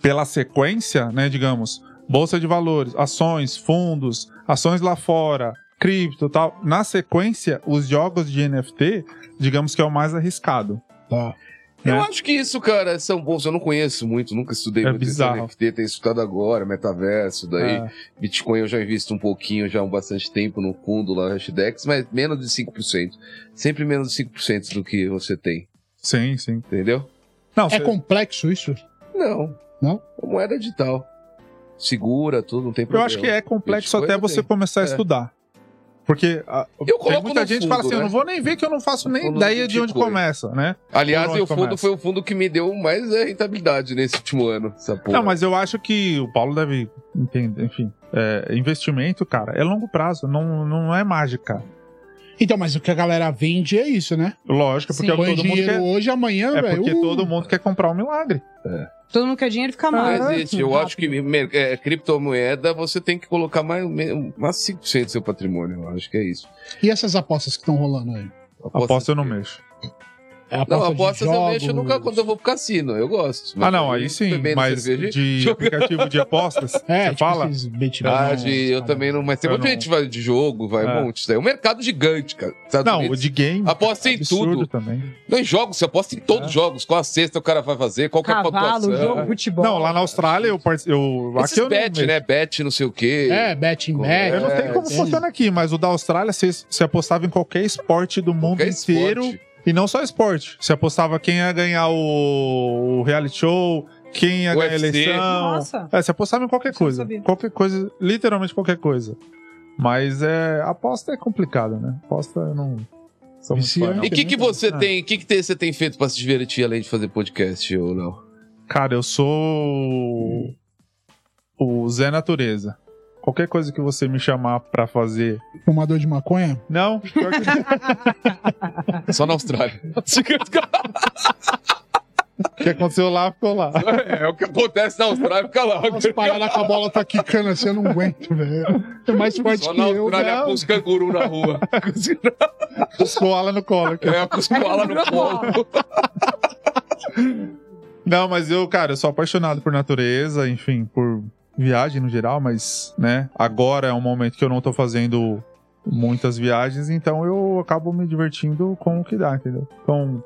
pela sequência, né, digamos, bolsa de valores, ações, fundos, ações lá fora, cripto e tal, na sequência, os jogos de NFT, digamos que é o mais arriscado. Tá. Eu né? acho que isso, cara, são bons. Eu não conheço muito, nunca estudei É muito esse bizarro. NFT, tenho estudado agora, metaverso, daí. É. Bitcoin eu já invisto um pouquinho, já há bastante tempo no fundo lá, Hashdex, mas menos de 5%. Sempre menos de 5% do que você tem, Sim, sim. entendeu? Não, É cê- complexo isso? Não. Não? É moeda digital. Segura tudo, não tem eu problema. acho que é complexo Bitcoin até não você tem. começar a É. estudar. Porque ah, Eu tem coloco muita no gente que fundo, fala assim, eu né? não vou nem ver que eu não faço nem Fundo ideia de de onde Bitcoin. começa, né? Aliás, Por onde o fundo começa? foi o fundo que me deu mais é, rentabilidade nesse último ano, essa porra. Não, mas eu acho que o Paulo deve entender, enfim. é, investimento, cara, é longo prazo, não, não é mágica. Então, mas o que a galera vende é isso, né? Lógico, porque é Põe todo mundo dinheiro quer. hoje, amanhã, É velho. porque uh, todo mundo quer comprar um milagre. Todo mundo quer dinheiro e fica mal. Ah, Não existe. Eu acho que mer- é, criptomoeda você tem que colocar mais, me- mais 5% do seu patrimônio. Eu acho que é isso. E essas apostas que estão rolando aí? Aposta eu não mexo. É Não, de apostas eu jogos? mexo nunca quando eu vou pro cassino. Eu gosto. Ah, não, aí sim, bebendo mas cerveja e de [LAUGHS] jogando. aplicativo de apostas, [LAUGHS] É, você tipo fala? esses betbet, Ah, né, de- eu cara. também não. Mas tem Eu muita não. gente que vai de jogo, vai É. um monte. Isso daí É um mercado gigante, cara. Estados Não, o Unidos. de game. é Aposta em absurdo tudo. também. Não em jogos, você aposta em todos os jogos. Qual a cesta o cara vai fazer, qual que é a Cavalo, pontuação. jogo, futebol. não, lá na Austrália eu participei. Eu, aqui Esses eu não bet, mexo. né? Bet, não sei o quê. É, betting Eu match. Eu não sei como sim. funciona aqui, mas o da Austrália você, você apostava em qualquer esporte do mundo Qualquer inteiro. esporte. E não só esporte. Você apostava quem ia ganhar o, o reality show, quem ia ganhar a UFC. eleição. Nossa. É, você apostava em qualquer Isso eu não coisa. sabia. Qualquer coisa, literalmente qualquer coisa. Mas é, aposta é complicada, né? Aposta eu não. Sou muito Vicia. fã, não. E o que, que você Ah. tem? O que, que tem- você tem feito pra se divertir além de fazer podcast, ou não? Cara, eu sou. O Zé Natureza. Qualquer coisa que você me chamar pra fazer. Fumador de maconha? Não, pior que Só na Austrália. o que aconteceu lá ficou lá. [LAUGHS] é o que acontece na Austrália, fica lá. Nossa, parar lá com a bola tá quicando assim, eu não aguento, velho. É mais forte Só que na eu. Austrália não. com os cangurus na rua. Os koala no colo. aqui. É, com os [LAUGHS] koala no colo. Não, mas eu, cara, eu sou apaixonado por natureza, enfim, por viagem no geral, mas, né, agora é um momento que eu não tô fazendo muitas viagens, então eu acabo me divertindo com o que dá, entendeu? Então,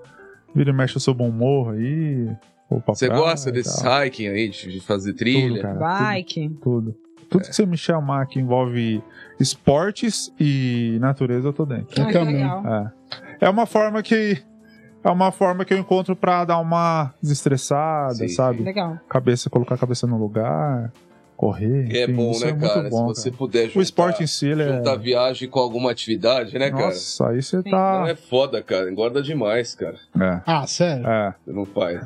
vira e mexe, eu subo um morro aí, vou pra Você praia gosta e desse né? tal. hiking aí, de fazer Tudo, trilha? cara, Bike. tudo. Tudo, É. Tudo que você me chamar que envolve esportes e natureza, eu tô dentro. Eu Ai, que também. legal. É. É uma forma que é uma forma que eu encontro pra dar uma desestressada, Sim, sabe? Legal. Cabeça, colocar a cabeça no lugar, correr. É enfim, bom, isso né, muito cara? bom, Se você cara. puder juntar, O esporte em si, ele é... juntar viagem com alguma atividade, né, cara? Nossa, aí você Não tá... é foda, cara. Engorda demais, cara. É, Ah, sério? é. Você não [LAUGHS] faz.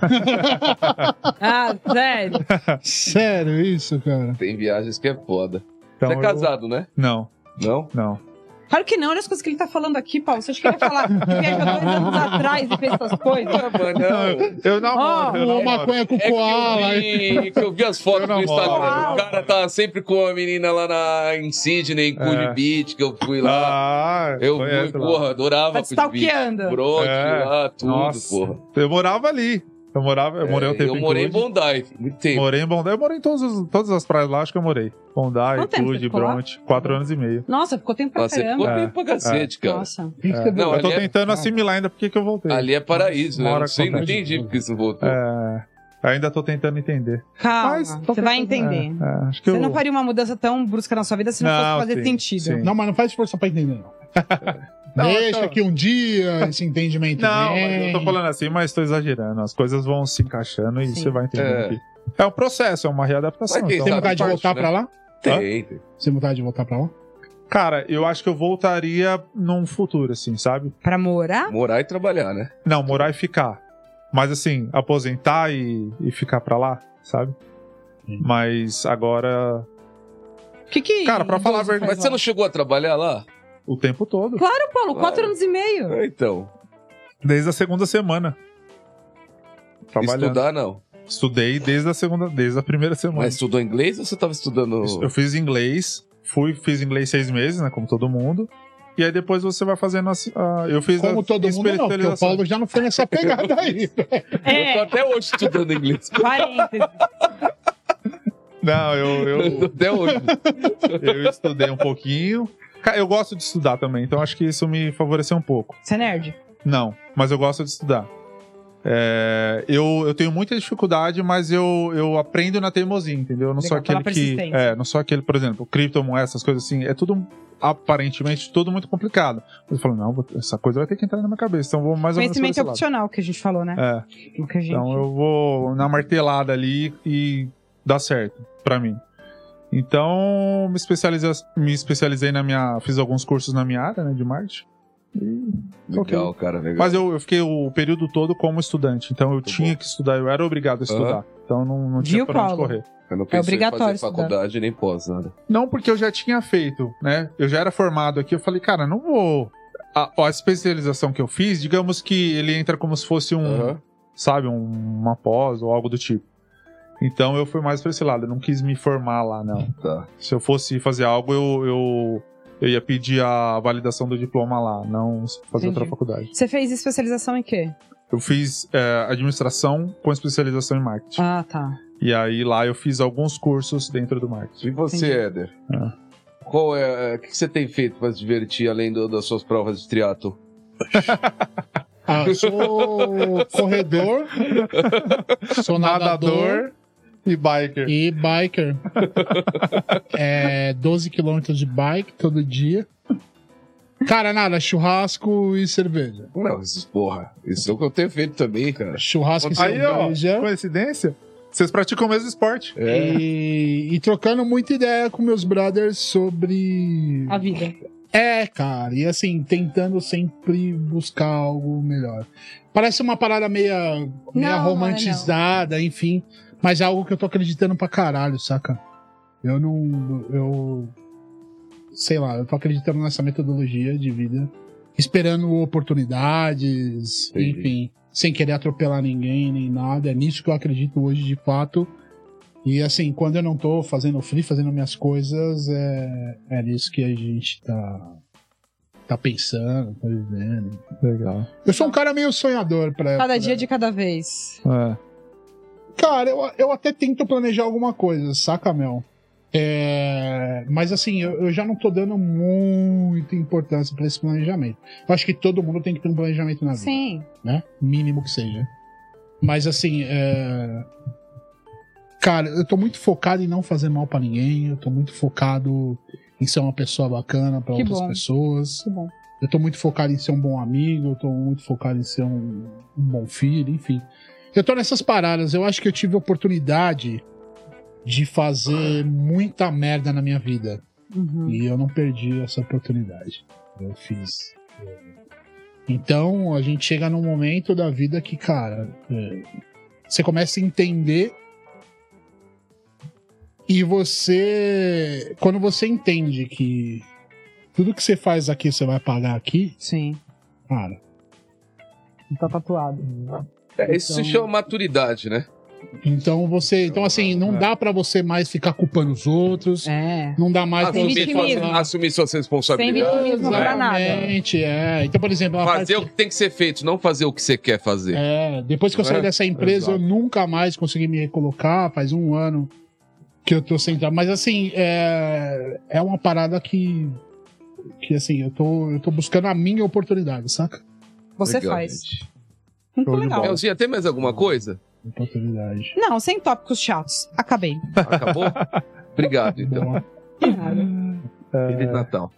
Ah, sério. É. Sério isso, cara? Tem viagens que é foda. Então você é eu- casado, né? Não, Não? não. Claro que não, olha as coisas que ele tá falando aqui, Paulo. Você acha que ele ia falar que viajou dois anos atrás e fez essas coisas? Ah, mano, não. Eu Ah, namoro, Uma eu namoro. maconha com É que koala. hein? eu, vi, que eu vi as fotos Eu no namoro. Instagram. O cara tá sempre com a menina lá na, em Sydney, em Cooley É. Beach, que eu fui lá. Ah, eu fui, conhece lá. porra, adorava Tá te stalkeando. Brode, É. lá, tudo, Nossa. porra. Eu morava ali. Eu morava, eu morei um É, tempo eu morei em Bondai. Bondi, muito tempo. Morei em Bondai. Eu morei em todas, as- todas as praias lá, acho que eu morei. Bondai, Quanto tempo você Cluj, ficou lá? Bronte. Uhum. Quatro anos e meio. Nossa, ficou tempo pra Nossa, você caramba. ficou É. bem pra cacete, cara. Nossa. O que que você Não, eu tô ali é- tentando assimilar ainda porque que eu voltei. Ali é paraíso, né? Mora Não sei, com não vontade. entendi porque isso voltou. É, ainda tô tentando entender. Calma, Mas, você vai entender. É, é, acho que Você eu... não faria uma mudança tão brusca na sua vida se não, Não, fosse fazer sim, sentido. sim. Não, mas não faz força pra entender, não. [LAUGHS] Não, Deixa então- que um dia esse entendimento Não, mas vem. eu tô falando assim, mas tô exagerando. As coisas vão se encaixando e Sim. você vai É. entender. que- É. um processo, é uma readaptação. Mas quem então- Tem sabe vontade de parte, voltar né? pra lá? Tem, tem. Você tem vontade de voltar pra lá? Cara, eu acho que eu voltaria num futuro, assim, sabe? Pra morar? Morar e trabalhar, né? Não, morar e ficar. Mas assim, aposentar e, e ficar pra lá, sabe? Mas agora, O que que. é Cara, pra falar a idoso verdade- faz Mas você lá? não chegou a trabalhar lá? o tempo todo. Claro, Paulo, quatro Claro. anos e meio. É, Então, Desde a segunda semana. Trabalhando. estudar não. Estudei desde a segunda, desde a primeira semana. Mas estudou inglês ou você tava estudando... Eu fiz inglês, fui, fiz inglês seis meses, né? Como todo mundo. E aí depois você vai fazendo assim. ah, eu fiz Como a todo mundo, não, porque o espiritualização. Paulo já não foi [LAUGHS] nessa pegada aí. Eu tô É, até hoje estudando inglês. [LAUGHS] parênteses. é Não, eu, Eu tô eu, até [LAUGHS] hoje. eu estudei um pouquinho. Cara, eu gosto de estudar também, então acho que isso me favoreceu um pouco. Você é nerd? Não, mas eu gosto de estudar. É, eu, eu tenho muita dificuldade, mas eu, eu aprendo na teimosia, entendeu? Eu não sou Legal, pela aquele que. persistência. É, não sou aquele, por exemplo, criptomoeda, essas coisas assim. É tudo, aparentemente, tudo muito complicado. Eu falo, não, vou- essa coisa vai ter que entrar na minha cabeça, então eu vou mais ou menos. por Conhecimento esse lado. opcional que a gente falou, né? É. O que a gente- Então eu vou na martelada ali e dá certo pra mim. Então me especializei, me especializei na minha. Fiz alguns cursos na minha área, né, de marketing. E Legal, cara, legal. mas eu, eu fiquei o período todo como estudante, então eu tinha que estudar, eu era obrigado a estudar. Então não, não tinha Viu, pra onde Paulo? correr. Eu não pensei obrigatório em fazer estudar. faculdade nem pós, nada. Não porque eu já tinha feito, né? Eu já era formado aqui, eu falei, cara, não vou. A, ó, a especialização que eu fiz, digamos que ele entra como se fosse um, Aham. sabe, um- uma pós ou algo do tipo. Então eu fui mais pra esse lado, eu não quis me formar lá, não. Tá. Se eu fosse fazer algo, eu, eu, eu ia pedir a validação do diploma lá, não fazer outra Entendi. faculdade. Você fez especialização em quê? Eu fiz é, administração com especialização em marketing. Ah, tá. E aí lá eu fiz alguns cursos dentro do marketing. E você, Éder? Ah. Qual é. O que que você tem feito pra se divertir além do- das suas provas de triatlo? Ah, eu [LAUGHS] sou corredor, sou nadador, Nadador e biker. e biker. É 12 quilômetros de bike todo dia. Cara, nada, churrasco e cerveja. Não, isso, porra. Isso é o que eu tenho feito também, cara. Churrasco e Aí, ó, cerveja. coincidência? Vocês praticam o mesmo esporte. É. E, e trocando muita ideia com meus brothers sobre. A vida. É, cara, e assim, tentando sempre buscar algo melhor. Parece uma parada meia, meia não é, romantizada, enfim, mas é algo que eu tô acreditando pra caralho, saca? Eu não. Eu. Sei lá, eu tô acreditando nessa metodologia de vida, esperando oportunidades, Entendi. enfim, sem querer atropelar ninguém nem nada. É nisso que eu acredito hoje de fato. E assim, quando eu não tô fazendo free, fazendo minhas coisas, é, é nisso que a gente tá, tá pensando, tá vivendo. Legal. Eu sou um cara meio sonhador pra. Cada pra- dia de cada vez. É. Cara, eu, eu até tento planejar alguma coisa, saca, meu? É, mas assim, eu, eu já não tô dando muita importância pra esse planejamento. Eu acho que todo mundo tem que ter um planejamento na vida Sim. né? Mínimo que seja. Mas assim, é... cara, eu tô muito focado em não fazer mal pra ninguém, eu tô muito focado em ser uma pessoa bacana pra Que outras bom. pessoas. Que bom. Eu tô muito focado em ser um bom amigo, eu tô muito focado em ser um, um bom filho, enfim. Eu tô nessas paradas. Eu acho que eu tive a oportunidade de fazer muita merda na minha vida. Uhum. E eu não perdi essa oportunidade. Eu fiz. é. Então a gente chega num momento da vida que, cara, é, você começa a entender. E você. Quando você entende que tudo que você faz aqui você vai pagar aqui, Sim. cara, Tá tatuado. É, isso Então. se chama maturidade, né? Então você, então assim, é. não dá pra você mais ficar culpando os outros, É. não dá mais pra Sem você vitimismo. falar- assumir suas Sem responsabilidades. vitimismo pra nada. Exatamente, é. Então, por exemplo, a Fazer parte- o que tem que ser feito, não fazer o que você quer fazer. é, depois que eu É, saí dessa empresa, eu exato. nunca mais consegui me recolocar, faz um ano que eu tô sem trabalho. Mas assim, é, é uma parada que que assim, eu tô, eu tô buscando a minha oportunidade, saca? Você Legal, faz. gente. Muito Show de legal. É. bola. Elzinha, tem mais alguma coisa? Oportunidade. Não, sem tópicos chatos. Acabei. [LAUGHS] Acabou? Obrigado, então. Boa. É. Feliz Natal.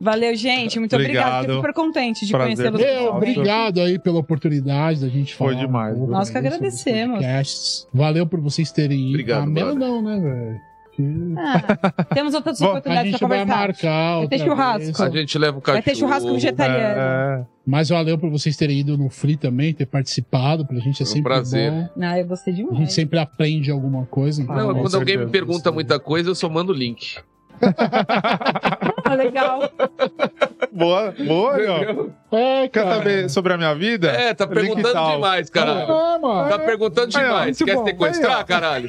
Valeu, gente. Muito obrigada. Obrigado. Fiquei super contente de Prazer. conhecê-los. Meu, obrigado aí pela oportunidade da gente Foi falar. demais, viu? Nós que aí sobre agradecemos. podcasts. Valeu por vocês terem ido. Obrigado, Ah, meu brother. não, né, velho? Que- Ah, temos outras Bom, A oportunidades gente pra vai conversar. marcar Vai ter outra churrasco. vez. A gente leva o cachorro. Vai ter churrasco vegetariano. É, Mas valeu por vocês terem ido no Free também, ter participado. Pra gente é Foi um sempre prazer. bom. Ah, eu gostei A gente demais. sempre aprende alguma coisa. então. Ah, Não, com quando alguém certeza, me pergunta sim. muita coisa, eu só mando o link. Ah, [LAUGHS] legal. é. [LAUGHS] Boa, boa, ó. É, Quer cara. saber sobre a minha vida? É, tá Link e perguntando tal. demais, caralho. É, mano. Tá perguntando Aí, ó, demais. muito Quer bom. sequestrar, Aí, ó. caralho?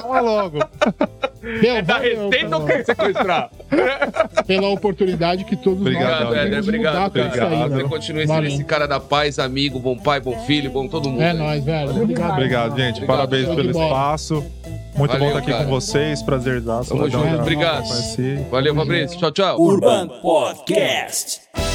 Fala logo. Meu, Tá valeu retendo ou pela, quer sequestrar? pela oportunidade que todos Obrigado, nós Obrigado, podemos Éder. Obrigado. mudar com isso aí, obrigado. Você velho. continue sendo Valeu. esse cara da paz, amigo, bom pai, bom filho, bom todo mundo. É né? nóis, velho. Obrigado. Obrigado, gente. Obrigado. Parabéns Show pelo de bola. espaço. Muito Valeu, bom estar aqui cara. com vocês. Prazer dar. Tamo junto, obrigado. Conheci. Valeu, Fabrício. Tchau, tchau. Urban Podcast.